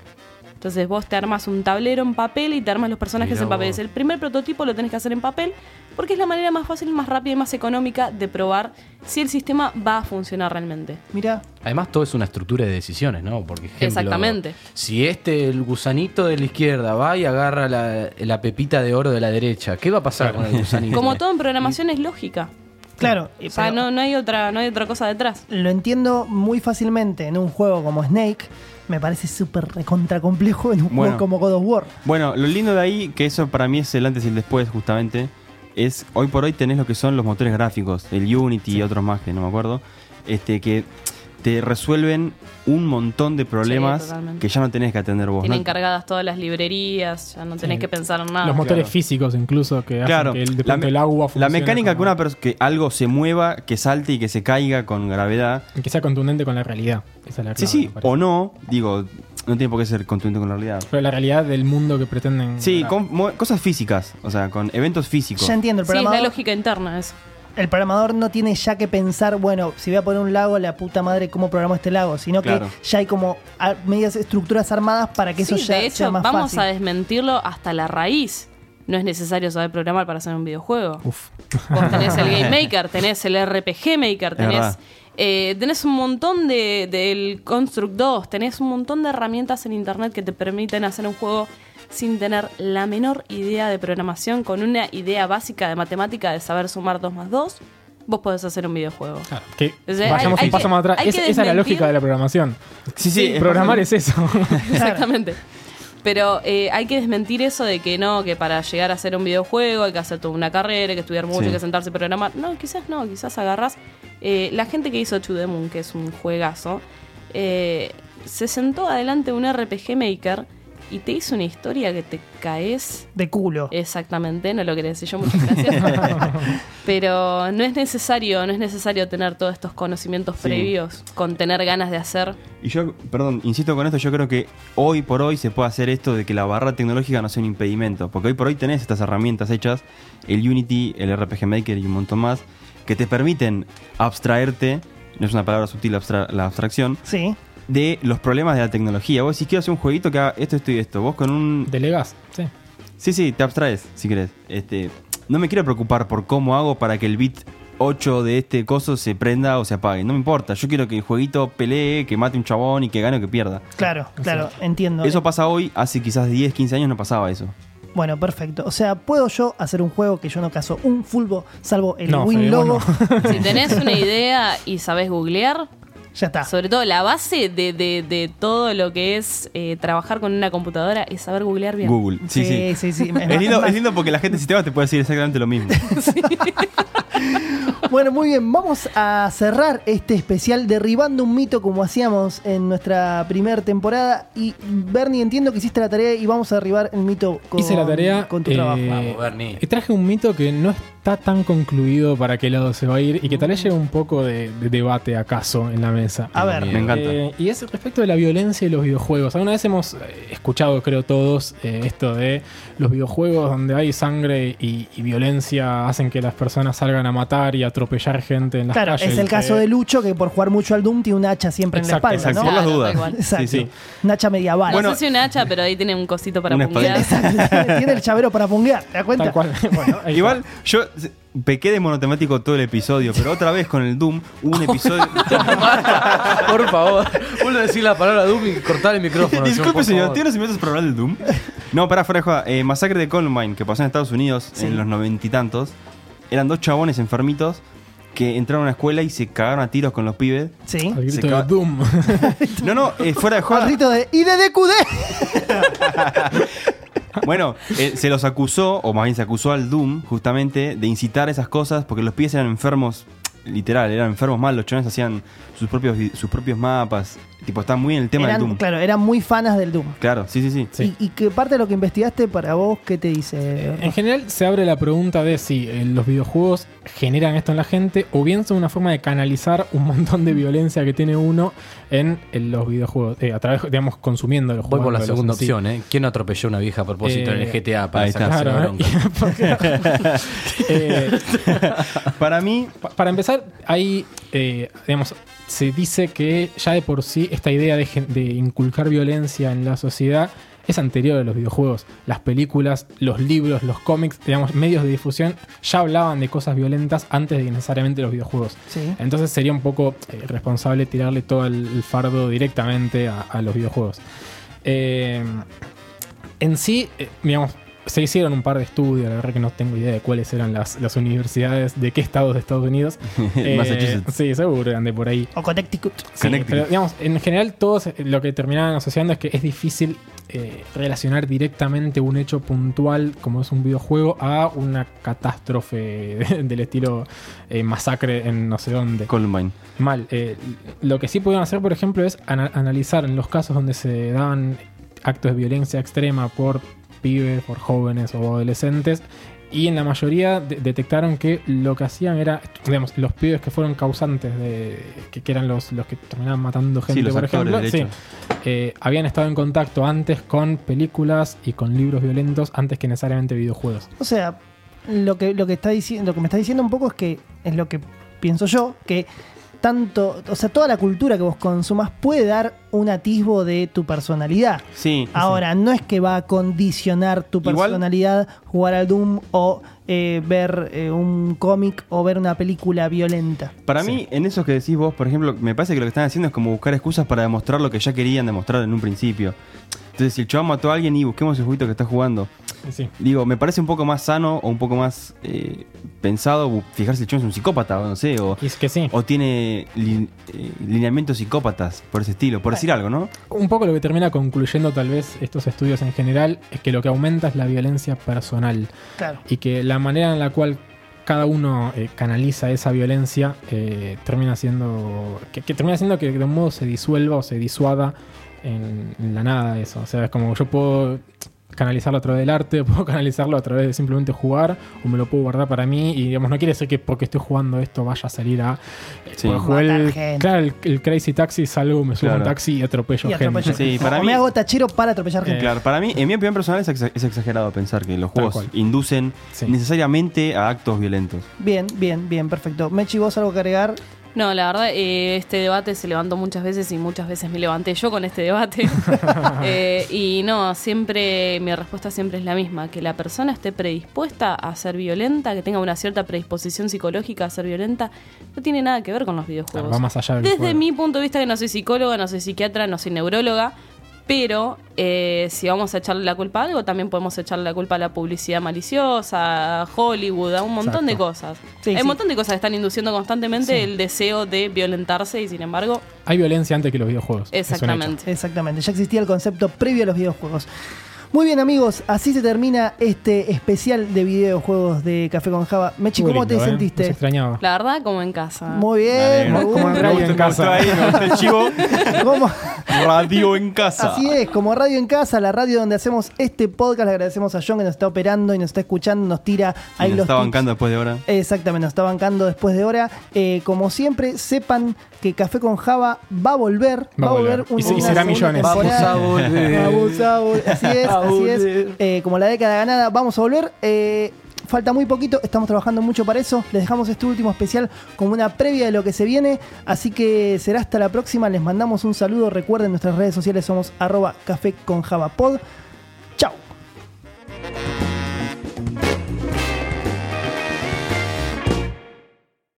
Speaker 6: Entonces vos te armas un tablero en papel y te armas los personajes
Speaker 3: Mirá
Speaker 6: en papel.
Speaker 3: vos.
Speaker 6: El primer prototipo lo tenés que hacer en papel porque es la manera más fácil, más rápida y más económica de probar si el sistema va a funcionar realmente.
Speaker 1: Mira,
Speaker 3: Además, todo es una estructura de decisiones, ¿no? Porque, ejemplo,
Speaker 6: Exactamente.
Speaker 3: Si este, el gusanito de la izquierda, va y agarra la, la pepita de oro de la derecha, ¿qué va a pasar con el gusanito?
Speaker 6: Como todo en programación es lógica.
Speaker 1: claro.
Speaker 6: O sea,
Speaker 1: pero-
Speaker 6: no, no, hay otra, no hay otra cosa detrás.
Speaker 1: lo entiendo muy fácilmente en un juego como Snake. Me parece súper recontra complejo en un
Speaker 4: Bueno.
Speaker 1: juego como God of War.
Speaker 4: Bueno, lo lindo de ahí, que eso para mí es el antes y el después, justamente, es hoy por hoy tenés lo que son los motores gráficos, el Unity y otros más que no me acuerdo, este que te resuelven un montón de problemas
Speaker 6: totalmente.
Speaker 4: que ya no tenés que atender vos.
Speaker 6: Tienen
Speaker 4: ¿no?
Speaker 6: cargadas todas las librerías, ya no tenés
Speaker 2: Sí.
Speaker 6: que pensar en nada.
Speaker 2: Los motores
Speaker 4: Claro.
Speaker 2: físicos incluso que hacen
Speaker 4: Claro,
Speaker 2: que el, de
Speaker 4: la,
Speaker 2: pronto
Speaker 4: me-
Speaker 2: el agua
Speaker 4: la
Speaker 2: funcione
Speaker 4: mecánica que,
Speaker 2: como-
Speaker 4: una pers- que algo se mueva, que salte y que se caiga con gravedad.
Speaker 2: que sea contundente con la realidad. Esa es la
Speaker 4: Sí,
Speaker 2: clave,
Speaker 4: sí,
Speaker 2: me parece.
Speaker 4: o no, digo, no tiene por qué ser contundente con la realidad.
Speaker 2: Pero la realidad del mundo que pretenden.
Speaker 4: Sí,
Speaker 2: lograr.
Speaker 4: con mo- cosas físicas, o sea, con eventos físicos.
Speaker 1: Ya entiendo, el
Speaker 6: Sí, es la
Speaker 1: programador,
Speaker 6: lógica interna eso.
Speaker 1: el programador no tiene ya que pensar, bueno, si voy a poner un lago, la puta madre, ¿cómo programo este lago? Sino
Speaker 4: Claro.
Speaker 1: que ya hay como a- medias estructuras armadas para que eso
Speaker 6: Sí,
Speaker 1: ya
Speaker 6: de hecho,
Speaker 1: sea más
Speaker 6: vamos
Speaker 1: fácil.
Speaker 6: a desmentirlo hasta la raíz. No es necesario saber programar para hacer un videojuego.
Speaker 2: Uf.
Speaker 6: Vos tenés el Game Maker, tenés el RPG Maker, tenés,
Speaker 4: verdad.
Speaker 6: eh, tenés un montón de, del Construct 2, tenés un montón de herramientas en Internet que te permiten hacer un juego sin tener la menor idea de programación, con una idea básica de matemática de saber sumar 2 más 2, vos podés hacer un videojuego.
Speaker 2: Claro, que
Speaker 6: O sea,
Speaker 2: vayamos
Speaker 6: hay-
Speaker 2: un paso
Speaker 6: hay
Speaker 2: más
Speaker 6: que-
Speaker 2: atrás.
Speaker 6: hay
Speaker 2: Es-
Speaker 6: que
Speaker 2: esa es la
Speaker 6: desmentir-
Speaker 2: lógica de la programación.
Speaker 4: Sí, sí, es-
Speaker 2: Programar es eso.
Speaker 6: Exactamente. Pero eh, hay que desmentir eso de que no, que para llegar a hacer un videojuego hay que hacer toda una carrera, hay que estudiar mucho,
Speaker 4: Sí.
Speaker 6: hay que sentarse a eh, programar. No, quizás no, quizás agarras. la gente que hizo To The Moon, que es un juegazo, eh, se sentó adelante un RPG Maker y te hizo una historia que te caes.
Speaker 1: De culo.
Speaker 6: Eh. Exactamente, no lo quería decir yo, muchas gracias. Pero no es necesario, no es necesario tener todos estos conocimientos previos con tener ganas de hacer.
Speaker 4: Y yo, perdón, insisto con esto, yo creo que hoy por hoy se puede hacer esto de que la barra tecnológica no sea un impedimento, porque hoy por hoy tenés estas herramientas hechas, el Unity, el RPG Maker y un montón más, que te permiten abstraerte, no es una palabra sutil abstra- la abstracción,
Speaker 1: Sí.
Speaker 4: de los problemas de la tecnología. Vos si quiero hacer un jueguito que haga esto, esto y esto, vos con un...
Speaker 2: Delegas, sí.
Speaker 4: Sí, sí, te abstraes, si querés. Este, no me quiero preocupar por cómo hago para que el bit 8 de este coso se prenda o se apague. No me importa. Yo quiero que el jueguito pelee, que mate un chabón y que gane o que pierda.
Speaker 1: Claro, claro, entiendo.
Speaker 4: Eso pasa hoy, hace quizás 10, 15 años no pasaba eso.
Speaker 1: Bueno, perfecto. O sea, ¿puedo yo hacer un juego que yo no caso un fulbo, salvo el
Speaker 2: No,
Speaker 1: Win
Speaker 2: Fede, vos
Speaker 1: Logo?
Speaker 6: Si tenés una idea y sabés googlear,
Speaker 1: ya está.
Speaker 6: sobre todo la base de, de- de todo lo que es eh, trabajar con una computadora es saber googlear bien.
Speaker 4: Google. Sí, sí.
Speaker 1: sí. sí.
Speaker 4: Es lindo, es lindo porque la gente de sistemas te puede decir exactamente lo mismo.
Speaker 1: Bueno, muy bien, vamos a cerrar este especial derribando un mito como hacíamos en nuestra primera temporada. Y Bernie, entiendo que hiciste la tarea y vamos a derribar el mito con,
Speaker 2: Hice la tarea.
Speaker 1: con tu
Speaker 2: eh,
Speaker 1: trabajo.
Speaker 3: Vamos, Bernie.
Speaker 2: Y traje un mito que no está tan concluido para qué lado se va a ir y que tal vez lleve un poco de, de debate acaso en la mesa.
Speaker 1: A ver,
Speaker 4: Me encanta.
Speaker 2: Eh, y es respecto de la violencia y los videojuegos. Alguna vez hemos eh, escuchado, creo todos, eh, esto de los videojuegos donde hay sangre y, y violencia hacen que las personas salgan a matar y atropellar gente en las
Speaker 1: claro,
Speaker 2: calles. Eh,
Speaker 1: es el caso de Lucho que por jugar mucho al Doom tiene un hacha siempre
Speaker 2: Exacto,
Speaker 1: en la espalda,
Speaker 4: Exacto, por
Speaker 1: ¿no?
Speaker 4: las
Speaker 6: Claro, tal
Speaker 4: dudas.
Speaker 6: cual.
Speaker 1: Exacto.
Speaker 4: Sí, sí.
Speaker 1: Un hacha medieval.
Speaker 6: Bueno,
Speaker 4: Bueno, eh.
Speaker 6: no sé si un hacha, pero ahí tiene un cosito para
Speaker 4: una
Speaker 6: punguear.
Speaker 1: Exacto, tiene el llavero para punguear, ¿te das cuenta?
Speaker 2: Tal cual. Bueno, ahí
Speaker 4: Igual, yo se- pequé de monotemático todo el episodio, pero otra vez con el Doom hubo un episodio.
Speaker 3: Por favor, vuelvo a decir la palabra Doom y cortar el micrófono.
Speaker 4: Disculpe,
Speaker 3: por
Speaker 4: señor,
Speaker 3: favor.
Speaker 4: ¿tiene unos minutos para hablar del Doom? No, pará, fuera de joda. Eh, masacre de Columbine, que pasó en Estados Unidos
Speaker 1: Sí.
Speaker 4: en los noventa y tantos. Eran dos chabones enfermitos que entraron a una escuela y se cagaron a tiros con los pibes.
Speaker 1: Sí.
Speaker 2: Al
Speaker 4: Se
Speaker 2: grito de
Speaker 4: ca-
Speaker 2: Doom.
Speaker 4: No, no, eh, fuera de
Speaker 1: Al
Speaker 4: joda.
Speaker 1: rito de IDDQD.
Speaker 4: Bueno, eh, se los acusó, o más bien se acusó al Doom, justamente, de incitar esas cosas, porque los pies eran enfermos, literal, eran enfermos mal, los chones hacían sus propios, vi- sus propios mapas, tipo, estaban muy en el tema
Speaker 1: Eran-
Speaker 4: del Doom. Claro.
Speaker 1: Claro, eran muy fanas del Doom.
Speaker 4: sí, sí, sí.
Speaker 2: Sí. Eh,
Speaker 1: ¿Y, y qué parte de lo que investigaste para vos, qué te dice?
Speaker 2: En general se abre la pregunta de si eh, los videojuegos generan esto en la gente o bien son una forma de canalizar un montón de violencia que tiene uno en, en los videojuegos, eh, a través, digamos, consumiendo los
Speaker 3: Voy
Speaker 2: juegos.
Speaker 3: por la segunda opción, ¿eh? ¿Quién atropelló a una vieja a propósito en el
Speaker 2: Eh,
Speaker 3: GTA para
Speaker 4: ahí está.
Speaker 3: sacarse la bronca?
Speaker 2: Eh,
Speaker 4: Para mí,
Speaker 2: Pa- Para empezar, hay, eh, digamos, se dice que ya de por sí esta idea de, gen- de inculcar violencia en la sociedad es anterior a los videojuegos. Las películas, los libros, los cómics, digamos, medios de difusión ya hablaban de cosas violentas antes de que necesariamente los videojuegos.
Speaker 1: Sí.
Speaker 2: Entonces sería un poco eh, responsable tirarle todo el, el fardo directamente a, a los videojuegos. Eh, en sí, eh, digamos, se hicieron un par de estudios, la verdad que no tengo idea de cuáles eran las, las universidades, de qué estados de Estados Unidos. Eh,
Speaker 4: Massachusetts.
Speaker 2: Sí, seguro, ande por ahí.
Speaker 1: O Connecticut.
Speaker 2: Sí,
Speaker 4: Connecticut.
Speaker 2: pero, digamos, en general todos lo que terminaban asociando es que es difícil eh, relacionar directamente un hecho puntual como es un videojuego a una catástrofe del estilo eh, masacre en no sé dónde.
Speaker 4: Columbine.
Speaker 2: Mal. Eh, lo que sí pudieron hacer, por ejemplo, es ana- analizar en los casos donde se daban actos de violencia extrema por pibes, por jóvenes o adolescentes. Y en la mayoría de- detectaron que lo que hacían era, digamos, los pibes que fueron causantes de. que, que eran los, los que terminaban matando gente,
Speaker 4: Sí, los
Speaker 2: por
Speaker 4: actores,
Speaker 2: ejemplo.
Speaker 4: de
Speaker 2: Sí.
Speaker 4: hecho.
Speaker 2: Eh, habían estado en contacto antes con películas y con libros violentos antes que necesariamente videojuegos.
Speaker 1: O sea, lo que, lo que está diciendo, lo que me está diciendo un poco es que es lo que pienso yo, que tanto, o sea, toda la cultura que vos consumas puede dar un atisbo de tu personalidad.
Speaker 4: Sí.
Speaker 1: Ahora, no es que va a condicionar tu
Speaker 4: Igual-
Speaker 1: personalidad jugar al Doom o eh, ver eh, un cómic o ver una película violenta.
Speaker 4: Para mí, en esos que decís vos, por ejemplo, me parece que lo que están haciendo es como buscar excusas para demostrar lo que ya querían demostrar en un principio. Entonces, si el chabón mató a alguien y busquemos el juguito que está jugando,
Speaker 2: Sí.
Speaker 4: digo, me parece un poco más sano o un poco más eh, pensado bu- fijarse si el chabón es un psicópata o no sé, o,
Speaker 2: Y es que sí.
Speaker 4: o tiene lin- eh, lineamientos psicópatas por ese estilo, por decir algo, ¿no?
Speaker 2: Un poco lo que termina concluyendo tal vez estos estudios en general es que lo que aumenta es la violencia personal
Speaker 1: Claro.
Speaker 2: y que la manera en la cual cada uno eh, canaliza esa violencia, eh, termina siendo. Que, que termina siendo que de un modo se disuelva o se disuada en, en la nada eso. O sea, es como yo puedo canalizarlo a través del arte, puedo canalizarlo a través de simplemente jugar, o me lo puedo guardar para mí. Y digamos, no quiere decir que porque estoy jugando esto vaya a salir a.
Speaker 4: Sí.
Speaker 2: Porque jugué
Speaker 1: Matar
Speaker 2: el,
Speaker 1: gente.
Speaker 2: claro, el, el Crazy Taxi, salgo, me subo a un
Speaker 4: Claro.
Speaker 2: taxi y atropello
Speaker 1: Y
Speaker 2: gente.
Speaker 1: atropellar.
Speaker 4: Sí, para
Speaker 1: o
Speaker 4: mí- Eh,
Speaker 1: me hago tachero para atropellar gente.
Speaker 4: Claro, para mí, en mi opinión personal, es exa- es exagerado pensar que los
Speaker 2: Tal
Speaker 4: juegos
Speaker 2: cual.
Speaker 4: inducen
Speaker 2: Sí.
Speaker 4: necesariamente a actos violentos.
Speaker 1: Bien, bien, bien, perfecto. Mechi, vos algo que agregar.
Speaker 6: No, la verdad, eh, este debate se levantó muchas veces y muchas veces me levanté yo con este debate. Eh, y no, siempre, mi respuesta siempre es la misma, que la persona esté predispuesta a ser violenta, que tenga una cierta predisposición psicológica a ser violenta, no tiene nada que ver con los
Speaker 2: Claro,
Speaker 6: videojuegos.
Speaker 2: va más allá del
Speaker 6: Desde
Speaker 2: juego.
Speaker 6: mi punto de vista, que no soy psicóloga, no soy psiquiatra, no soy neuróloga, pero eh, si vamos a echarle la culpa a algo, también podemos echarle la culpa a la publicidad maliciosa, a Hollywood, a un montón de
Speaker 2: Exacto.
Speaker 6: cosas.
Speaker 1: Sí,
Speaker 6: Hay
Speaker 1: sí.
Speaker 6: un montón de cosas que están induciendo constantemente
Speaker 2: Sí.
Speaker 6: el deseo de violentarse y sin embargo,
Speaker 2: Hay violencia antes que los videojuegos. es un hecho.
Speaker 6: exactamente.
Speaker 1: Exactamente, ya existía el concepto previo a los videojuegos. Muy bien amigos, así se termina este especial de videojuegos de Café con Java. Mechi,
Speaker 2: Muy
Speaker 1: ¿cómo
Speaker 2: lindo,
Speaker 1: te
Speaker 2: ¿eh? Nos
Speaker 1: sentiste?
Speaker 2: extrañaba.
Speaker 6: La verdad, como en casa.
Speaker 1: Muy bien,
Speaker 4: Me
Speaker 1: muy
Speaker 4: gustó,
Speaker 1: bien.
Speaker 4: me
Speaker 2: en
Speaker 4: gustó, me gustó
Speaker 2: casa.
Speaker 4: ahí, me gustó el chivo.
Speaker 1: ¿Cómo?
Speaker 4: Radio en casa.
Speaker 1: Así es, como Radio en Casa, la radio donde hacemos este podcast, le agradecemos a John que nos está operando y nos está escuchando, nos tira
Speaker 4: Y
Speaker 1: ahí
Speaker 4: nos
Speaker 1: los
Speaker 4: está
Speaker 1: tips.
Speaker 4: bancando después de ahora.
Speaker 1: Exactamente, nos está bancando después de hora. Eh, como siempre, sepan que Café con Java va a volver.
Speaker 2: Va a volver.
Speaker 1: un-
Speaker 2: Y se- y
Speaker 1: una
Speaker 2: será
Speaker 1: segunda
Speaker 2: millones.
Speaker 3: Vamos
Speaker 1: temporada.
Speaker 3: a volver.
Speaker 1: Vamos a volver. Así es,
Speaker 3: A
Speaker 1: así es.
Speaker 3: volver.
Speaker 1: Eh, como la década ganada, vamos a volver. Eh, falta muy poquito, estamos trabajando mucho para eso. Les dejamos este último especial como una previa de lo que se viene. Así que será hasta la próxima. Les mandamos un saludo. Recuerden, nuestras redes sociales somos arroba café con javapod.